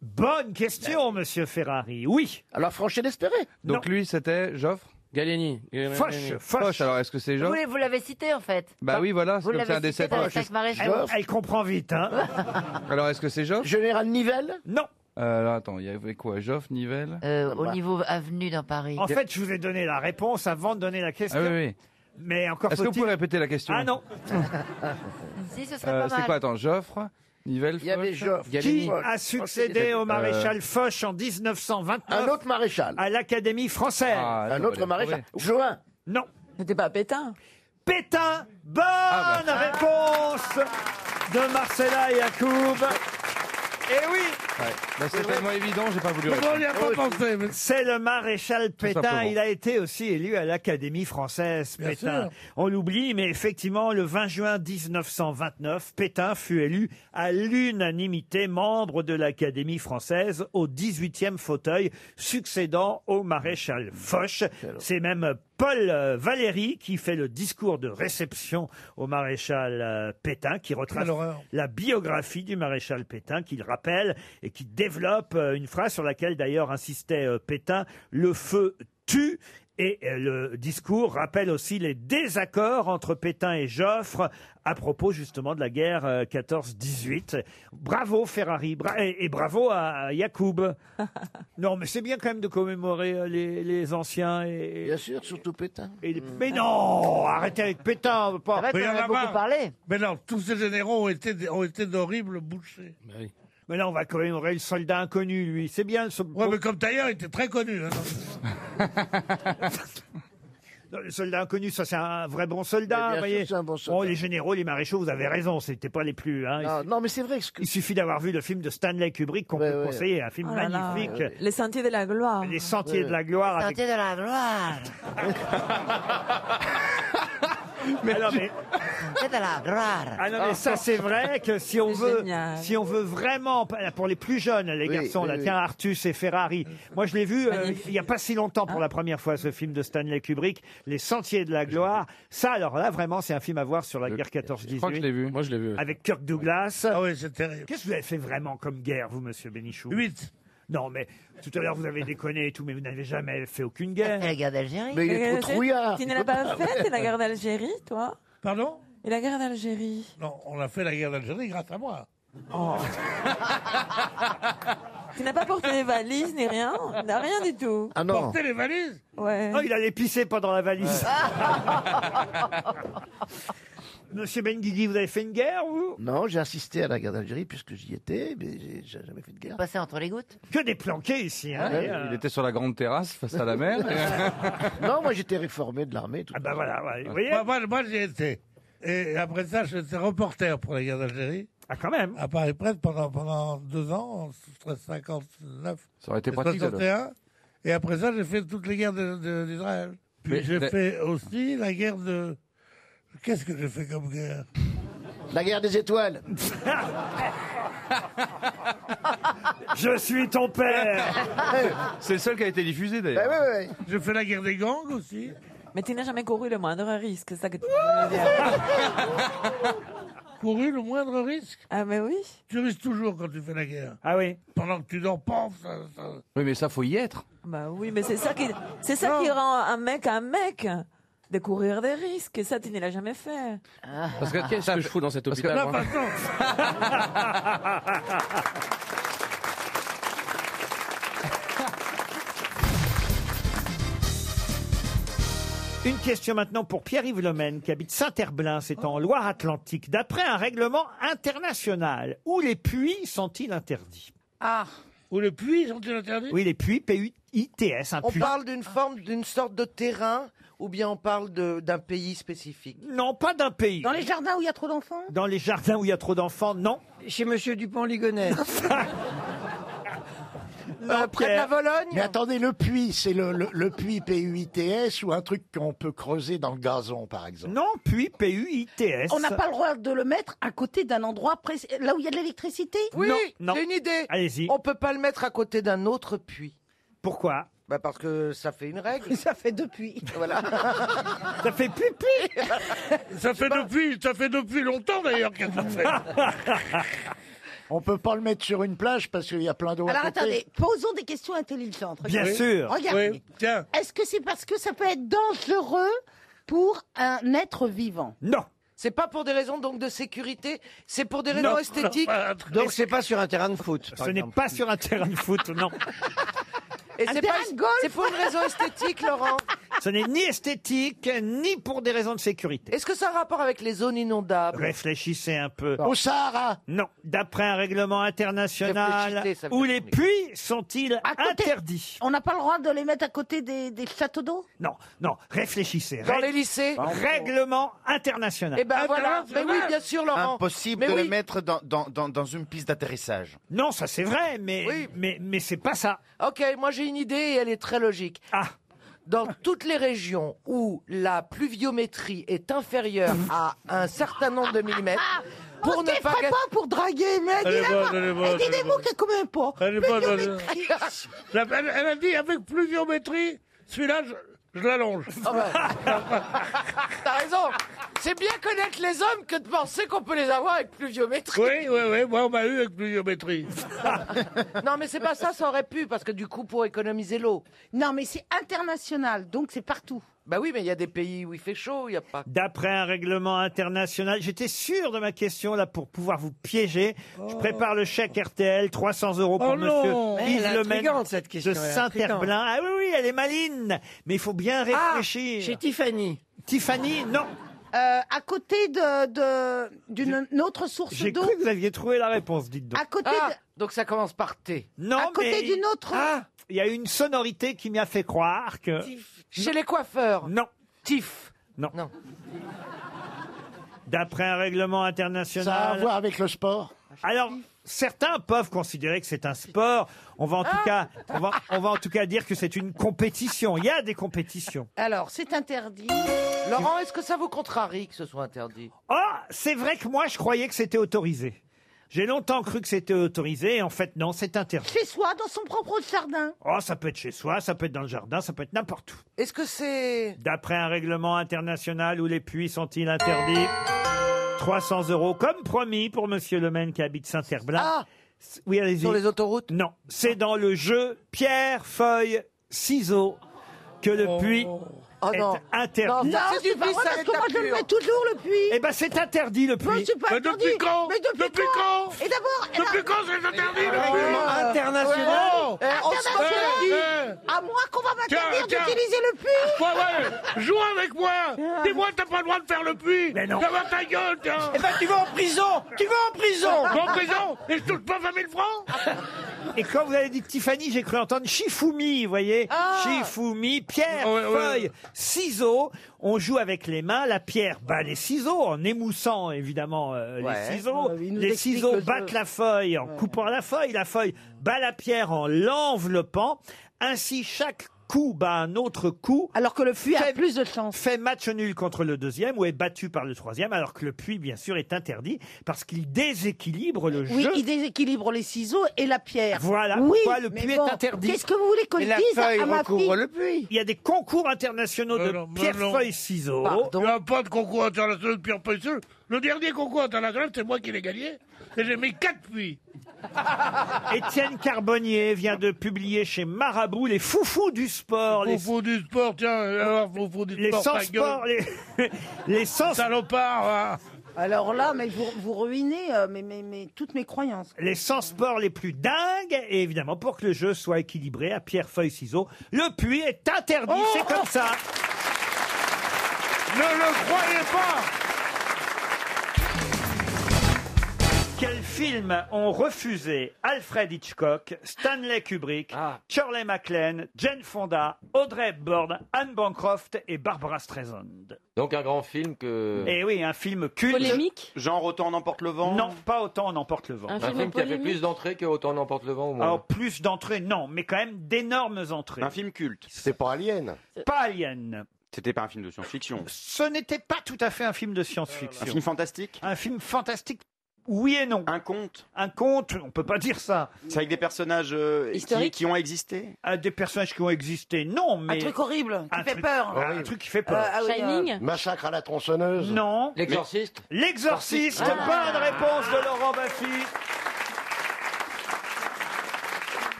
Speaker 3: Bonne question, monsieur Ferrari. Oui.
Speaker 8: Alors Franchet d'Espéré. Donc lui, c'était Joffre Gallieni.
Speaker 11: Foch,
Speaker 8: Foch. alors est-ce que c'est
Speaker 11: Vous,
Speaker 8: Joffre
Speaker 11: vous l'avez cité en fait.
Speaker 8: Bah oui, voilà,
Speaker 11: Vous
Speaker 8: c'est comme
Speaker 11: l'avez
Speaker 8: c'est un des
Speaker 11: cité
Speaker 8: sept
Speaker 11: dans les
Speaker 8: maréchaux.
Speaker 11: cinq maréchaux.
Speaker 3: Elle comprend vite, hein
Speaker 8: Alors est-ce que c'est Joffre
Speaker 39: Général Nivelle
Speaker 3: Non.
Speaker 8: Euh, alors, attends, il y avait quoi Joffre, Nivelle
Speaker 11: Euh, au niveau avenue dans Paris.
Speaker 3: En fait, je vous ai donné la réponse avant de donner la question.
Speaker 8: Ah oui, oui.
Speaker 3: Mais encore
Speaker 8: Est-ce que vous
Speaker 3: faut-il-
Speaker 8: pouvez répéter la question
Speaker 3: Ah non.
Speaker 11: si, ce serait
Speaker 8: Euh,
Speaker 11: pas mal.
Speaker 8: c'est quoi Attends, Joffre, Nivelle,
Speaker 3: Il y avait
Speaker 8: Joffre.
Speaker 3: Qui a succédé
Speaker 8: Euh,
Speaker 3: au maréchal Foch en 1929 Un autre maréchal. À l'Académie française.
Speaker 8: Ah,
Speaker 39: Un attends, autre on va les maréchal.
Speaker 3: Join. Non. C'était pas Pétain Pétain Bonne
Speaker 8: Ah, bah.
Speaker 3: réponse de Marcella Yacoub. Eh oui
Speaker 39: Bah,
Speaker 8: c'est tellement évident, j'ai pas voulu.
Speaker 3: on
Speaker 8: répondre.
Speaker 3: n'y a
Speaker 39: Oh,
Speaker 3: pas pensé, mais- C'est le maréchal Pétain.
Speaker 8: simplement.
Speaker 3: Il a été aussi élu à l'Académie française,
Speaker 8: Bien
Speaker 3: Pétain.
Speaker 8: sûr.
Speaker 3: On l'oublie, mais effectivement, le 20 juin 1929, Pétain fut élu à l'unanimité membre de l'Académie française au 18e fauteuil, succédant au maréchal Foch. C'est même Paul euh, Valéry qui fait le discours de réception au maréchal euh, Pétain, qui retrace
Speaker 5: Quelle horreur.
Speaker 3: la biographie du maréchal Pétain qu'il rappelle et qui développe euh, une phrase sur laquelle d'ailleurs insistait euh, Pétain, le feu tue. Et euh, le discours rappelle aussi les désaccords entre Pétain et Joffre à propos justement de la guerre euh, 14-18. Bravo Ferrari bra- et, et bravo à, à Yacoub. non mais c'est bien quand même de commémorer euh, les, les anciens. Et, bien sûr, surtout Pétain. Mais non, arrêtez avec Pétain. on peut pas-
Speaker 11: Arrête, on en a beaucoup parlé.
Speaker 5: Mais non, tous ces généraux ont été, des- ont été d'horribles bouchers.
Speaker 3: Mais là, on va commémorer le soldat inconnu, lui. C'est bien. Ce...
Speaker 5: Ouais, mais comme d'ailleurs, il était très connu. hein.
Speaker 3: Non, Le soldat inconnu, ça c'est un vrai bon soldat,
Speaker 39: Mais bien sûr,
Speaker 3: vous voyez.
Speaker 39: c'est un bon soldat.
Speaker 3: Oh, les généraux, les maréchaux, vous avez raison, c'était pas les plus. hein. Il
Speaker 39: Non,
Speaker 3: su-
Speaker 39: non, mais c'est vrai. ce que-
Speaker 3: Il suffit d'avoir vu le film de Stanley Kubrick qu'on peut
Speaker 39: ouais. Ah
Speaker 3: conseiller, un film
Speaker 11: Oh là là.
Speaker 3: magnifique.
Speaker 11: Les sentiers de la gloire.
Speaker 3: Les sentiers de la gloire.
Speaker 11: Les
Speaker 3: avec-
Speaker 11: sentiers de la gloire.
Speaker 3: Ah Mais alors, mais-
Speaker 11: C'est de la gloire.
Speaker 3: Ah non, mais ça, c'est vrai que si on
Speaker 11: C'est
Speaker 3: veut,
Speaker 11: génial.
Speaker 3: si on veut vraiment, pour les plus jeunes, les
Speaker 11: Oui,
Speaker 3: garçons,
Speaker 11: oui,
Speaker 3: là,
Speaker 11: oui.
Speaker 3: tiens, Artus et Ferrari. Moi, je l'ai vu euh, il n'y a pas si longtemps
Speaker 11: Ah.
Speaker 3: pour la première fois, ce film de Stanley Kubrick, Les Sentiers de la Gloire. Ça, alors là, vraiment, c'est un film à voir sur la guerre 14-18. Je crois que je l'ai vu. Moi, je l'ai vu. Avec Kirk Douglas. Ah oui, c'est terrible. Qu'est-ce que vous avez fait vraiment comme guerre, vous, monsieur Bénichou Huit. Non, mais tout à l'heure, vous avez déconné et tout, mais vous n'avez jamais fait aucune guerre. la guerre d'Algérie.
Speaker 11: Mais c'est- Euh, Tu ne l'as pas faite, la guerre d'Algérie, toi
Speaker 5: Pardon
Speaker 11: Et la guerre d'Algérie
Speaker 5: Non, on a fait la guerre d'Algérie grâce à moi.
Speaker 11: Oh. Tu n'as pas porté les valises ni rien n'a Rien du tout.
Speaker 5: Ah non. Porter les valises
Speaker 11: Ouais.
Speaker 3: Oh, il allait pisser pendant la valise. Monsieur Benguigui, vous avez fait une guerre, vous
Speaker 39: Non, j'ai assisté à la guerre d'Algérie puisque j'y étais, mais j'ai j'ai jamais fait de guerre.
Speaker 11: Passé entre les gouttes
Speaker 3: Que des planqués ici. Hein,
Speaker 8: Ouais, Il était sur la grande terrasse face à la mer.
Speaker 39: non, moi j'étais réformé de l'armée. Ah
Speaker 3: bah voilà, vous
Speaker 39: voyez
Speaker 5: Moi, moi, moi, j'y étais. Et après ça, j'étais reporter pour la guerre d'Algérie.
Speaker 3: Ah, quand même
Speaker 5: À Paris Presse pendant, pendant deux ans, entre 59
Speaker 8: Ça aurait été
Speaker 5: et
Speaker 8: pratique, ça, là.
Speaker 5: 61. Et après ça, j'ai fait toutes les guerres de- de- d'Israël.
Speaker 8: Mais-
Speaker 5: Puis j'ai
Speaker 8: mais-
Speaker 5: fait aussi la guerre de... Qu'est-ce que j'ai fait comme guerre
Speaker 39: La guerre des étoiles.
Speaker 3: Je suis ton père
Speaker 5: Eh Hein.
Speaker 39: Ben
Speaker 8: C'est le seul qui a été diffusé d'ailleurs.
Speaker 5: J'ai fait la guerre des gangs aussi.
Speaker 11: Mais tu n'as jamais couru le moindre risque, c'est ça que tu veux dire.
Speaker 7: Couru le moindre risque
Speaker 11: Ah, mais oui.
Speaker 7: Tu risques toujours quand tu fais la guerre.
Speaker 3: Ah oui
Speaker 7: Pendant que tu dors, paf, ça, ça-
Speaker 17: Oui, mais ça, faut y être.
Speaker 11: Bah oui, mais c'est ça qui, c'est ça qui rend un mec un mec, de courir des risques. Et ça, tu ne l'as jamais fait.
Speaker 13: Euh,
Speaker 17: Parce
Speaker 3: Ah.
Speaker 17: que qu'est-ce que je fous dans cet Parce que hôpital là, moi par exemple-
Speaker 3: Une question maintenant pour Pierre-Yves Lemaine, qui habite Saint-Herblain, c'est en Loire-Atlantique. D'après un règlement international, où les puits sont-ils interdits
Speaker 7: Ah Ou les puits sont-ils interdits
Speaker 3: Oui, les puits, P-U-I-T-S, un
Speaker 18: On
Speaker 3: puits.
Speaker 18: parle d'une forme, d'une sorte de terrain, ou bien on parle de- d'un pays spécifique
Speaker 3: Non, pas d'un pays.
Speaker 18: Dans les jardins où il y a trop d'enfants
Speaker 3: Dans les jardins où il y a trop d'enfants, non.
Speaker 18: Chez Monsieur Dupont-Ligonnès. Euh,
Speaker 5: près de la Vologne Mais attendez, le puits, c'est le, le, le puits P-U-I-T-S ou un truc qu'on peut creuser dans le gazon, par exemple
Speaker 3: Non, puits P-U-I-T-S.
Speaker 18: On n'a pas le droit de le mettre à côté d'un endroit précis, là où il y a de l'électricité Oui, Non, non. j'ai une idée.
Speaker 3: Allez-y.
Speaker 18: On peut pas le mettre à côté d'un autre puits.
Speaker 3: Pourquoi
Speaker 18: bah parce que ça fait une règle. ça fait deux puits. Voilà.
Speaker 3: ça fait plus
Speaker 7: Ça fait, depuis, ça fait depuis longtemps d'ailleurs qu'elle le fait.
Speaker 5: On peut pas le mettre sur une plage parce qu'il y a plein d'eau à
Speaker 4: Alors
Speaker 5: côté.
Speaker 4: attendez, posons des questions intelligentes.
Speaker 5: Bien
Speaker 4: Regardez.
Speaker 5: sûr.
Speaker 4: Regardez.
Speaker 5: Oui, tiens.
Speaker 4: Est-ce que c'est parce que ça peut être dangereux pour un être vivant
Speaker 3: Non.
Speaker 18: C'est pas pour des raisons donc de sécurité, c'est pour des raisons
Speaker 3: Non.
Speaker 18: esthétiques.
Speaker 3: Donc c'est pas sur un terrain de foot. Ce n'est pas sur un terrain de foot, non.
Speaker 18: Et c'est pas- c'est pour une raison esthétique, Laurent.
Speaker 3: Ce n'est ni esthétique, ni pour des raisons de sécurité.
Speaker 18: Est-ce que ça a un rapport avec les zones inondables
Speaker 3: Réfléchissez un peu.
Speaker 18: Au Sahara
Speaker 3: Non. D'après un règlement international,
Speaker 18: Réfléchissez, ça veut
Speaker 3: où
Speaker 18: dire
Speaker 3: les puits sont-ils interdits
Speaker 4: On n'a pas le droit de les mettre à côté des, des châteaux d'eau
Speaker 3: Non, non, réfléchissez.
Speaker 18: Dans
Speaker 3: Ré-
Speaker 18: les lycées
Speaker 3: Règlement international.
Speaker 18: Eh
Speaker 5: Ah,
Speaker 18: ben voilà, mais oui, bien sûr, Laurent.
Speaker 20: Impossible
Speaker 18: Mais
Speaker 20: de
Speaker 18: oui.
Speaker 20: les mettre dans, dans, dans, dans une piste d'atterrissage.
Speaker 3: Non, ça c'est vrai, mais, mais, mais c'est pas ça. Ah.
Speaker 18: Ok, moi j'ai une idée et elle est très logique. Dans toutes les régions où la pluviométrie est inférieure à un certain nombre de millimètres,
Speaker 4: Pour
Speaker 18: pour
Speaker 4: Ah, on
Speaker 18: ne
Speaker 4: ne
Speaker 18: pas
Speaker 4: pas
Speaker 18: gâ-
Speaker 4: pour draguer, mais
Speaker 18: Elle est
Speaker 4: dis-le-moi.
Speaker 18: bonne, elle est bonne,
Speaker 4: Eh,
Speaker 18: elle est
Speaker 4: dis-le-moi qu'elle combien pas.
Speaker 7: Elle est bonne, elle est-
Speaker 4: Pluviométrie.
Speaker 7: La- elle, elle a dit avec pluviométrie, celui-là, je, je l'allonge.
Speaker 18: T'as raison. C'est bien connaître les hommes que de penser qu'on peut les avoir avec pluviométrie.
Speaker 7: oui, oui, oui, moi on m'a eu avec pluviométrie.
Speaker 18: Non, mais c'est pas ça, ça aurait pu, parce que du coup, pour économiser l'eau.
Speaker 4: Non, mais c'est international, donc c'est partout.
Speaker 18: Bah oui, mais il y a des pays où il fait chaud, il n'y a pas.
Speaker 3: D'après un règlement international, j'étais sûr de ma question là pour pouvoir vous piéger. Je prépare le chèque RTL, 300 euros pour
Speaker 18: Oh
Speaker 3: monsieur
Speaker 18: non
Speaker 3: Yves
Speaker 18: Elle est
Speaker 3: Lemaine
Speaker 18: intrigante, Ah, cette question,
Speaker 3: de
Speaker 18: elle est
Speaker 3: Saint-Herblain. Ah oui, oui, elle est maligne, mais il faut bien réfléchir.
Speaker 4: chez
Speaker 3: Tiffany. Tiffany, non.
Speaker 4: Euh, à côté de- de- d'une autre source
Speaker 3: J'ai
Speaker 4: d'eau.
Speaker 3: cru que vous aviez trouvé la réponse, dites donc.
Speaker 4: À côté
Speaker 18: Ah,
Speaker 4: de-
Speaker 18: donc ça commence par T.
Speaker 3: Non,
Speaker 4: à côté
Speaker 3: mais-
Speaker 4: d'une autre-
Speaker 3: Ah, il y a une sonorité qui m'a fait croire que.
Speaker 18: Chez les coiffeurs.
Speaker 3: Non.
Speaker 18: Tif.
Speaker 3: Non.
Speaker 18: Non.
Speaker 3: D'après un règlement
Speaker 5: Ça a à
Speaker 3: international.
Speaker 5: voir avec le sport
Speaker 3: Alors, certains peuvent considérer que c'est un sport. On va en
Speaker 18: Ah.
Speaker 3: tout cas, on va, on va en tout cas dire que c'est une compétition. Il y a des compétitions.
Speaker 18: Alors, c'est interdit. Laurent, est-ce que ça vous contrarie que ce soit interdit
Speaker 3: Oh, c'est vrai que moi, je croyais que c'était autorisé. J'ai longtemps cru que c'était autorisé. Et en fait, non, c'est interdit.
Speaker 4: Chez soi, dans son propre jardin.
Speaker 3: Oh, ça peut être chez soi, ça peut être dans le jardin, ça peut être n'importe où.
Speaker 18: Est-ce que c'est...
Speaker 3: D'après un règlement international, où les puits sont-ils interdits 300 euros, comme promis pour Monsieur Lemaine qui habite Saint-Herblain. C- oui, allez-y.
Speaker 18: Ah Sur les autoroutes
Speaker 3: Non, c'est dans le jeu pierre, feuille, ciseaux que le puits
Speaker 18: Oh
Speaker 3: est
Speaker 18: non.
Speaker 3: interdit.
Speaker 4: Non, c'est pas vrai, parce que moi, je le mets toujours, le puits.
Speaker 3: Eh ben, c'est interdit, le puits.
Speaker 4: Non, c'est pas
Speaker 3: Mais
Speaker 4: interdit.
Speaker 3: depuis quand
Speaker 4: Mais depuis,
Speaker 3: Depuis
Speaker 4: quand, Et d'abord... eh ben- et
Speaker 7: Depuis
Speaker 4: là-
Speaker 7: quand c'est interdit le
Speaker 4: Ah,
Speaker 7: puits
Speaker 4: International.
Speaker 7: Oh,
Speaker 4: Euh, International.
Speaker 7: eh, eh.
Speaker 4: À moins qu'on va
Speaker 7: Tiens,
Speaker 4: m'interdire
Speaker 7: tiens.
Speaker 4: d'utiliser le puits. Ah.
Speaker 7: Ouais, ouais, joue avec moi Dis-moi, t'as pas le droit de faire le puits Mais non va ta gueule, tiens
Speaker 3: Eh ben, tu vas en prison Tu vas en prison
Speaker 7: Je vais en prison Et je touche pas 20 000 francs
Speaker 3: Et quand vous avez dit Tiffany, j'ai cru entendre Shifumi, vous voyez Shifumi, pierre,
Speaker 7: Ouais, ouais,
Speaker 3: feuille,
Speaker 7: ouais.
Speaker 3: ciseaux. On joue avec les mains, la pierre bat les ciseaux, en émoussant évidemment euh,
Speaker 18: Ouais.
Speaker 3: les ciseaux.
Speaker 18: Ouais, Ah, il nous
Speaker 3: les
Speaker 18: explique
Speaker 3: ciseaux
Speaker 18: le jeu.
Speaker 3: battent la feuille en coupant la feuille, la feuille bat la pierre en l'enveloppant. Ainsi, chaque coup bat un autre coup. Alors que le puits a plus de chance. Fait match nul contre le deuxième ou est battu par le troisième, alors que le puits, bien sûr, est interdit parce qu'il déséquilibre le
Speaker 40: Oui,
Speaker 3: jeu.
Speaker 40: il déséquilibre les ciseaux et la pierre.
Speaker 3: Voilà
Speaker 40: oui,
Speaker 3: pourquoi le
Speaker 40: mais
Speaker 3: puits
Speaker 40: bon,
Speaker 3: est interdit.
Speaker 40: Qu'est-ce que vous voulez qu'on dise à ma fille
Speaker 3: Il y a des concours internationaux
Speaker 5: Euh,
Speaker 3: de pierre, feuille, ciseaux.
Speaker 5: Il n'y a pas de concours international de pierre, feuille, ciseaux. Le dernier concours international, c'est moi qui l'ai gagné. Et j'ai mis quatre puits.
Speaker 3: Étienne Carbonnier vient de publier chez Marabout les foufous du sport. euh, Les foufous
Speaker 5: du sport, tiens, Euh, alors foufous du
Speaker 3: les
Speaker 5: sport,
Speaker 3: Sans
Speaker 5: ta gueule.
Speaker 3: sport, les, les sans
Speaker 5: Salopard,
Speaker 3: hein.
Speaker 4: Alors là, mais vous, vous ruinez euh, mes- mes- mes- toutes mes croyances.
Speaker 3: les 100 sports les plus dingues. Et évidemment, pour que le jeu soit équilibré à pierre, feuille, ciseaux, le puits est interdit. C'est comme ça.
Speaker 5: Ne le croyez pas
Speaker 3: Quels films ont refusé Alfred Hitchcock, Stanley Kubrick,
Speaker 13: Ah.
Speaker 3: Shirley MacLaine, Jane Fonda, Audrey Hepburn, Anne Bancroft et Barbara Streisand
Speaker 13: Donc un grand film que.
Speaker 3: Eh oui, un film culte.
Speaker 13: Polémique Genre Autant en emporte le vent
Speaker 3: Non, pas Autant en emporte le vent.
Speaker 13: Un, film, qui a fait plus d'entrées que Autant en emporte le vent au moins.
Speaker 3: Alors, plus d'entrées, non, mais quand même d'énormes entrées.
Speaker 13: Un film culte.
Speaker 8: C'était pas Alien.
Speaker 3: Pas Alien.
Speaker 8: C'était pas un film de science-fiction.
Speaker 3: Ce n'était pas tout à fait un film de science-fiction.
Speaker 8: Euh, Un film fantastique
Speaker 3: Un film fantastique, oui et non.
Speaker 8: Un conte
Speaker 3: Un conte, on peut pas dire ça.
Speaker 8: C'est avec des personnages euh, qui-
Speaker 3: Historiques
Speaker 8: qui, ont existé
Speaker 3: Ah, des personnages qui ont existé, non, mais.
Speaker 4: truc horrible, qui
Speaker 3: un
Speaker 4: fait
Speaker 3: truc-
Speaker 4: peur.
Speaker 3: Un truc qui fait peur.
Speaker 4: Euh, ah oui, Shining euh,
Speaker 8: Massacre à la tronçonneuse
Speaker 3: Non.
Speaker 13: L'exorciste
Speaker 3: L'exorciste,
Speaker 4: Ah.
Speaker 3: bonne réponse de Laurent Baffy.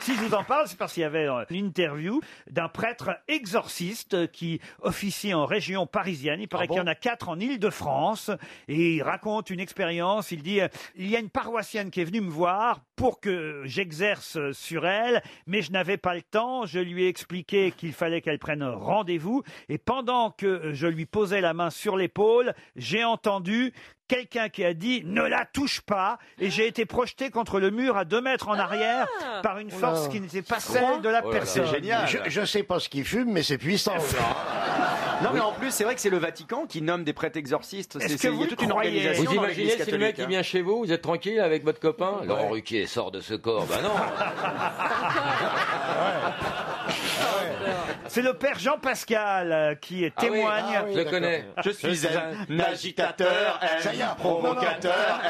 Speaker 3: Si je vous en parle, c'est parce qu'il y avait euh, une interview d'un prêtre exorciste euh, qui officie en région parisienne. Il paraît qu'il y en a quatre en Ile-de-France. Et il raconte une expérience. Il dit, euh, il y a une paroissienne qui est venue me voir pour que j'exerce euh, sur elle, mais je n'avais pas le temps. Je lui ai expliqué qu'il fallait qu'elle prenne rendez-vous. Et pendant que euh, je lui posais la main sur l'épaule, j'ai entendu quelqu'un qui a dit ne la touche pas et j'ai été projeté contre le mur à deux mètres en arrière par
Speaker 8: Oh
Speaker 3: une force qui n'était pas celle de la personne. Oh
Speaker 8: C'est génial.
Speaker 9: Je, je sais pas ce qu'il fume, mais c'est puissant.
Speaker 8: Non, mais en plus, c'est vrai que c'est le Vatican qui nomme des prêtres exorcistes.
Speaker 3: Est-ce
Speaker 8: C'est
Speaker 3: que
Speaker 8: c'est- il y
Speaker 3: vous
Speaker 8: a toute une
Speaker 3: croyez-
Speaker 8: organisation
Speaker 3: Vous
Speaker 8: dans
Speaker 3: imaginez
Speaker 8: l'Église
Speaker 13: si le mec
Speaker 8: catholique,
Speaker 13: il
Speaker 8: hein.
Speaker 13: vient chez vous, vous êtes tranquille avec votre copain Laurent Ruquier sort de ce corps. Bah non
Speaker 3: C'est le père Jean Pascal euh, qui
Speaker 8: Ah
Speaker 3: est témoigne.
Speaker 13: Ah
Speaker 8: Je suis un agitateur, un provocateur,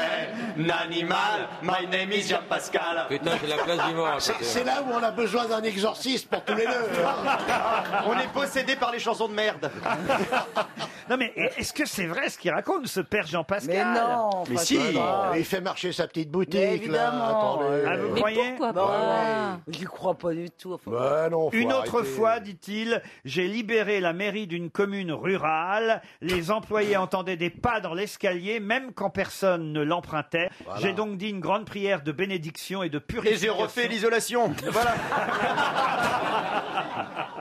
Speaker 8: un animal. My name is Jean Pascal.
Speaker 13: Putain, c'est la place du mort.
Speaker 9: C'est c'est là où on a besoin d'un exorciste pour tous les deux.
Speaker 8: On est possédé par les chansons de merde.
Speaker 3: Non mais est-ce que c'est vrai ce qu'il raconte ce père Jean Pascal
Speaker 9: Mais non,
Speaker 8: Mais si.
Speaker 9: Il fait marcher sa petite
Speaker 4: Mais
Speaker 9: boutique, là.
Speaker 4: évidemment.
Speaker 9: attendez.
Speaker 3: Ah, vous croyez
Speaker 4: Bah
Speaker 9: Bah
Speaker 20: Ah.
Speaker 4: ouais. J'y crois pas du tout. enfin.
Speaker 9: Bah non, faut
Speaker 3: Une autre
Speaker 9: arrêter.
Speaker 3: fois, dit-il, j'ai libéré la mairie d'une commune rurale. Les employés entendaient des pas dans l'escalier, même quand personne ne l'empruntait. J'ai donc dit une grande prière de bénédiction et de
Speaker 8: Et
Speaker 3: purification.
Speaker 8: j'ai refait l'isolation. Voilà.
Speaker 10: bah.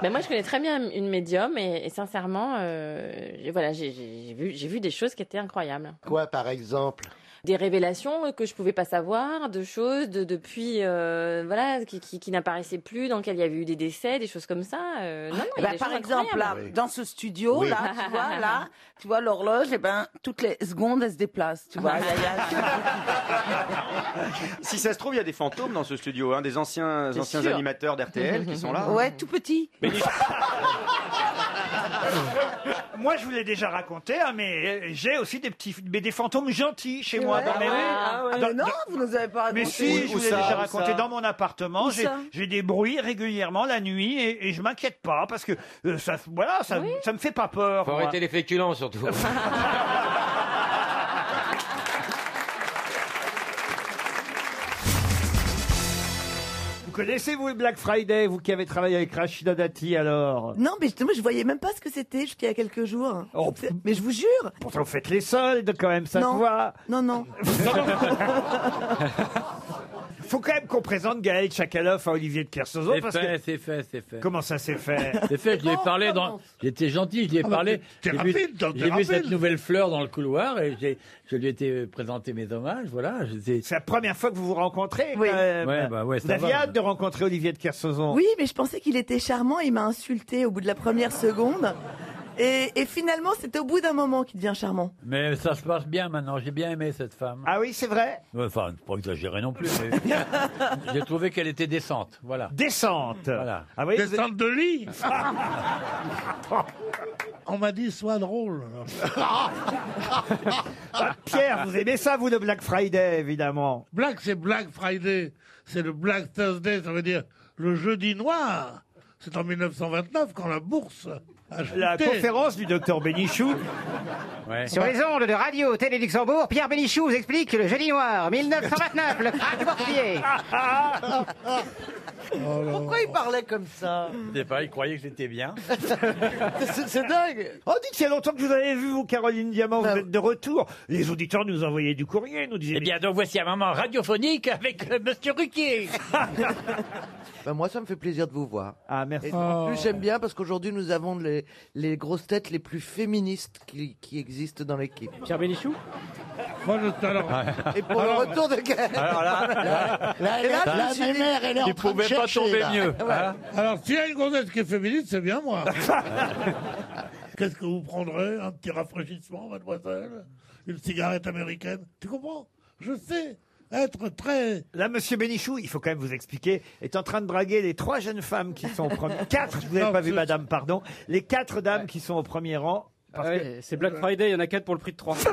Speaker 20: Ben moi, je connais très bien une médium et, et sincèrement, euh, j'ai- voilà, j'ai- j'ai j'ai vu, j'ai vu des choses qui étaient incroyables.
Speaker 9: Quoi, par exemple
Speaker 20: Des révélations que je pouvais pas savoir, de choses de, depuis euh, voilà qui, qui, qui n'apparaissaient plus, dans lesquelles il y avait eu des décès, des choses comme ça. euh, non, non, il y a
Speaker 4: Bah,
Speaker 20: des
Speaker 4: par
Speaker 20: choses
Speaker 4: exemple, là,
Speaker 20: incroyables.
Speaker 4: dans ce studio,
Speaker 20: Oui.
Speaker 4: là, tu vois, là, tu vois l'horloge, et ben, toutes les secondes, elle se déplace, tu vois.
Speaker 20: Ah.
Speaker 4: Il y a- il y a-
Speaker 8: Si ça se trouve, il y a des fantômes dans ce studio, hein, des anciens,
Speaker 4: C'est
Speaker 8: anciens
Speaker 4: sûr.
Speaker 8: animateurs d'RTL qui sont là.
Speaker 4: Ouais, tout petit.
Speaker 3: Moi, je vous l'ai déjà raconté, hein, mais euh, j'ai aussi des petits, mais des fantômes gentils chez moi.
Speaker 4: Ouais.
Speaker 3: Dans mes-
Speaker 4: Ah ouais.
Speaker 3: dans-
Speaker 4: Mais non, vous nous avez pas raconté.
Speaker 3: Mais si, je vous l'ai déjà raconté dans mon appartement.
Speaker 4: Où
Speaker 3: J'ai
Speaker 4: ça
Speaker 3: j'ai des bruits régulièrement la nuit et, et je m'inquiète pas parce que euh, ça, voilà, ça, ça me fait pas peur.
Speaker 13: Faut
Speaker 3: moi.
Speaker 13: arrêter les féculents surtout.
Speaker 3: Vous connaissez-vous le Black Friday, vous qui avez travaillé avec Rachida Dati alors
Speaker 18: Non, mais justement, je voyais même pas ce que c'était jusqu'il y a quelques jours.
Speaker 3: Oh.
Speaker 18: C'est- Mais je vous jure.
Speaker 3: Pourtant, vous faites les soldes quand même, ça se
Speaker 18: non.
Speaker 3: voit.
Speaker 18: non, non.
Speaker 3: Faut quand même qu'on présente Gaël Chakalov à Olivier de Kersozo
Speaker 10: C'est
Speaker 3: parce
Speaker 10: fait,
Speaker 3: que.
Speaker 10: c'est fait, c'est fait.
Speaker 3: Comment ça s'est fait
Speaker 10: C'est fait, je lui ai parlé dans. J'étais gentil, je lui ai
Speaker 3: Ah, mais
Speaker 10: parlé. J'ai
Speaker 3: t'es
Speaker 10: vu-
Speaker 3: rapide, donc, t'es
Speaker 10: J'ai vu
Speaker 3: rapide.
Speaker 10: cette nouvelle fleur dans le couloir et j'ai- je lui ai été présenté mes hommages, voilà. C'est
Speaker 3: la première fois que vous vous rencontrez.
Speaker 10: Oui.
Speaker 3: quand même.
Speaker 10: Ouais, bah ouais,
Speaker 3: vous
Speaker 10: ça
Speaker 3: aviez
Speaker 10: va.
Speaker 3: hâte de rencontrer Olivier de Kersozo
Speaker 18: Oui, mais je pensais qu'il était charmant. Il m'a insulté au bout de la première seconde.
Speaker 41: Et, et finalement, c'est au bout d'un moment qu'il devient charmant.
Speaker 10: Mais ça se passe bien maintenant, j'ai bien aimé cette femme.
Speaker 3: Ah oui, c'est vrai
Speaker 10: Ouais, Enfin, pas exagérer non plus, mais j'ai trouvé qu'elle était décente, voilà.
Speaker 3: Descente
Speaker 10: Voilà.
Speaker 3: Ah
Speaker 5: Descente de lit On m'a dit, sois drôle.
Speaker 3: Ah, Pierre, vous aimez ça, vous, le Black Friday, évidemment
Speaker 5: Black, c'est Black Friday. C'est le Black Thursday, ça veut dire le jeudi noir. C'est en 1929 quand la bourse a
Speaker 3: La
Speaker 5: chuté.
Speaker 3: conférence du docteur Bénichou.
Speaker 42: Sur les ondes de Radio Télé Luxembourg, Pierre Bénichou vous explique le jeudi noir 1929, le crack boursier.
Speaker 18: Pourquoi il parlait comme ça
Speaker 10: Je sais pas, il croyait que j'étais bien.
Speaker 18: C'est c'est dingue
Speaker 3: Oh,
Speaker 18: Bah,
Speaker 3: dites, il y a longtemps que vous avez vu, vous, Caroline Diamant, vous êtes de retour. Les auditeurs nous envoyaient du courrier, nous disaient...
Speaker 10: Eh bien, donc voici un moment radiophonique avec euh, Monsieur Ruquier.
Speaker 18: Ben, moi, ça me fait plaisir de vous voir.
Speaker 3: Ah, merci.
Speaker 18: Et en
Speaker 3: Oh.
Speaker 18: plus, j'aime bien parce qu'aujourd'hui, nous avons les, les grosses têtes les plus féministes qui, qui existent dans l'équipe.
Speaker 10: Pierre Bénichou
Speaker 5: Moi, je alors.
Speaker 18: Et pour
Speaker 5: Alors-
Speaker 18: le retour de guerre.
Speaker 5: Alors là- là-
Speaker 18: Et là, je me suis dit- Ouais.
Speaker 5: hein. Alors, s'il y a une gonzesse qui est féministe, c'est bien moi. Qu'est-ce que vous prendrez Un petit rafraîchissement, mademoiselle Une cigarette américaine Tu comprends Je sais être très...
Speaker 3: Là, Monsieur Bénichou, il faut quand même vous expliquer, est en train de draguer les trois jeunes femmes qui sont au premier... Quatre, vous n'avez pas vu, madame, pardon. Les quatre dames qui sont au premier rang. parce que-
Speaker 7: Ah C'est Black Friday, il y en a 4 pour le prix de 3.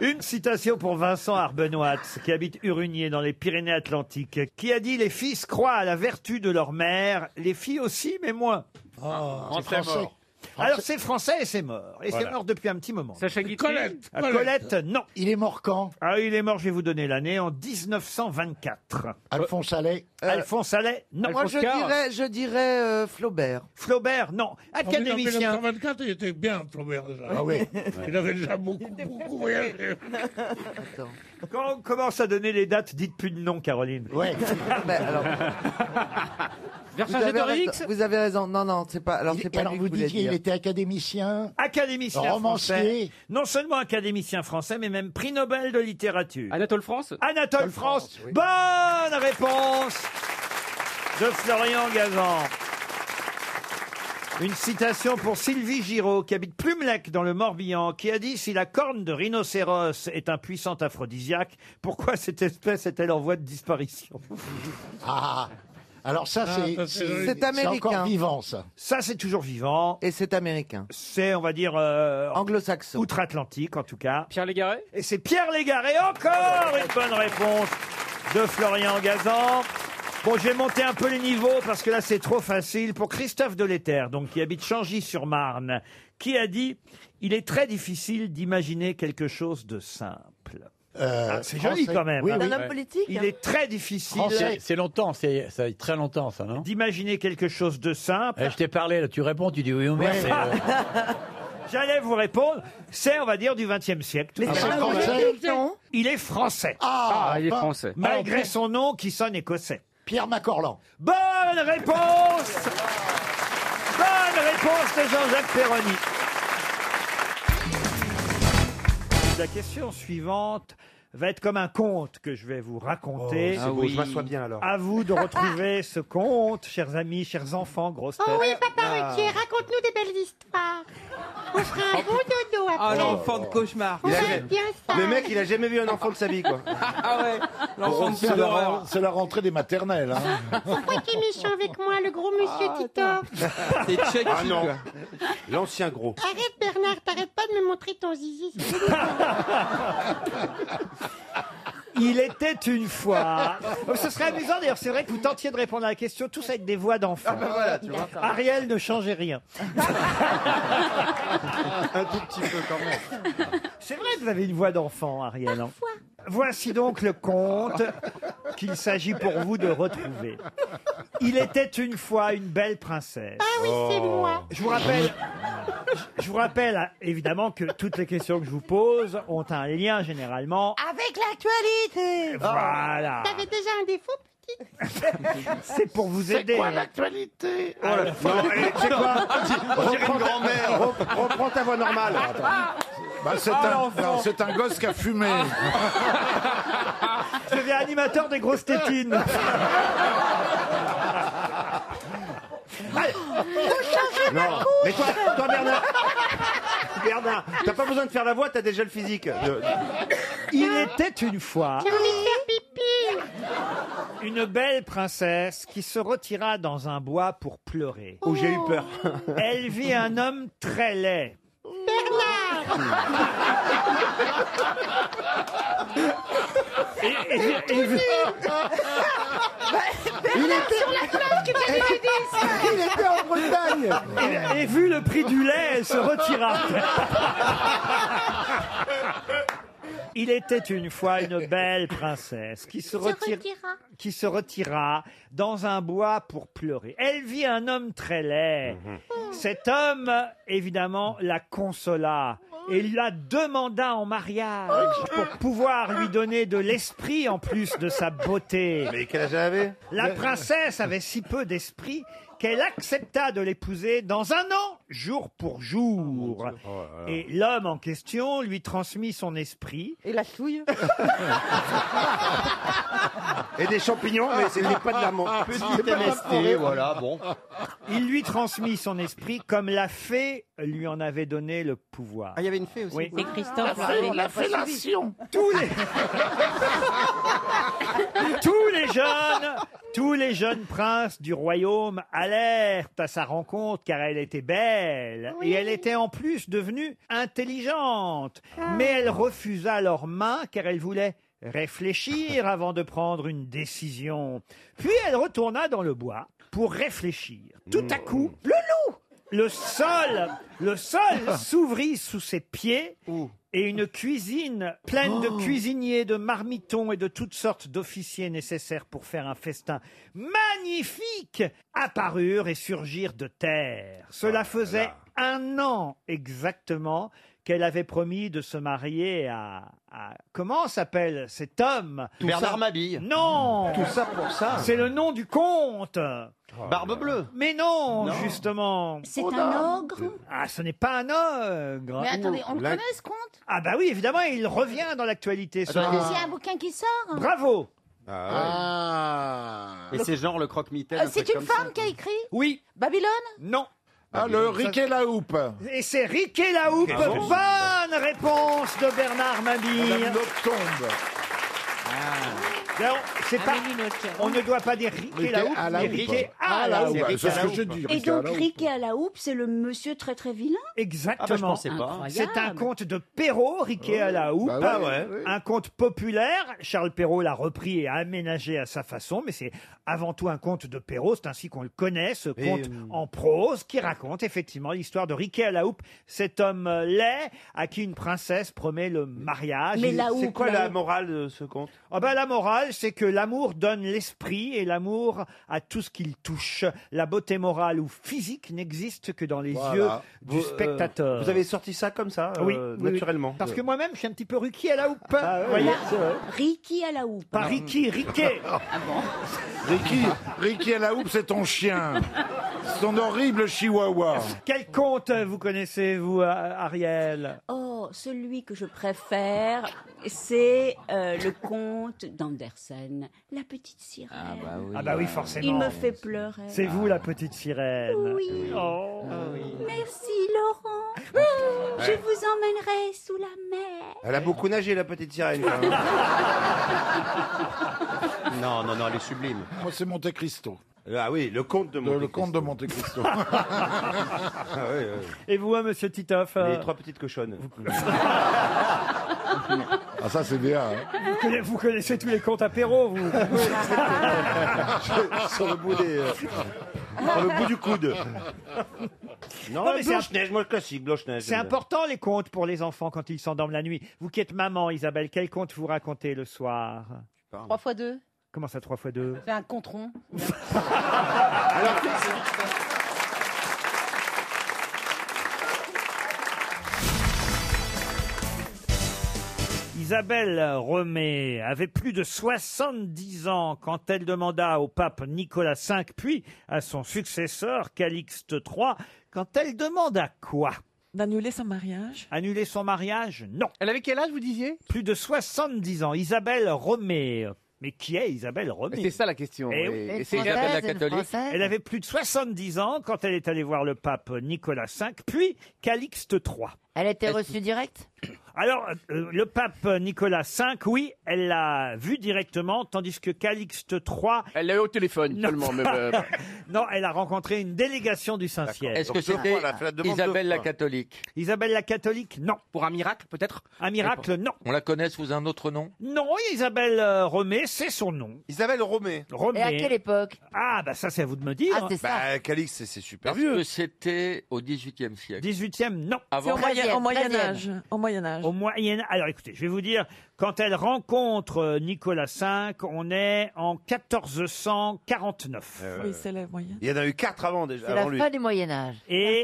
Speaker 3: Une citation pour Vincent Arbenoat, qui habite Urugnier dans les Pyrénées-Atlantiques, qui a dit Les fils croient à la vertu de leur mère, les filles aussi, mais moins.
Speaker 5: Ah,
Speaker 43: Français français. Ah, mort.
Speaker 3: Alors c'est français et c'est mort. Et
Speaker 43: Voilà.
Speaker 3: c'est mort depuis un petit moment.
Speaker 7: Sacha Guitry
Speaker 3: Colette,
Speaker 8: Ah,
Speaker 43: Colette.
Speaker 3: Colette, non. Il est mort quand Ah, il est mort, je vais vous donner l'année, en 1924. Alphonse Allais Euh, Alphonse Allais, non.
Speaker 18: Moi, je dirais, je dirais euh, Flaubert.
Speaker 3: Flaubert, non.
Speaker 18: Ah,
Speaker 3: Académicien.
Speaker 5: En 1924, il était bien, Flaubert, déjà.
Speaker 3: Ah oui.
Speaker 5: Il avait déjà beaucoup, beaucoup voyagé.
Speaker 3: Quand on commence à donner les dates, dites plus de nom, Caroline. Ouais.
Speaker 18: Ah, ben, avez raison- vous avez raison. Non, non, c'est pas. Alors, c'est pas
Speaker 30: alors
Speaker 18: lui que
Speaker 30: vous
Speaker 18: je voulais
Speaker 30: dites qu'il
Speaker 18: dire.
Speaker 30: était académicien
Speaker 3: Académicien
Speaker 30: Romancier.
Speaker 3: français. Non seulement académicien français, mais même prix Nobel de littérature. Anatole France Anatole France. Bonne réponse de Florian Gazan. Une citation pour Sylvie Giraud, qui habite Plumelec dans le Morbihan, qui a dit Si la corne de rhinocéros est un puissant aphrodisiaque, pourquoi cette espèce est-elle en voie de disparition
Speaker 30: Ah Alors ça,
Speaker 3: Ah,
Speaker 30: c'est
Speaker 3: ça, c'est joli.
Speaker 30: c'est- c'est encore vivant, ça.
Speaker 3: Ça, c'est toujours vivant.
Speaker 18: Et c'est américain.
Speaker 3: C'est, on va dire. euh,
Speaker 18: Anglo-saxon.
Speaker 3: Outre-Atlantique, en tout cas.
Speaker 7: Pierre Légaré
Speaker 3: Et c'est Pierre Légaré, encore une bonne réponse de Florian Gazan. Bon, j'ai monté un peu les niveaux parce que là, c'est trop facile. Pour Christophe Deléter, donc, qui habite Changy-sur-Marne, qui a dit Il est très difficile d'imaginer quelque chose de simple. Ah, c'est joli
Speaker 10: Français.
Speaker 3: quand même.
Speaker 10: Oui,
Speaker 3: hein.
Speaker 10: oui. Un homme politique,
Speaker 3: Il
Speaker 10: hein.
Speaker 3: est très difficile
Speaker 10: Français. C'est longtemps, c'est ça fait très longtemps ça, non
Speaker 3: d'imaginer quelque chose de simple.
Speaker 10: Eh, Je t'ai parlé, là, tu réponds, tu dis oui ou euh,
Speaker 3: Ouais.
Speaker 10: merde.
Speaker 3: J'allais vous répondre. C'est, on va dire, du XXe siècle. tout
Speaker 43: Mais c'est
Speaker 3: simplement.
Speaker 43: un Anglais,
Speaker 3: Il est français.
Speaker 43: Ah, Ah, il est bah, français.
Speaker 3: Malgré
Speaker 43: alors,
Speaker 3: son nom qui sonne écossais.
Speaker 30: Pierre Macorlan.
Speaker 3: Bonne réponse Bonne réponse de Jean-Jacques Perroni. La question suivante va être comme un conte que je vais vous raconter.
Speaker 8: Oh, c'est Ah beau, oui. je m'assois bien, alors.
Speaker 3: À vous de retrouver ce conte, chers amis, chers enfants, grosses têtes.
Speaker 4: Oh
Speaker 18: Euh,
Speaker 4: oui, papa
Speaker 3: Ah.
Speaker 4: Ruquier, raconte-nous des belles histoires. On fera un bon dodo après.
Speaker 8: Ah, de cauchemar.
Speaker 4: On va bien ça.
Speaker 8: Le mec, il a jamais vu un enfant de sa vie, quoi.
Speaker 4: Ah ouais.
Speaker 8: L'enfant de
Speaker 30: C'est
Speaker 8: son
Speaker 30: la,
Speaker 8: horreur.
Speaker 30: c'est la rentrée des maternelles. hein.
Speaker 4: Pourquoi qu'il est méchant avec moi, le gros
Speaker 3: Ah,
Speaker 4: monsieur Tito
Speaker 8: C'est tchèque. Ah non.
Speaker 30: quoi.
Speaker 8: L'ancien gros.
Speaker 4: Arrête Bernard, t'arrêtes pas de me montrer ton zizi. c'est tout.
Speaker 3: Il était une fois. Oh, Ce serait amusant d'ailleurs, c'est vrai que vous tentiez de répondre à la question tous avec des voix d'enfants.
Speaker 43: Ah bah voilà, tu vois.
Speaker 3: Ariel ne changeait rien.
Speaker 43: Un tout petit peu quand même.
Speaker 3: C'est vrai que vous avez une voix d'enfant, Ariel. hein. Voici donc le conte qu'il s'agit pour vous de retrouver. Il était une fois une belle princesse.
Speaker 4: Ah oui, c'est Oh. moi.
Speaker 3: Je vous rappelle. Je vous rappelle hein, évidemment que toutes les questions que je vous pose ont un lien généralement
Speaker 4: Avec l'actualité.
Speaker 3: Voilà.
Speaker 4: T'avais déjà un défaut, petit
Speaker 3: C'est pour vous aider. Ah,
Speaker 4: quoi l'actualité
Speaker 8: Oh là là. Non, eh, tu sais quoi On dirait une grand-mère. Rep- Reprends ta voix normale.
Speaker 30: Bah, c'est
Speaker 8: Ah,
Speaker 30: un,
Speaker 8: l'enfant.
Speaker 30: non, c'est un gosse qui a fumé.
Speaker 8: Ah.
Speaker 3: Je deviens animateur des grosses tétines.
Speaker 37: changez ma
Speaker 8: Non. Mais toi, toi Bernard, Bernard, t'as pas besoin de faire la voix, t'as déjà le physique. De-
Speaker 3: Il était une fois
Speaker 37: J'ai envie de faire pipi
Speaker 3: une belle princesse qui se retira dans un bois pour pleurer.
Speaker 8: Oh, j'ai eu peur.
Speaker 3: Elle vit un homme très laid. Et- et- et-
Speaker 37: Il était sur la place que tu m'avais dit
Speaker 8: Il était en Bretagne
Speaker 3: Et, et vu le prix du lait, elle se retira. Il était une fois une belle princesse qui se, retira, qui se retira dans un bois pour pleurer. Elle vit un homme très laid.
Speaker 8: Mhm.
Speaker 3: Cet homme, évidemment, la consola et la demanda en mariage pour pouvoir lui donner de l'esprit en plus de sa beauté.
Speaker 8: Mais quel âge elle avait
Speaker 3: La princesse avait si peu d'esprit qu'elle accepta de l'épouser dans un an, jour pour
Speaker 8: Oh,
Speaker 3: jour. Et l'homme en question lui transmit son esprit. Et la souille
Speaker 8: Et des champignons, mais c'était pas de la menthe. C'était pas de la forêt.
Speaker 3: Il lui transmit son esprit comme la fée lui en avait donné le pouvoir. Ah, il y avait une fée aussi.
Speaker 11: Et Christophe, La fée, on l'a la pas fellation.
Speaker 3: Tous les... tous les jeunes, tous les jeunes princes du royaume allèrent à sa rencontre car elle était belle et elle était en plus devenue intelligente. Mais elle refusa leurs mains car elle voulait réfléchir avant de prendre une décision. Puis elle retourna dans le bois pour réfléchir. Tout à coup, le loup le sol, le sol s'ouvrit sous ses pieds et une cuisine pleine de cuisiniers, de marmitons et de toutes sortes d'officiers nécessaires pour faire un festin magnifique apparurent et surgirent de terre.
Speaker 8: Ah
Speaker 3: Cela faisait un an exactement qu'elle avait promis de se marier à, à- comment s'appelle cet homme
Speaker 8: Bernard Mmh.
Speaker 3: Mabille. Non.
Speaker 8: Tout ça pour ça. Oh
Speaker 3: C'est le nom du comte.
Speaker 8: Barbe bleue.
Speaker 3: Mais non, justement.
Speaker 8: C'est Oh, un dame.
Speaker 3: ogre Ah, ce n'est pas un ogre.
Speaker 37: Mais attendez, on le connaît ce conte
Speaker 3: Ah bah oui, évidemment, il revient dans l'actualité. ce
Speaker 37: Parce
Speaker 3: nom.
Speaker 37: qu'il y a un bouquin qui sort
Speaker 3: Ah. Bravo
Speaker 8: Ah.
Speaker 4: Ah.
Speaker 3: Ah
Speaker 17: Et c'est genre le croque-mitaine.
Speaker 37: Euh, C'est une femme qui a écrit
Speaker 3: Oui.
Speaker 37: Babylone
Speaker 3: Non.
Speaker 8: Ah, le Riquet la houppe.
Speaker 3: Et c'est Riquet la Houppe.
Speaker 8: Ah bon
Speaker 3: Bonne réponse de Bernard Mabille.
Speaker 8: Madame Noctombe.
Speaker 33: Ah.
Speaker 3: Non, c'est pas. On ne doit pas dire Riquet la Houppe, mais Riquet
Speaker 33: Ah,
Speaker 3: Ah, à la Houppe.
Speaker 8: C'est ce que je dis.
Speaker 33: Et donc, Ricky à la houppe, c'est le monsieur très très vilain
Speaker 8: Ah,
Speaker 3: Exactement.
Speaker 8: bah,
Speaker 3: C'est un conte de Perrault, Riquet à la Houppe.
Speaker 8: Bah ouais, ouais.
Speaker 3: Un conte populaire. Charles Perrault l'a repris et a aménagé à sa façon, mais c'est avant tout un conte de Perrault. C'est ainsi qu'on le connaît, ce
Speaker 8: Et,
Speaker 3: conte
Speaker 8: euh,
Speaker 3: en prose qui raconte effectivement l'histoire de Riquet à la Houppe, cet homme euh, laid à qui une princesse promet le mariage.
Speaker 8: C'est quoi la morale de ce conte
Speaker 3: Ah ben, la morale, c'est que l'amour donne l'esprit et l'amour à tout ce qu'il touche. La beauté morale ou physique n'existe que dans les
Speaker 8: Voilà.
Speaker 3: yeux du
Speaker 8: Vous, euh,
Speaker 3: spectateur.
Speaker 8: vous avez sorti ça comme ça, euh,
Speaker 3: Oui, oui, oui.
Speaker 8: naturellement. Euh. Ah,
Speaker 3: Parce que moi-même, je suis un petit peu Ruki à la houppe. Vous voyez
Speaker 8: bah
Speaker 33: Ricky à la houppe.
Speaker 3: Pas Ricky, Riquet.
Speaker 33: Ah
Speaker 8: Ricky, Ricky à la houppe, c'est ton chien. Son horrible chihuahua.
Speaker 3: Quel conte vous connaissez, vous, A- Ariel
Speaker 33: Oh, celui que je préfère, c'est euh, le conte d'Andersen, La petite sirène. Ah bah
Speaker 3: Ah bah oui, forcément.
Speaker 33: Il me fait pleurer.
Speaker 3: C'est vous, la petite sirène.
Speaker 33: Ah, Oui.
Speaker 3: Oh.
Speaker 33: Merci Laurent. Oh, Je
Speaker 8: Ouais.
Speaker 33: vous emmènerai sous la mer.
Speaker 8: Elle a beaucoup nagé, la petite sirène. non, non, non, elle est sublime.
Speaker 5: Moi, c'est Monte Cristo.
Speaker 8: Ah oui, le conte de
Speaker 5: Le,
Speaker 8: Monte Ah
Speaker 5: le comte de Monte Cristo.
Speaker 3: Et vous, hein, monsieur Titoff
Speaker 8: Les
Speaker 3: euh,
Speaker 8: trois petites cochonnes.
Speaker 5: ah, ça, c'est bien. hein.
Speaker 3: vous, conna- vous connaissez tous les contes à Perrault, vous
Speaker 8: sur le bout des. euh, sur le bout du coude. Non,
Speaker 3: Non, mais
Speaker 8: mais
Speaker 3: c'est un-
Speaker 8: Blanche-Neige, moi le classique, Blanche-Neige.
Speaker 3: C'est important les contes pour les enfants quand ils s'endorment la nuit. Vous qui êtes maman, Isabelle, quel conte vous racontez le soir
Speaker 44: 3 fois 2
Speaker 3: Comment ça, 3 fois 2
Speaker 44: C'est un contron.
Speaker 3: Isabelle Romé avait plus de 70 ans quand elle demanda au pape Nicolas V, puis à son successeur Calixte III, quand elle demanda quoi
Speaker 11: D'annuler son mariage
Speaker 3: Annuler son mariage Non. Elle avait quel âge, vous disiez Plus de 70 ans. Isabelle Romé. Mais qui est Isabelle Romy
Speaker 17: C'est ça la question.
Speaker 3: Eh oui.
Speaker 17: Et- et c'est Isabelle la catholique.
Speaker 3: Elle avait plus de 70 ans quand elle est allée voir le pape Nicolas V, puis Calixte III.
Speaker 14: Elle a été reçue direct
Speaker 3: Alors, euh, le pape Nicolas V, oui, elle l'a vu directement, tandis que Calixte III...
Speaker 17: Elle l'a eu au téléphone seulement. mais, euh,
Speaker 3: non, elle a rencontré une délégation du Saint-Siège.
Speaker 17: Est-ce que Donc, deux c'était fois, la- la demande Isabelle deux la fois.
Speaker 3: catholique Isabelle la catholique, non. Pour un miracle, peut-être Un miracle, non.
Speaker 17: On la connaît sous un autre nom
Speaker 3: Non, Isabelle euh, Romé, c'est son nom. Isabelle Romé. Romé.
Speaker 14: Et à quelle époque
Speaker 3: Ah, bah ça, c'est à vous de me dire.
Speaker 14: Ah, c'est ça. Bah,
Speaker 3: Calix, c'est super
Speaker 17: Est-ce que c'était au XVIIIe siècle
Speaker 3: 18e, non.
Speaker 17: Avant.
Speaker 11: au Moyen- au Moyen Âge.
Speaker 3: Au Moyen Âge. Au Moyen Alors écoutez, je vais vous dire, quand elle rencontre euh, Nicolas V, on est en 1449.
Speaker 11: Oui, c'est le moyen.
Speaker 3: Euh, Il y en a eu quatre avant déjà.
Speaker 14: C'est la fin du Moyen-Âge.
Speaker 3: Et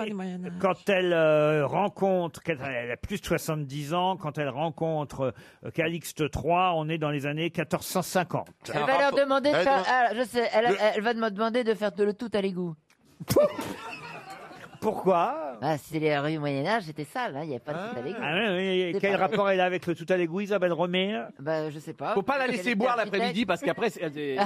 Speaker 3: quand elle euh, rencontre, quand elle a plus de 70 ans, quand elle rencontre euh, Calixte III, on est dans les années 1450.
Speaker 14: Elle va leur demander de faire. ah, je sais, elle, elle va me demander de faire de le tout à l'égout.
Speaker 3: Pourquoi
Speaker 14: Ah, c'est les rues Moyen-Âge, c'était sale, hein, il n'y avait pas de tout à l'égout.
Speaker 3: Ah oui, oui, et
Speaker 14: C'est
Speaker 3: quel
Speaker 14: pas-
Speaker 3: rapport elle a avec le tout à l'égout, Isabelle Romé
Speaker 14: Bah, je sais pas.
Speaker 17: Faut pas la
Speaker 14: Quel
Speaker 17: laisser
Speaker 14: était
Speaker 17: boire
Speaker 14: l'architecte
Speaker 17: l'après-midi parce qu'après, c'est c'est-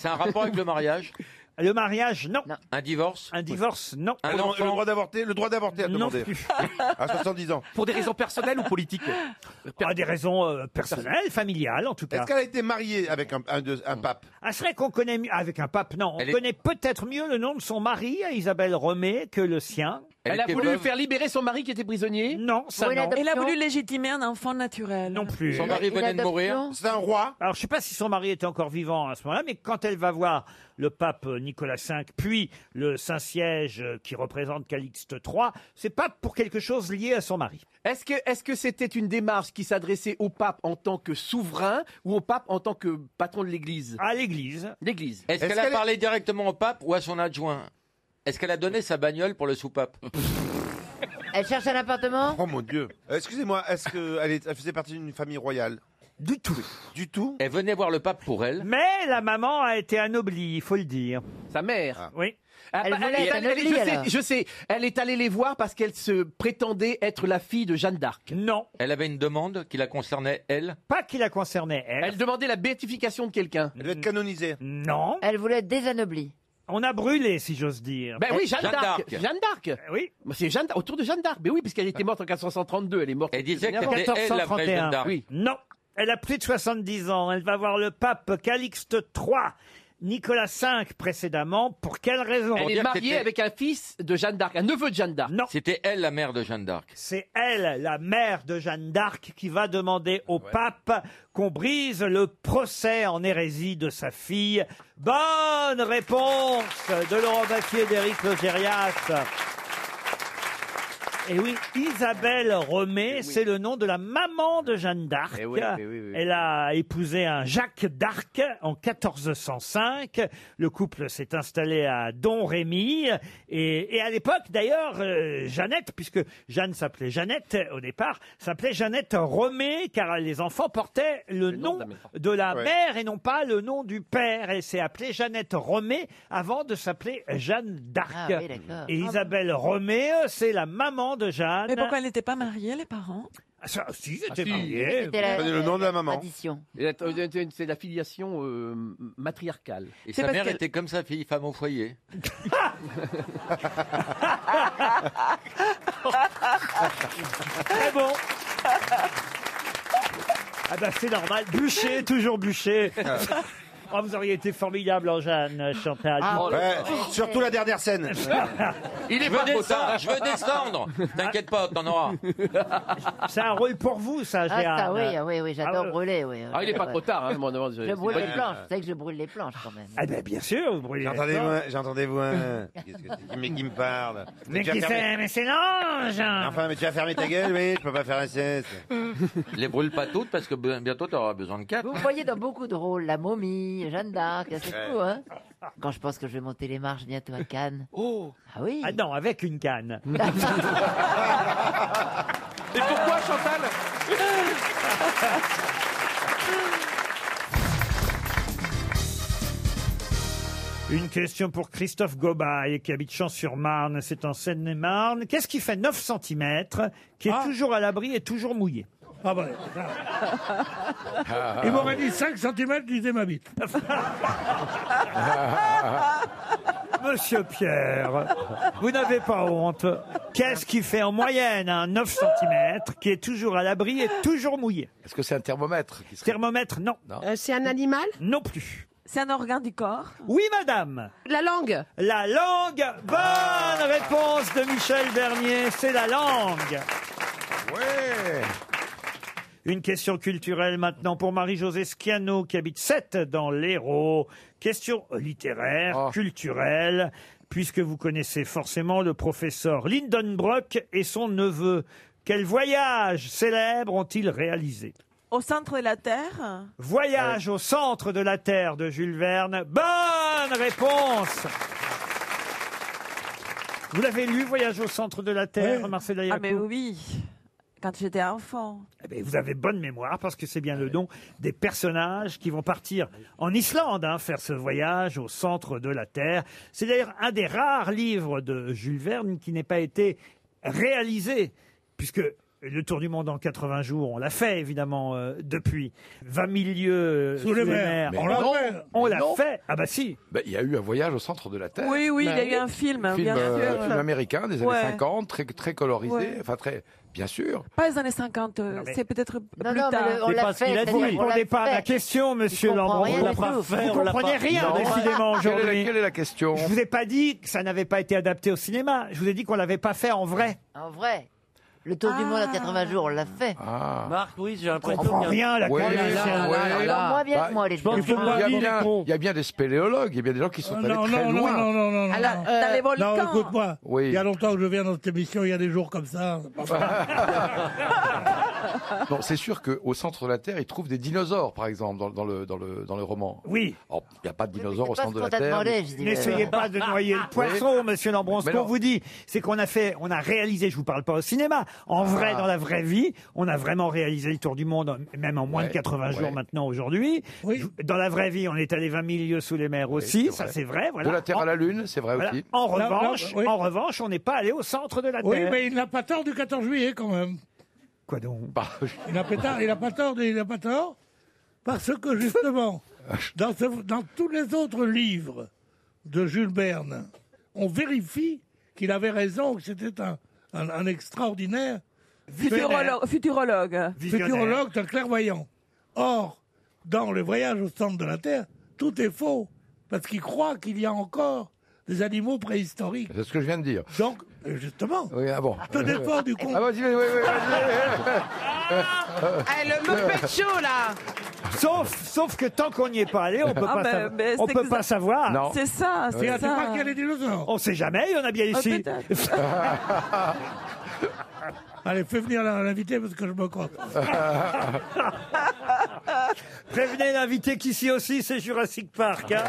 Speaker 17: c'est un rapport avec le mariage.
Speaker 3: Le mariage, non.
Speaker 17: Un divorce
Speaker 3: Un divorce, non.
Speaker 17: Un enfant
Speaker 8: Le droit d'avorter, le droit d'avorter à demander. à 70 ans.
Speaker 17: Pour des raisons personnelles ou politiques
Speaker 3: Ah, des raisons euh, personnelles, familiales en tout cas.
Speaker 8: Est-ce qu'elle a été mariée avec un, un de- un pape
Speaker 3: Ah, c'est vrai qu'on connaît mieux, avec un pape, non, on connaît peut-être mieux le nom de son mari, Isabelle Romé, que le sien.
Speaker 17: Elle Elle a était voulu veuve. faire
Speaker 3: libérer son mari qui était prisonnier Non, ça non.
Speaker 11: Elle a voulu légitimer un enfant naturel.
Speaker 3: Non plus.
Speaker 11: Son mari Une venait de adoption mourir.
Speaker 3: C'est un roi. Alors, je sais pas si son mari était encore vivant à ce moment-là, mais quand elle va voir le pape Nicolas V, puis le Saint-Siège euh, qui représente Calixte III, c'est pas pour quelque chose lié à son mari.
Speaker 9: Est-ce que est-ce que c'était une démarche qui s'adressait au pape en tant que souverain ou au pape en tant que patron de l'Église
Speaker 3: À l'Église.
Speaker 9: L'Église.
Speaker 17: Est-ce qu'elle a parlé directement au pape ou à son adjoint Est-ce qu'elle a donné sa bagnole pour le soupape
Speaker 14: Elle cherche un appartement
Speaker 8: Oh mon Dieu. Euh, Excusez-moi, est-ce qu'elle est, elle faisait partie d'une famille royale
Speaker 3: Du tout.
Speaker 8: Du tout
Speaker 17: Elle venait voir le pape pour elle.
Speaker 3: Mais la maman a été anoblie, il faut le dire.
Speaker 9: Sa mère
Speaker 3: Oui.
Speaker 9: Ah,
Speaker 3: Elle
Speaker 9: bah,
Speaker 3: voulait
Speaker 9: elle est
Speaker 3: être
Speaker 9: allée-
Speaker 3: anoblie,
Speaker 9: je, sais,
Speaker 3: alors.
Speaker 9: je sais, elle est allée les voir parce qu'elle se prétendait être la fille de Jeanne d'Arc.
Speaker 3: Non.
Speaker 17: Elle avait une demande qui la concernait, elle
Speaker 33: Eh
Speaker 3: Pas qui la concernait, elle.
Speaker 9: Elle demandait la béatification de quelqu'un. Elle
Speaker 8: devait être canonisée.
Speaker 3: Non.
Speaker 14: Elle voulait être désanoblie.
Speaker 3: On a brûlé, si j'ose dire.
Speaker 17: Eh,
Speaker 3: Eh,
Speaker 9: Ben oui, Jeanne d'Arc.
Speaker 3: Jeanne
Speaker 9: Jeanne d'Arc. Bah,
Speaker 3: Oui. Ah.
Speaker 9: C'est Jeanne d'Arc- autour de Jeanne d'Arc. Mais oui, puisqu'elle était morte en 1432. Elle est morte. Elle
Speaker 17: disait
Speaker 3: En 1431.
Speaker 9: Oui.
Speaker 3: Non, elle a plus de 70 ans. Elle va voir le pape Calixte III, Nicolas V précédemment. Pour quelle raison
Speaker 9: Elle est mariée avec un fils de Jeanne d'Arc, un neveu de Jeanne d'Arc.
Speaker 3: Non.
Speaker 17: C'était elle la mère de Jeanne d'Arc.
Speaker 3: C'est elle, la mère de Jeanne d'Arc, qui va demander au pape qu'on brise le procès en hérésie de sa fille. Bonne réponse de Laurent Baffier et d'Éric Logérias. Et Eh oui, Isabelle Romé, c'est le nom de la maman de Jeanne d'Arc.
Speaker 9: Eh oui, eh oui, oui.
Speaker 3: Elle a épousé un Jacques d'Arc en 1405. Le couple s'est installé à Don Rémy. Et, et à l'époque, d'ailleurs, euh, Jeannette, puisque Jeanne s'appelait Jeannette euh, au départ, s'appelait Jeannette Romé, car les enfants portaient le, nom, de la
Speaker 8: Ouais.
Speaker 3: mère et non pas le nom du père. Elle s'est appelée Jeannette Romé avant de s'appeler Jeanne d'Arc.
Speaker 14: Ah oui, d'accord.
Speaker 3: et
Speaker 14: Ah bon.
Speaker 3: Isabelle Romé, c'est la maman de Jeanne.
Speaker 11: Mais pourquoi elle n'était pas mariée, les parents
Speaker 3: Ah, ça, si,
Speaker 9: Ah,
Speaker 3: c'était
Speaker 9: si.
Speaker 3: marié.
Speaker 9: Et la- euh, C'est la filiation euh, matriarcale.
Speaker 17: Et sa mère était comme sa fille, femme au foyer.
Speaker 3: Très bon. Ah bah c'est normal. Bûcher, toujours bûcher. Oh, vous auriez été formidable en Jeanne, euh, Chantal.
Speaker 8: Ah, ouais. Surtout la dernière scène.
Speaker 17: Il est je
Speaker 3: pas
Speaker 17: veux
Speaker 3: beau, ça.
Speaker 17: descendre, je veux descendre. T'inquiète pas, t'en auras.
Speaker 3: C'est un rôle pour vous, ça,
Speaker 14: Ah,
Speaker 3: Jeanne.
Speaker 14: ça, oui,
Speaker 3: euh,
Speaker 14: ah oui, oui, j'adore brûler, oui.
Speaker 9: Ah, il est pas trop tard, hein, je m'en demande.
Speaker 14: Je brûle les planches, vous savez que je brûle les planches quand même.
Speaker 3: Ah ben bien sûr, vous brûlez.
Speaker 8: J'entendais vous, j'entendais vous un. Qu'est-ce que c'est Mais qui me parle
Speaker 3: Mais
Speaker 8: tu as
Speaker 3: qui
Speaker 8: fermé-
Speaker 3: c'est Mais c'est l'ange
Speaker 8: Enfin, mais tu as fermé ta gueule, oui, je peux pas faire la sieste.
Speaker 3: Ah.
Speaker 17: Les brûle pas toutes parce que b- bientôt t'auras besoin de quatre.
Speaker 14: Vous me voyez dans beaucoup de rôles, la momie, Jeanne d'Arc, c'est
Speaker 17: Ouais.
Speaker 14: fou, hein Quand je pense que je vais monter les marches bientôt à Cannes.
Speaker 3: Oh
Speaker 14: Ah oui Ah,
Speaker 3: Ah non, avec une canne.
Speaker 9: Et pourquoi, Chantal
Speaker 3: Une question pour Christophe Gobaille, qui habite Champs-sur-Marne,
Speaker 11: Ah.
Speaker 3: c'est en Seine-et-Marne. Qu'est-ce qui fait 9 cm, qui est toujours à l'abri et toujours mouillé
Speaker 5: Ah bah, il m'aurait dit 5 cm, je disais ma bite.
Speaker 3: Monsieur Pierre, vous n'avez pas honte. Qu'est-ce qui fait en moyenne un 9 cm qui est toujours à l'abri et toujours mouillé Est-ce que c'est un thermomètre Thermomètre, non.
Speaker 45: Euh, C'est un animal
Speaker 3: Non plus.
Speaker 11: C'est un organe du corps.
Speaker 3: Oui, madame.
Speaker 45: La langue
Speaker 3: La langue. Bonne réponse de Michel Bernier. C'est la langue. Une question culturelle maintenant pour Marie-Josée Schiano qui habite 7 dans l'Hérault. Question littéraire, culturelle, puisque vous connaissez forcément le professeur Lindenbrock et son neveu. Quel voyage célèbre ont-ils réalisé
Speaker 11: Au centre de la Terre
Speaker 3: Voyage au centre de la Terre de Jules Verne. Bonne réponse Vous l'avez lu, Voyage au centre de la Terre, Marcela
Speaker 11: Ah, mais
Speaker 3: Yacoub
Speaker 11: oui, quand j'étais enfant.
Speaker 3: Eh ben, vous avez bonne mémoire parce que c'est bien le nom des personnages qui vont partir en Islande, hein, faire ce voyage au centre de la Terre. C'est d'ailleurs un des rares livres de Jules Verne qui n'ait pas été réalisé, puisque le tour du monde en 80 jours, on l'a fait évidemment euh, depuis 20 000 lieues
Speaker 5: Sous les mers.
Speaker 3: on
Speaker 5: Mais
Speaker 3: l'a
Speaker 5: non.
Speaker 3: fait. On l'a
Speaker 5: Non.
Speaker 3: fait. Ah bah si.
Speaker 13: Ben, Il y a eu un voyage au centre de la Terre.
Speaker 11: Oui, oui, il y a eu un film, hein,
Speaker 13: Un
Speaker 11: bien
Speaker 13: film, euh,
Speaker 11: sûr.
Speaker 13: film américain des
Speaker 11: Ouais.
Speaker 13: années 50, très, très colorisé.
Speaker 11: Ouais.
Speaker 13: Enfin, très. Bien sûr.
Speaker 11: Pas les années 50, euh,
Speaker 13: mais-
Speaker 11: c'est peut-être plus
Speaker 13: non, mais
Speaker 11: tard.
Speaker 13: le- on C'est l'a pas ce fait, qu'il a dit.
Speaker 3: Vous ne répondez pas à ma question, monsieur Lambron.
Speaker 13: rien
Speaker 3: Vous
Speaker 13: du tout.
Speaker 3: ne
Speaker 13: On l'a pas
Speaker 3: comprenez
Speaker 13: fait.
Speaker 3: rien,
Speaker 13: Non.
Speaker 3: décidément,
Speaker 13: Quelle est la-
Speaker 3: aujourd'hui.
Speaker 13: quelle est la question
Speaker 3: Je vous ai pas dit que ça n'avait pas été adapté au cinéma. Je vous ai dit qu'on l'avait pas fait en vrai.
Speaker 14: En vrai, le tour du
Speaker 3: Ah.
Speaker 14: monde à 80 jours, on l'a fait.
Speaker 13: Marc, oui, j'ai
Speaker 3: l'impression comprend qu'il y a- rien, la
Speaker 13: ouais,
Speaker 3: connaisse, hein.
Speaker 13: ouais. Bah,
Speaker 3: Alors,
Speaker 14: Alors, moi, bien que moi, les
Speaker 13: Il y, a
Speaker 14: gens.
Speaker 13: bien- il y a bien des spéléologues, il y a bien des gens qui sont allés
Speaker 5: Euh, non,
Speaker 13: très
Speaker 5: non,
Speaker 13: loin.
Speaker 5: non, non, non, non.
Speaker 14: Alors,
Speaker 5: non.
Speaker 14: euh, dans les
Speaker 5: Non,
Speaker 14: volcans.
Speaker 5: écoute-moi.
Speaker 13: Oui.
Speaker 5: Il y a longtemps que je viens dans cette émission, il y a des jours comme ça.
Speaker 13: Non, c'est sûr qu'au centre de la Terre, ils trouvent des dinosaures, par exemple, dans, dans le, dans, le, dans le roman.
Speaker 3: Oui.
Speaker 13: Alors, Il n'y a pas de dinosaures au
Speaker 3: pas
Speaker 13: centre
Speaker 3: ce
Speaker 13: de
Speaker 3: qu'on
Speaker 13: la
Speaker 3: t'a
Speaker 13: Terre.
Speaker 3: demandé,
Speaker 13: mais-
Speaker 3: je dis, N'essayez euh, pas de noyer le
Speaker 13: Oui.
Speaker 3: poisson, monsieur Lambron. Ce
Speaker 13: Mais
Speaker 3: qu'on
Speaker 13: non.
Speaker 3: vous dit, c'est qu'on a fait, on a réalisé, je vous parle pas au cinéma, en
Speaker 13: Ah.
Speaker 3: vrai, dans la vraie vie, on a vraiment réalisé le tour du monde, même en moins de
Speaker 13: Ouais,
Speaker 3: 80 jours
Speaker 13: ouais.
Speaker 3: maintenant aujourd'hui. Je- Dans la vraie vie, on est allé 20 000 lieues sous les mers aussi,
Speaker 13: c'est
Speaker 3: ça
Speaker 13: vrai.
Speaker 3: c'est vrai. Voilà.
Speaker 13: De la Terre
Speaker 3: En-
Speaker 13: à la Lune, c'est vrai
Speaker 3: voilà.
Speaker 13: aussi.
Speaker 3: En
Speaker 5: Non, non,
Speaker 3: revanche,
Speaker 5: oui.
Speaker 3: en revanche, on n'est pas allé au centre de la
Speaker 5: Oui,
Speaker 14: euh,
Speaker 3: Terre.
Speaker 5: mais il n'a pas tort du 14 juillet quand même.
Speaker 3: Quoi donc
Speaker 17: Bah,
Speaker 5: Il n'a pas tort, il a pas tort, de- il a pas tort, parce que justement, dans, ce- dans tous les autres livres de Jules Verne, on vérifie qu'il avait raison, que c'était un, un- un extraordinaire
Speaker 11: Futurologue. Futurologue.
Speaker 5: futurologue, un clairvoyant. Or, dans le voyage au centre de la Terre, tout est faux, parce qu'il croit qu'il y a encore des animaux préhistoriques.
Speaker 13: C'est ce que je viens de dire.
Speaker 5: Donc, euh, justement,
Speaker 13: Oui, ah bon.
Speaker 5: tenez pas du compte.
Speaker 13: Ah, vas-y, oui, oui,
Speaker 11: Eh,
Speaker 5: Ah,
Speaker 3: Eh,
Speaker 18: le Muppet Show, là
Speaker 3: Sauf, sauf que tant qu'on n'y est pas allé, Eh, on peut
Speaker 11: Ah,
Speaker 3: pas,
Speaker 11: mais-
Speaker 3: savoir-
Speaker 11: mais
Speaker 3: on
Speaker 11: c'est
Speaker 3: peut
Speaker 11: exa-
Speaker 3: pas savoir. Euh,
Speaker 11: Non. C'est ça, c'est
Speaker 3: Ouais.
Speaker 11: ça. Tu crois qu'il y a
Speaker 5: des dinosaures
Speaker 3: On sait jamais, il y en a bien
Speaker 5: Ah,
Speaker 3: ici.
Speaker 5: Allez, fais venir la- l'invité parce que je me crois.
Speaker 3: Prévenez l'invité qu'ici aussi, c'est Jurassic Park. hein.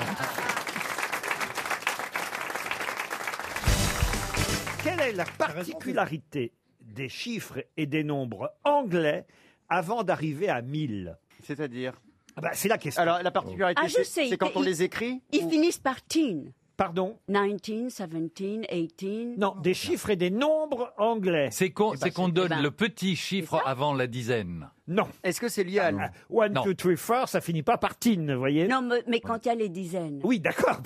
Speaker 3: Quelle est la particularité des chiffres et des nombres anglais avant d'arriver à 1000
Speaker 7: C'est-à-dire
Speaker 3: C'est la question.
Speaker 7: Alors, la particularité,
Speaker 33: Ah, je
Speaker 7: c'est-
Speaker 33: sais,
Speaker 7: c'est quand on
Speaker 33: ils-
Speaker 7: les écrit
Speaker 33: Ils finissent par teen.
Speaker 3: Pardon
Speaker 33: 19, 17, 18.
Speaker 3: Non, des chiffres et des nombres anglais.
Speaker 2: C'est qu'on c'est qu'on
Speaker 33: c'est-
Speaker 2: donne
Speaker 33: eh ben,
Speaker 2: le petit chiffre avant la dizaine.
Speaker 3: Non. Ah,
Speaker 7: Est-ce que c'est lié à...
Speaker 3: One,
Speaker 2: Non.
Speaker 3: two, three, four, ça finit pas par tin, vous voyez
Speaker 33: Non, mais, mais quand il y a les dizaines.
Speaker 3: Oui, d'accord.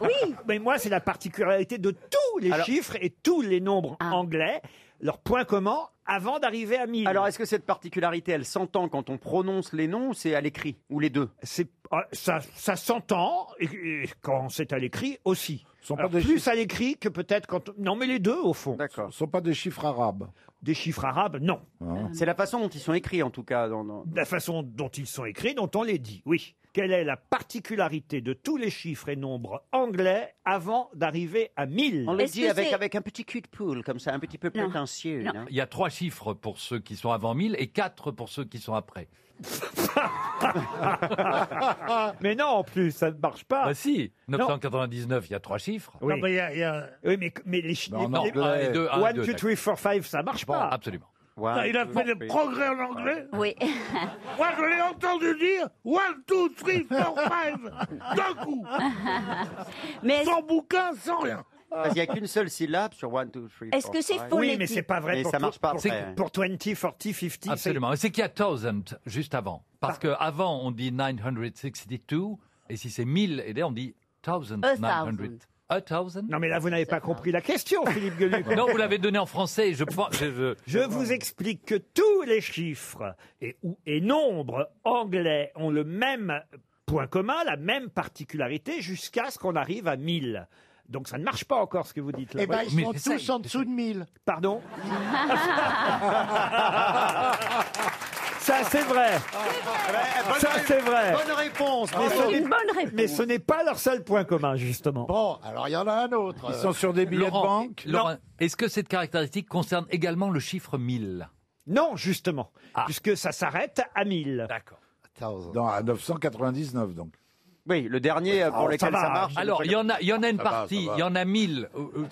Speaker 3: oui. Mais moi, c'est la particularité de tous les chiffres et tous les nombres
Speaker 7: Ah.
Speaker 3: anglais, leur point commun avant d'arriver à 1000.
Speaker 7: Alors, est-ce que cette particularité, elle s'entend quand on prononce les noms ou c'est à l'écrit Ou les deux
Speaker 3: C'est ah, ça, ça s'entend et- et quand c'est à l'écrit aussi.
Speaker 7: pas
Speaker 3: Alors,
Speaker 7: des
Speaker 3: plus à l'écrit que peut-être quand... Non, mais les deux, au fond.
Speaker 7: D'accord.
Speaker 3: Ce ne sont pas des chiffres arabes. Des chiffres arabes, non.
Speaker 7: C'est la façon dont ils sont écrits, en tout cas. Dans, dans-
Speaker 3: La façon dont ils sont écrits, dont on les dit, oui. Quelle est la particularité de tous les chiffres et nombres anglais avant d'arriver à 1000
Speaker 7: On les dit avec, avec un petit cul de poule, comme ça, un petit peu
Speaker 33: Non.
Speaker 7: prétentieux.
Speaker 33: Non.
Speaker 7: hein.
Speaker 2: Il y a trois chiffres pour ceux qui sont avant 1000 et quatre pour ceux qui sont après.
Speaker 3: Mais non, en plus, ça ne marche pas.
Speaker 2: Bah si, 999, il y a trois chiffres.
Speaker 3: Oui. Oui, mais, mais les chiffres.
Speaker 2: Non, non, un et deux, un et
Speaker 3: One,
Speaker 2: deux,
Speaker 3: two,
Speaker 2: d'accord.
Speaker 3: three, four, five, ça marche pas.
Speaker 2: Absolument.
Speaker 5: Ah, il a fait des progrès en anglais Oui. Moi, je l'ai entendu dire One, two, three, four, five D'un coup
Speaker 33: Mais
Speaker 5: Sans bouquin, sans rien
Speaker 7: Parce qu'il n'y a qu'une seule syllabe sur 1, 2, 3,
Speaker 33: Est-ce que c'est
Speaker 7: Oui,
Speaker 33: phonétique
Speaker 7: mais c'est pas vrai. Et pour ça tout- marche pas pour- après.
Speaker 3: Pour 20, 40, 50.
Speaker 2: Absolument. Et c'est qu'il y a 1000 juste avant. Parce que avant on dit 962, et si c'est 1000, et là, on dit 1000.
Speaker 3: A thousand.
Speaker 2: 900. A thousand
Speaker 3: Non, mais là, vous n'avez pas compris la question, Philippe Gueluc.
Speaker 2: Non, vous l'avez donné en français. Je, pense- je, je-
Speaker 3: Je vous explique que tous les chiffres et, ou- et nombres anglais ont le même point commun, la même particularité, jusqu'à ce qu'on arrive à 1000. Donc ça ne marche pas encore ce que vous dites là.
Speaker 46: Eh ben, ils sont tous en
Speaker 3: dessous de 1000. Pardon Ça, c'est vrai. Ça, c'est vrai.
Speaker 2: Oh
Speaker 46: bonne réponse,
Speaker 7: Ah,
Speaker 3: Mais
Speaker 46: bravo.
Speaker 3: ce n'est-
Speaker 46: Une bonne réponse.
Speaker 3: Mais ce n'est pas leur seul point commun, justement.
Speaker 46: Bon, alors il y en a un autre.
Speaker 2: Laurent, Laurent, est-ce que cette caractéristique concerne également le chiffre 1000
Speaker 3: Non, justement. Puisque ça s'arrête à 1000.
Speaker 2: D'accord.
Speaker 8: Dans, à 999, donc.
Speaker 7: Oui, le dernier
Speaker 8: Ah,
Speaker 7: euh,
Speaker 3: Oh,
Speaker 7: pour lequel ça marche.
Speaker 2: Alors, il y, en a- il y en a une
Speaker 7: Ça va, ça
Speaker 2: partie,
Speaker 7: va.
Speaker 2: il y en a 1000. euh, euh,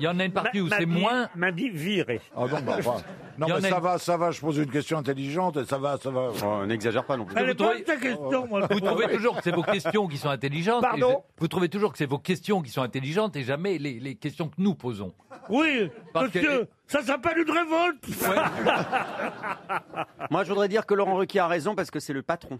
Speaker 2: Il y en a une partie où c'est moins.
Speaker 3: M'a dit viré.
Speaker 8: Ah non, bah, bah. Non,
Speaker 2: Il y en
Speaker 8: mais
Speaker 2: a
Speaker 8: ça
Speaker 2: une-
Speaker 8: va, ça va, je pose une question intelligente et ça va, ça va.
Speaker 7: Oh, on n'exagère pas non
Speaker 8: plus.
Speaker 2: Vous trouvez- Vous trouvez toujours que c'est vos questions qui sont intelligentes. et
Speaker 5: Pardon
Speaker 2: je- Vous trouvez toujours que c'est vos questions qui sont intelligentes et jamais les, les questions que nous posons.
Speaker 5: Oui,
Speaker 2: Parce que-
Speaker 5: monsieur, ça s'appelle une révolte.
Speaker 7: Moi, je voudrais dire que Laurent Ruquier a raison parce que c'est le patron.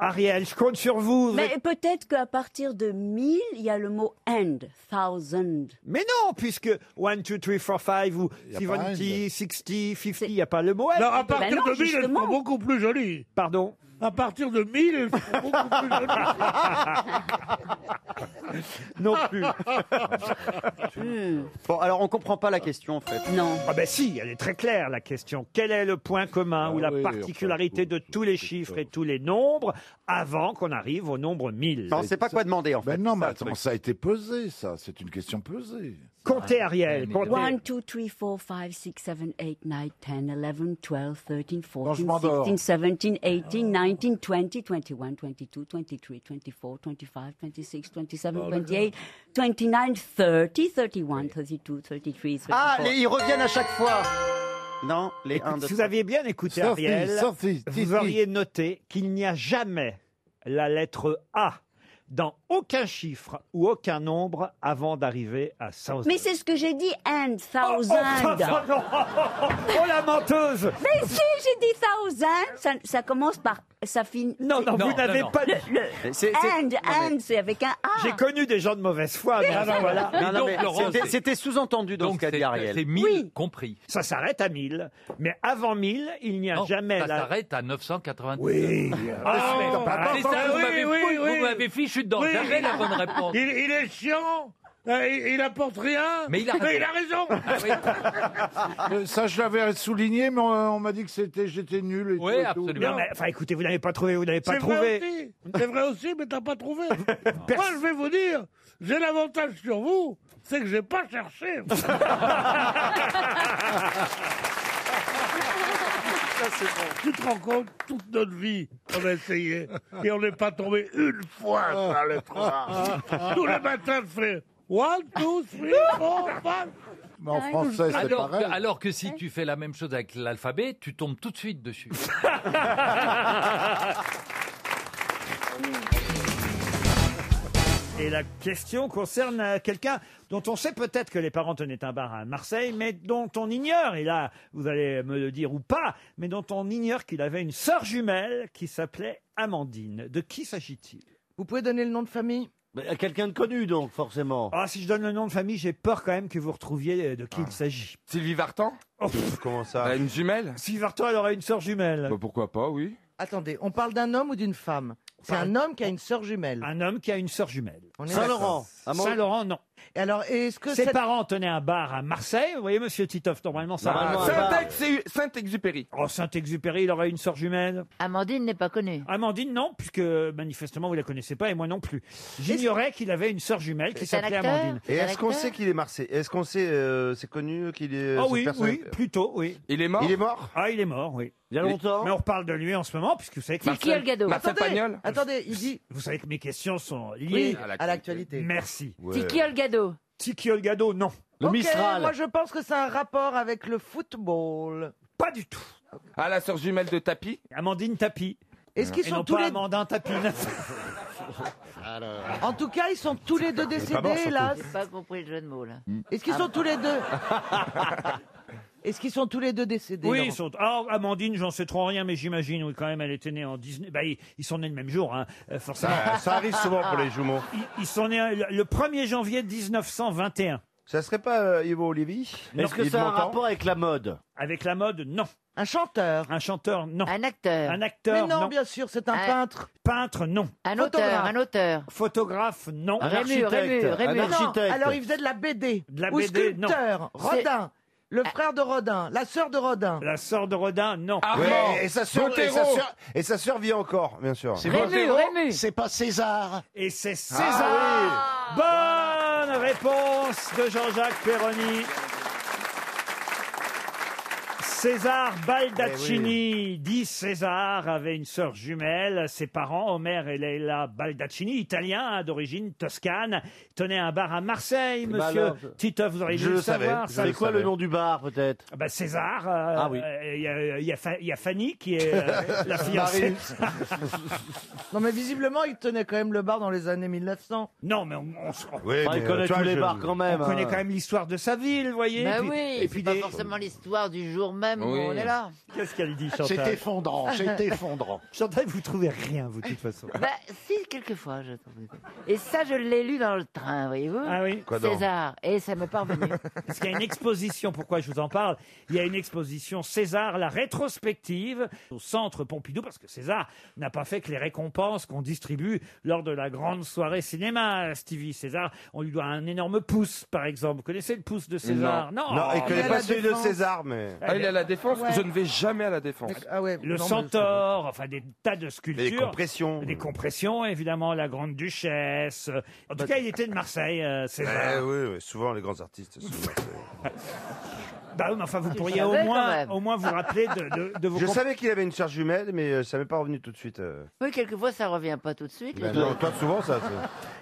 Speaker 3: Ariel, je compte sur vous.
Speaker 33: Mais peut-être qu'à partir de 1000, il y a le mot end, thousand.
Speaker 3: Mais non, puisque 1, 2, 3, 4, 5 ou
Speaker 8: a pas un
Speaker 3: 70, 60, 50, il n'y a pas le mot.
Speaker 5: Non, à partir de 1000, elles
Speaker 3: justement.
Speaker 5: sont beaucoup plus jolies.
Speaker 3: Pardon
Speaker 5: À partir de 1000, elles sont beaucoup plus jolies.
Speaker 3: non plus.
Speaker 7: Bon, alors on comprend pas la question en fait.
Speaker 33: Non.
Speaker 3: Ah ben si, elle est très claire la question. Quel est le point commun ou la
Speaker 7: oui,
Speaker 3: particularité de tous les chiffres et tous les nombres avant qu'on arrive au nombre 1000
Speaker 8: Non, on sait pas
Speaker 7: quoi demander en
Speaker 8: fait. non, mais attends, ça a été pesé, ça. C'est une question pesée.
Speaker 33: Ah,
Speaker 3: Comptez Ariel, comptez.
Speaker 33: 1, 2, 3, 4, 5, 6, 7, 8, 9, 10, 11, 12, 13, 14,
Speaker 8: m'endors.
Speaker 33: 16,
Speaker 3: Ah,
Speaker 33: 17, 18, 19, 20, 21, 22, 23, 24, 25, 26, 27,
Speaker 3: Oh,
Speaker 33: 28, 29, 30, 31, 32, 33, 34.
Speaker 7: Ah, les- ils reviennent à chaque fois. Non, les 1, 2,
Speaker 3: Si vous aviez bien écouté
Speaker 7: Sophie,
Speaker 3: Ariel,
Speaker 7: Sophie,
Speaker 3: vous
Speaker 7: Titi.
Speaker 3: auriez noté qu'il n'y a jamais la lettre A dans aucun chiffre ou aucun nombre avant d'arriver à 100.
Speaker 33: Mais c'est ce que j'ai dit, and,
Speaker 3: oh,
Speaker 33: thousand.
Speaker 3: oh, oh la menteuse
Speaker 33: Mais si, j'ai dit thousand, ça, ça commence par, ça finit.
Speaker 3: Non, non, vous n'avez pas dit.
Speaker 33: And, and, c'est avec un A.
Speaker 3: J'ai connu des gens de mauvaise foi, mais
Speaker 33: Ah, non,
Speaker 3: ben voilà.
Speaker 7: Non, non, mais c'était- c'était sous-entendu dans ce qu'a dit Ariel.
Speaker 2: C'est 1000 compris.
Speaker 3: Ça s'arrête à 1000, mais avant 1000, il n'y a
Speaker 2: Non,
Speaker 3: jamais
Speaker 2: ça
Speaker 3: la...
Speaker 2: s'arrête à 990.
Speaker 3: Oui.
Speaker 2: Ah,
Speaker 3: Ah,
Speaker 2: mais-
Speaker 3: bah,
Speaker 2: mais
Speaker 3: bah,
Speaker 2: ça,
Speaker 3: bah,
Speaker 2: vous
Speaker 3: oui,
Speaker 2: m'avez
Speaker 3: oui,
Speaker 2: foutu,
Speaker 3: oui.
Speaker 2: vous m'avez fichu dedans.
Speaker 5: Oui.
Speaker 2: J'avais la bonne réponse.
Speaker 5: Il, il est chiant, euh, il, il apporte rien,
Speaker 8: Mais il a raison.
Speaker 5: raison.
Speaker 3: Ah
Speaker 8: Euh, Ça, je l'avais souligné, mais on, euh, on m'a dit que c'était, j'étais nul. Et tout et tout.
Speaker 3: Non, mais, enfin, écoutez, vous n'avez pas trouvé, vous n'avez pas
Speaker 5: C'est vrai
Speaker 3: trouvé.
Speaker 5: aussi, c'est vrai aussi, mais t'as pas trouvé. Moi, je vais vous dire, j'ai l'avantage sur vous, c'est que j'ai pas cherché. Tu te rends compte, toute notre vie, on a essayé et on n'est pas tombé une fois sur la lettre A. Tous les matins, je fais one, two, three, four, five.
Speaker 8: Mais en français, c'est
Speaker 2: alors,
Speaker 8: pareil.
Speaker 2: que, alors que si tu fais la même chose avec l'alphabet, tu tombes tout de suite dessus.
Speaker 3: Et la question concerne euh, quelqu'un dont on sait peut-être que les parents tenaient un bar à Marseille, mais dont on ignore, et là, vous allez me le dire ou pas, mais dont on ignore qu'il avait une sœur jumelle qui s'appelait Amandine. De qui s'agit-il
Speaker 18: Vous pouvez donner le nom de famille
Speaker 3: euh, Quelqu'un de connu, donc, forcément. Ah, si je donne le nom de famille, j'ai peur quand même que vous retrouviez euh, de qui il s'agit.
Speaker 9: Sylvie Vartan Comment ça Une jumelle
Speaker 3: Sylvie Vartan, elle aurait une sœur jumelle.
Speaker 9: pourquoi pas, oui.
Speaker 18: Attendez, on parle d'un homme ou d'une femme C'est un homme qui a une sœur jumelle.
Speaker 3: Un homme qui a une sœur jumelle.
Speaker 18: Saint-Laurent.
Speaker 3: Saint-Laurent, non.
Speaker 18: Ah alors, est-ce que
Speaker 3: Ses
Speaker 18: cette-
Speaker 3: parents tenaient un bar à Marseille. Vous voyez, monsieur Titoff, normalement, ça
Speaker 9: Normalement, un bar. Saint-Exu-
Speaker 3: Saint-Exupéry. Oh, Saint-Exupéry, il aurait une sœur jumelle.
Speaker 47: Amandine n'est pas connue.
Speaker 3: Amandine, non, puisque manifestement, vous la connaissez pas et moi non plus. J'ignorais qu'il avait une sœur jumelle qui s'appelait Amandine.
Speaker 48: Et est-ce qu'on sait qu'il est marseillais Est-ce qu'on sait, euh, c'est connu qu'il est.
Speaker 3: Ah
Speaker 48: cette
Speaker 3: oui,
Speaker 48: personne-
Speaker 3: oui, plutôt, oui.
Speaker 48: Il est mort Il est
Speaker 3: mort Ah, il est mort, oui. Il y a longtemps Mais on reparle de lui en ce moment, puisque vous savez que...
Speaker 18: C'est qui,
Speaker 3: Marcel-
Speaker 18: Elgado Attendez, attendez, il dit-
Speaker 3: Vous savez que mes questions sont
Speaker 18: Oui,
Speaker 3: liées...
Speaker 18: à l'actualité. à l'actualité.
Speaker 3: Merci.
Speaker 18: Tiki Elgado.
Speaker 3: Tiki Elgado, non.
Speaker 18: Ok, Moi, je pense que c'est un rapport avec le football.
Speaker 3: Pas du tout.
Speaker 9: Ah, la sœur jumelle de Tapie
Speaker 3: Amandine Tapie.
Speaker 18: Est-ce qu'ils
Speaker 3: Et
Speaker 18: sont
Speaker 3: non
Speaker 18: tous
Speaker 3: pas
Speaker 18: les-
Speaker 3: Amandin Tapie.
Speaker 18: En tout cas, ils sont tous les deux
Speaker 14: C'est
Speaker 18: décédés, hélas.
Speaker 14: J'ai pas compris le jeu de mots, là.
Speaker 18: Est-ce qu'ils
Speaker 14: Ah,
Speaker 18: sont tous les deux Est-ce qu'ils sont tous les deux décédés
Speaker 3: Oui,
Speaker 18: Laurent
Speaker 3: ils sont. Ah, Amandine, j'en sais trop rien, mais j'imagine, oui, quand même, elle était née en 19. Bah, ils, ils sont nés le même jour, hein, euh, forcément.
Speaker 8: Ça- ça arrive souvent pour les jumeaux.
Speaker 3: Ils, ils sont nés euh, le le 1er janvier 1921.
Speaker 8: Ça serait pas euh, Ivo Olivi
Speaker 3: Est-ce que ça a un rapport
Speaker 8: avec la mode
Speaker 3: Avec la mode, non.
Speaker 18: Un chanteur
Speaker 3: Un chanteur, non.
Speaker 14: Un acteur.
Speaker 3: Un acteur,
Speaker 18: Mais non, bien sûr, c'est un
Speaker 14: Un-
Speaker 18: peintre.
Speaker 3: Peintre, non.
Speaker 14: Un auteur, un auteur.
Speaker 3: Photographe, non.
Speaker 14: Un Rému, architecte. Rému, Rému.
Speaker 18: Non,
Speaker 14: architecte.
Speaker 18: alors il faisait de la BD.
Speaker 3: De la
Speaker 18: ou
Speaker 3: BD, non.
Speaker 18: sculpteur.
Speaker 3: C'est-
Speaker 18: Rodin. Le frère de Rodin. La sœur de Rodin.
Speaker 3: La sœur de Rodin, non.
Speaker 8: Ah,
Speaker 9: Ah
Speaker 8: et, sa sœur, et, sa sœur- et sa sœur vit encore, bien sûr.
Speaker 9: C'est Rému, Rému. C'est pas César.
Speaker 3: Et c'est
Speaker 8: Ah
Speaker 3: César. Bonne réponse de Jean-Jacques Perroni. César
Speaker 49: Eh
Speaker 3: Baldaccini, dit César, avait une sœur jumelle. Ses parents, Omer et Leila Baldaccini, italiens hein, d'origine toscane, tenaient un bar à Marseille,
Speaker 49: Bah
Speaker 3: monsieur
Speaker 49: alors, je-
Speaker 3: Tito, vous auriez
Speaker 49: Je
Speaker 3: dû
Speaker 49: le
Speaker 3: le savoir.
Speaker 49: savais,
Speaker 3: ça.
Speaker 49: je le C'est quoi le savais. nom du
Speaker 8: bar, peut-être
Speaker 3: bah, César. euh,
Speaker 49: Ah oui.
Speaker 3: euh, Il y a- il y, a Fa- il y a Fanny qui est euh, la fiancée.
Speaker 18: Non, mais visiblement, il tenait quand même le bar dans les années 1900.
Speaker 3: Non, mais on, on se
Speaker 8: Oui,
Speaker 49: Enfin, il mais, connaît tu tous vois, les je- bars quand même,
Speaker 3: On
Speaker 49: hein.
Speaker 3: connaît quand même l'histoire de sa ville, vous voyez.
Speaker 14: Bah
Speaker 3: et puis-
Speaker 14: oui,
Speaker 3: et
Speaker 14: c'est
Speaker 3: puis
Speaker 14: pas
Speaker 3: des-
Speaker 14: forcément l'histoire du jour même où
Speaker 3: Oui.
Speaker 14: on est là.
Speaker 3: Qu'est-ce qu'elle dit, Chantal
Speaker 9: C'est effondrant, c'est effondrant.
Speaker 3: Chantal, vous trouvez rien, vous, de toute façon.
Speaker 14: Bah, si, quelquefois, je trouve. Et ça, je l'ai lu dans le train, voyez-vous.
Speaker 3: Ah oui Quoi donc
Speaker 14: César. Et ça m'est parvenu.
Speaker 3: Parce qu'il y a une exposition, pourquoi je vous en parle Il y a une exposition César, la rétrospective, au centre Pompidou, parce que César n'a pas fait que les récompenses qu'on distribue lors de la grande soirée cinéma. Stevie César, on lui doit un énorme pouce, par exemple. Vous connaissez le pouce de César
Speaker 8: Non. Non, il connaît Il est à pas la celui de Défense. César, mais-
Speaker 13: Ah, il est à la défense
Speaker 3: Ouais. Ah
Speaker 13: Je ne vais jamais à la défense.
Speaker 3: le centaure, enfin des tas de sculptures.
Speaker 8: Des compressions.
Speaker 3: Des compressions, évidemment, la grande duchesse. En
Speaker 8: Bah,
Speaker 3: tout cas, il était de Marseille, euh, César.
Speaker 8: Eh oui, oui, souvent les grands artistes. souvent, c'est-
Speaker 3: Bah oui, mais enfin, vous
Speaker 8: Je
Speaker 3: pourriez au
Speaker 8: savais quand
Speaker 3: moins,
Speaker 8: même.
Speaker 3: au moins vous rappeler de, de- de vos
Speaker 8: Je
Speaker 3: comp-
Speaker 8: savais qu'il avait une sœur jumelle, mais euh, ça m'est pas revenu tout de suite. euh.
Speaker 14: Oui, quelquefois, ça revient pas tout de suite.
Speaker 8: Ben
Speaker 14: le-
Speaker 8: non, toi, souvent, ça.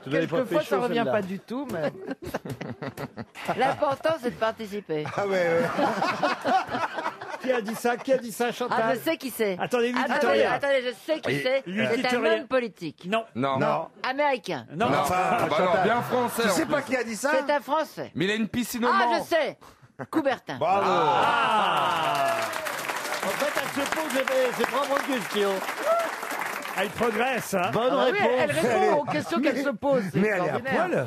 Speaker 8: c'est-
Speaker 14: Quelquefois, ça revient pas du
Speaker 18: tout, mais.
Speaker 14: L'important, c'est de participer.
Speaker 8: Ah ouais, ouais.
Speaker 3: Qui a dit ça Qui a dit ça, Chantal
Speaker 14: Ah, je sais qui c'est.
Speaker 3: Attendez, lui,
Speaker 14: attendez,
Speaker 3: Victoria.
Speaker 14: attendez, je sais qui
Speaker 3: Oui,
Speaker 14: c'est.
Speaker 3: lui,
Speaker 14: C'est un
Speaker 3: Victoria.
Speaker 14: homme politique.
Speaker 3: Non.
Speaker 13: Non. Non.
Speaker 14: Américain.
Speaker 13: Non, Non, enfin, bah Chantal. non, bien français,
Speaker 14: Je
Speaker 13: en
Speaker 14: sais
Speaker 13: plus.
Speaker 14: a dit ça C'est un Français.
Speaker 13: Mais il a une piscine au
Speaker 14: Ah,
Speaker 13: Mans.
Speaker 14: je sais. Coubertin.
Speaker 8: Ah,
Speaker 13: Bravo.
Speaker 14: Ah.
Speaker 3: Ah,
Speaker 49: En fait, elle se pose ses- ses propres questions.
Speaker 3: Elle progresse. Hein
Speaker 49: Bonne
Speaker 14: Ah bah oui,
Speaker 49: réponse.
Speaker 14: elle répond
Speaker 49: est-
Speaker 14: aux questions qu'elle
Speaker 49: mais-
Speaker 14: se pose, c'est
Speaker 49: Mais elle est à
Speaker 14: extraordinaire.
Speaker 49: poil.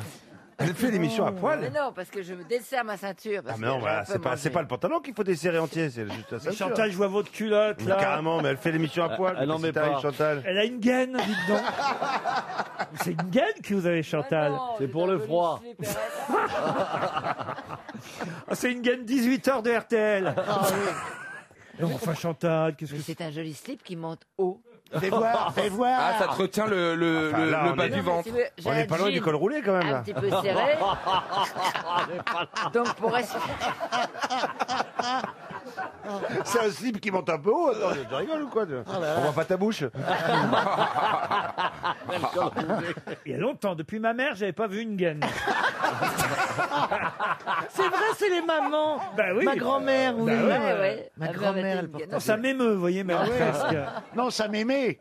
Speaker 8: Elle fait l'émission à poil.
Speaker 14: Mais non, parce que je me desserre ma ceinture.
Speaker 8: Ah
Speaker 14: parce
Speaker 8: mais
Speaker 14: que
Speaker 8: non,
Speaker 14: je
Speaker 8: voilà,
Speaker 14: peux
Speaker 8: c'est pas,
Speaker 14: manger.
Speaker 8: c'est pas le pantalon qu'il faut desserrer entier, c'est juste la
Speaker 3: Mais
Speaker 8: ceinture.
Speaker 3: Chantal, je vois votre culotte, là.
Speaker 8: Mais Carrément, mais elle fait l'émission à poil.
Speaker 49: Ah, Elle en
Speaker 8: qu'est-ce
Speaker 49: met
Speaker 8: qui t'arrive,
Speaker 49: pas.
Speaker 8: Chantal.
Speaker 3: Elle a une gaine, dites donc. Eh, C'est une gaine que vous avez, Chantal.
Speaker 49: Ah C'est pour le froid.
Speaker 3: Ah, c'est une gaine 18 heures de RTL.
Speaker 49: Ah
Speaker 3: Non, enfin, Chantal, qu'est-ce que
Speaker 14: C'est un joli slip qui monte haut.
Speaker 13: Fais voir, fais voir. Ah, ça te retient le- le-
Speaker 8: Enfin,
Speaker 13: le-
Speaker 8: là,
Speaker 13: le
Speaker 8: on
Speaker 13: bas
Speaker 8: est-
Speaker 13: du ventre.
Speaker 14: Non, mais si vous- j'ai
Speaker 8: On
Speaker 14: un
Speaker 8: est pas loin
Speaker 14: jean
Speaker 8: du col roulé quand même.
Speaker 14: Un
Speaker 8: là.
Speaker 14: petit peu serré. Donc pour respirer.
Speaker 8: C'est un slip qui monte un peu haut. Attends, tu rigoles ou quoi tu-
Speaker 3: Oh
Speaker 8: On voit pas ta bouche.
Speaker 3: Ah Il y a longtemps, depuis ma mère, j'avais pas vu une gaine.
Speaker 18: C'est vrai, c'est les mamans.
Speaker 3: Bah oui.
Speaker 18: Ma grand-mère, oui.
Speaker 3: Bah ouais, ouais.
Speaker 18: Ma
Speaker 14: Ah,
Speaker 18: grand-mère, elle
Speaker 14: bah,
Speaker 18: portait.
Speaker 3: Non, ça m'émeut, vous voyez, mais
Speaker 9: Ah ouais.
Speaker 3: presque.
Speaker 9: Non, ça m'aimait.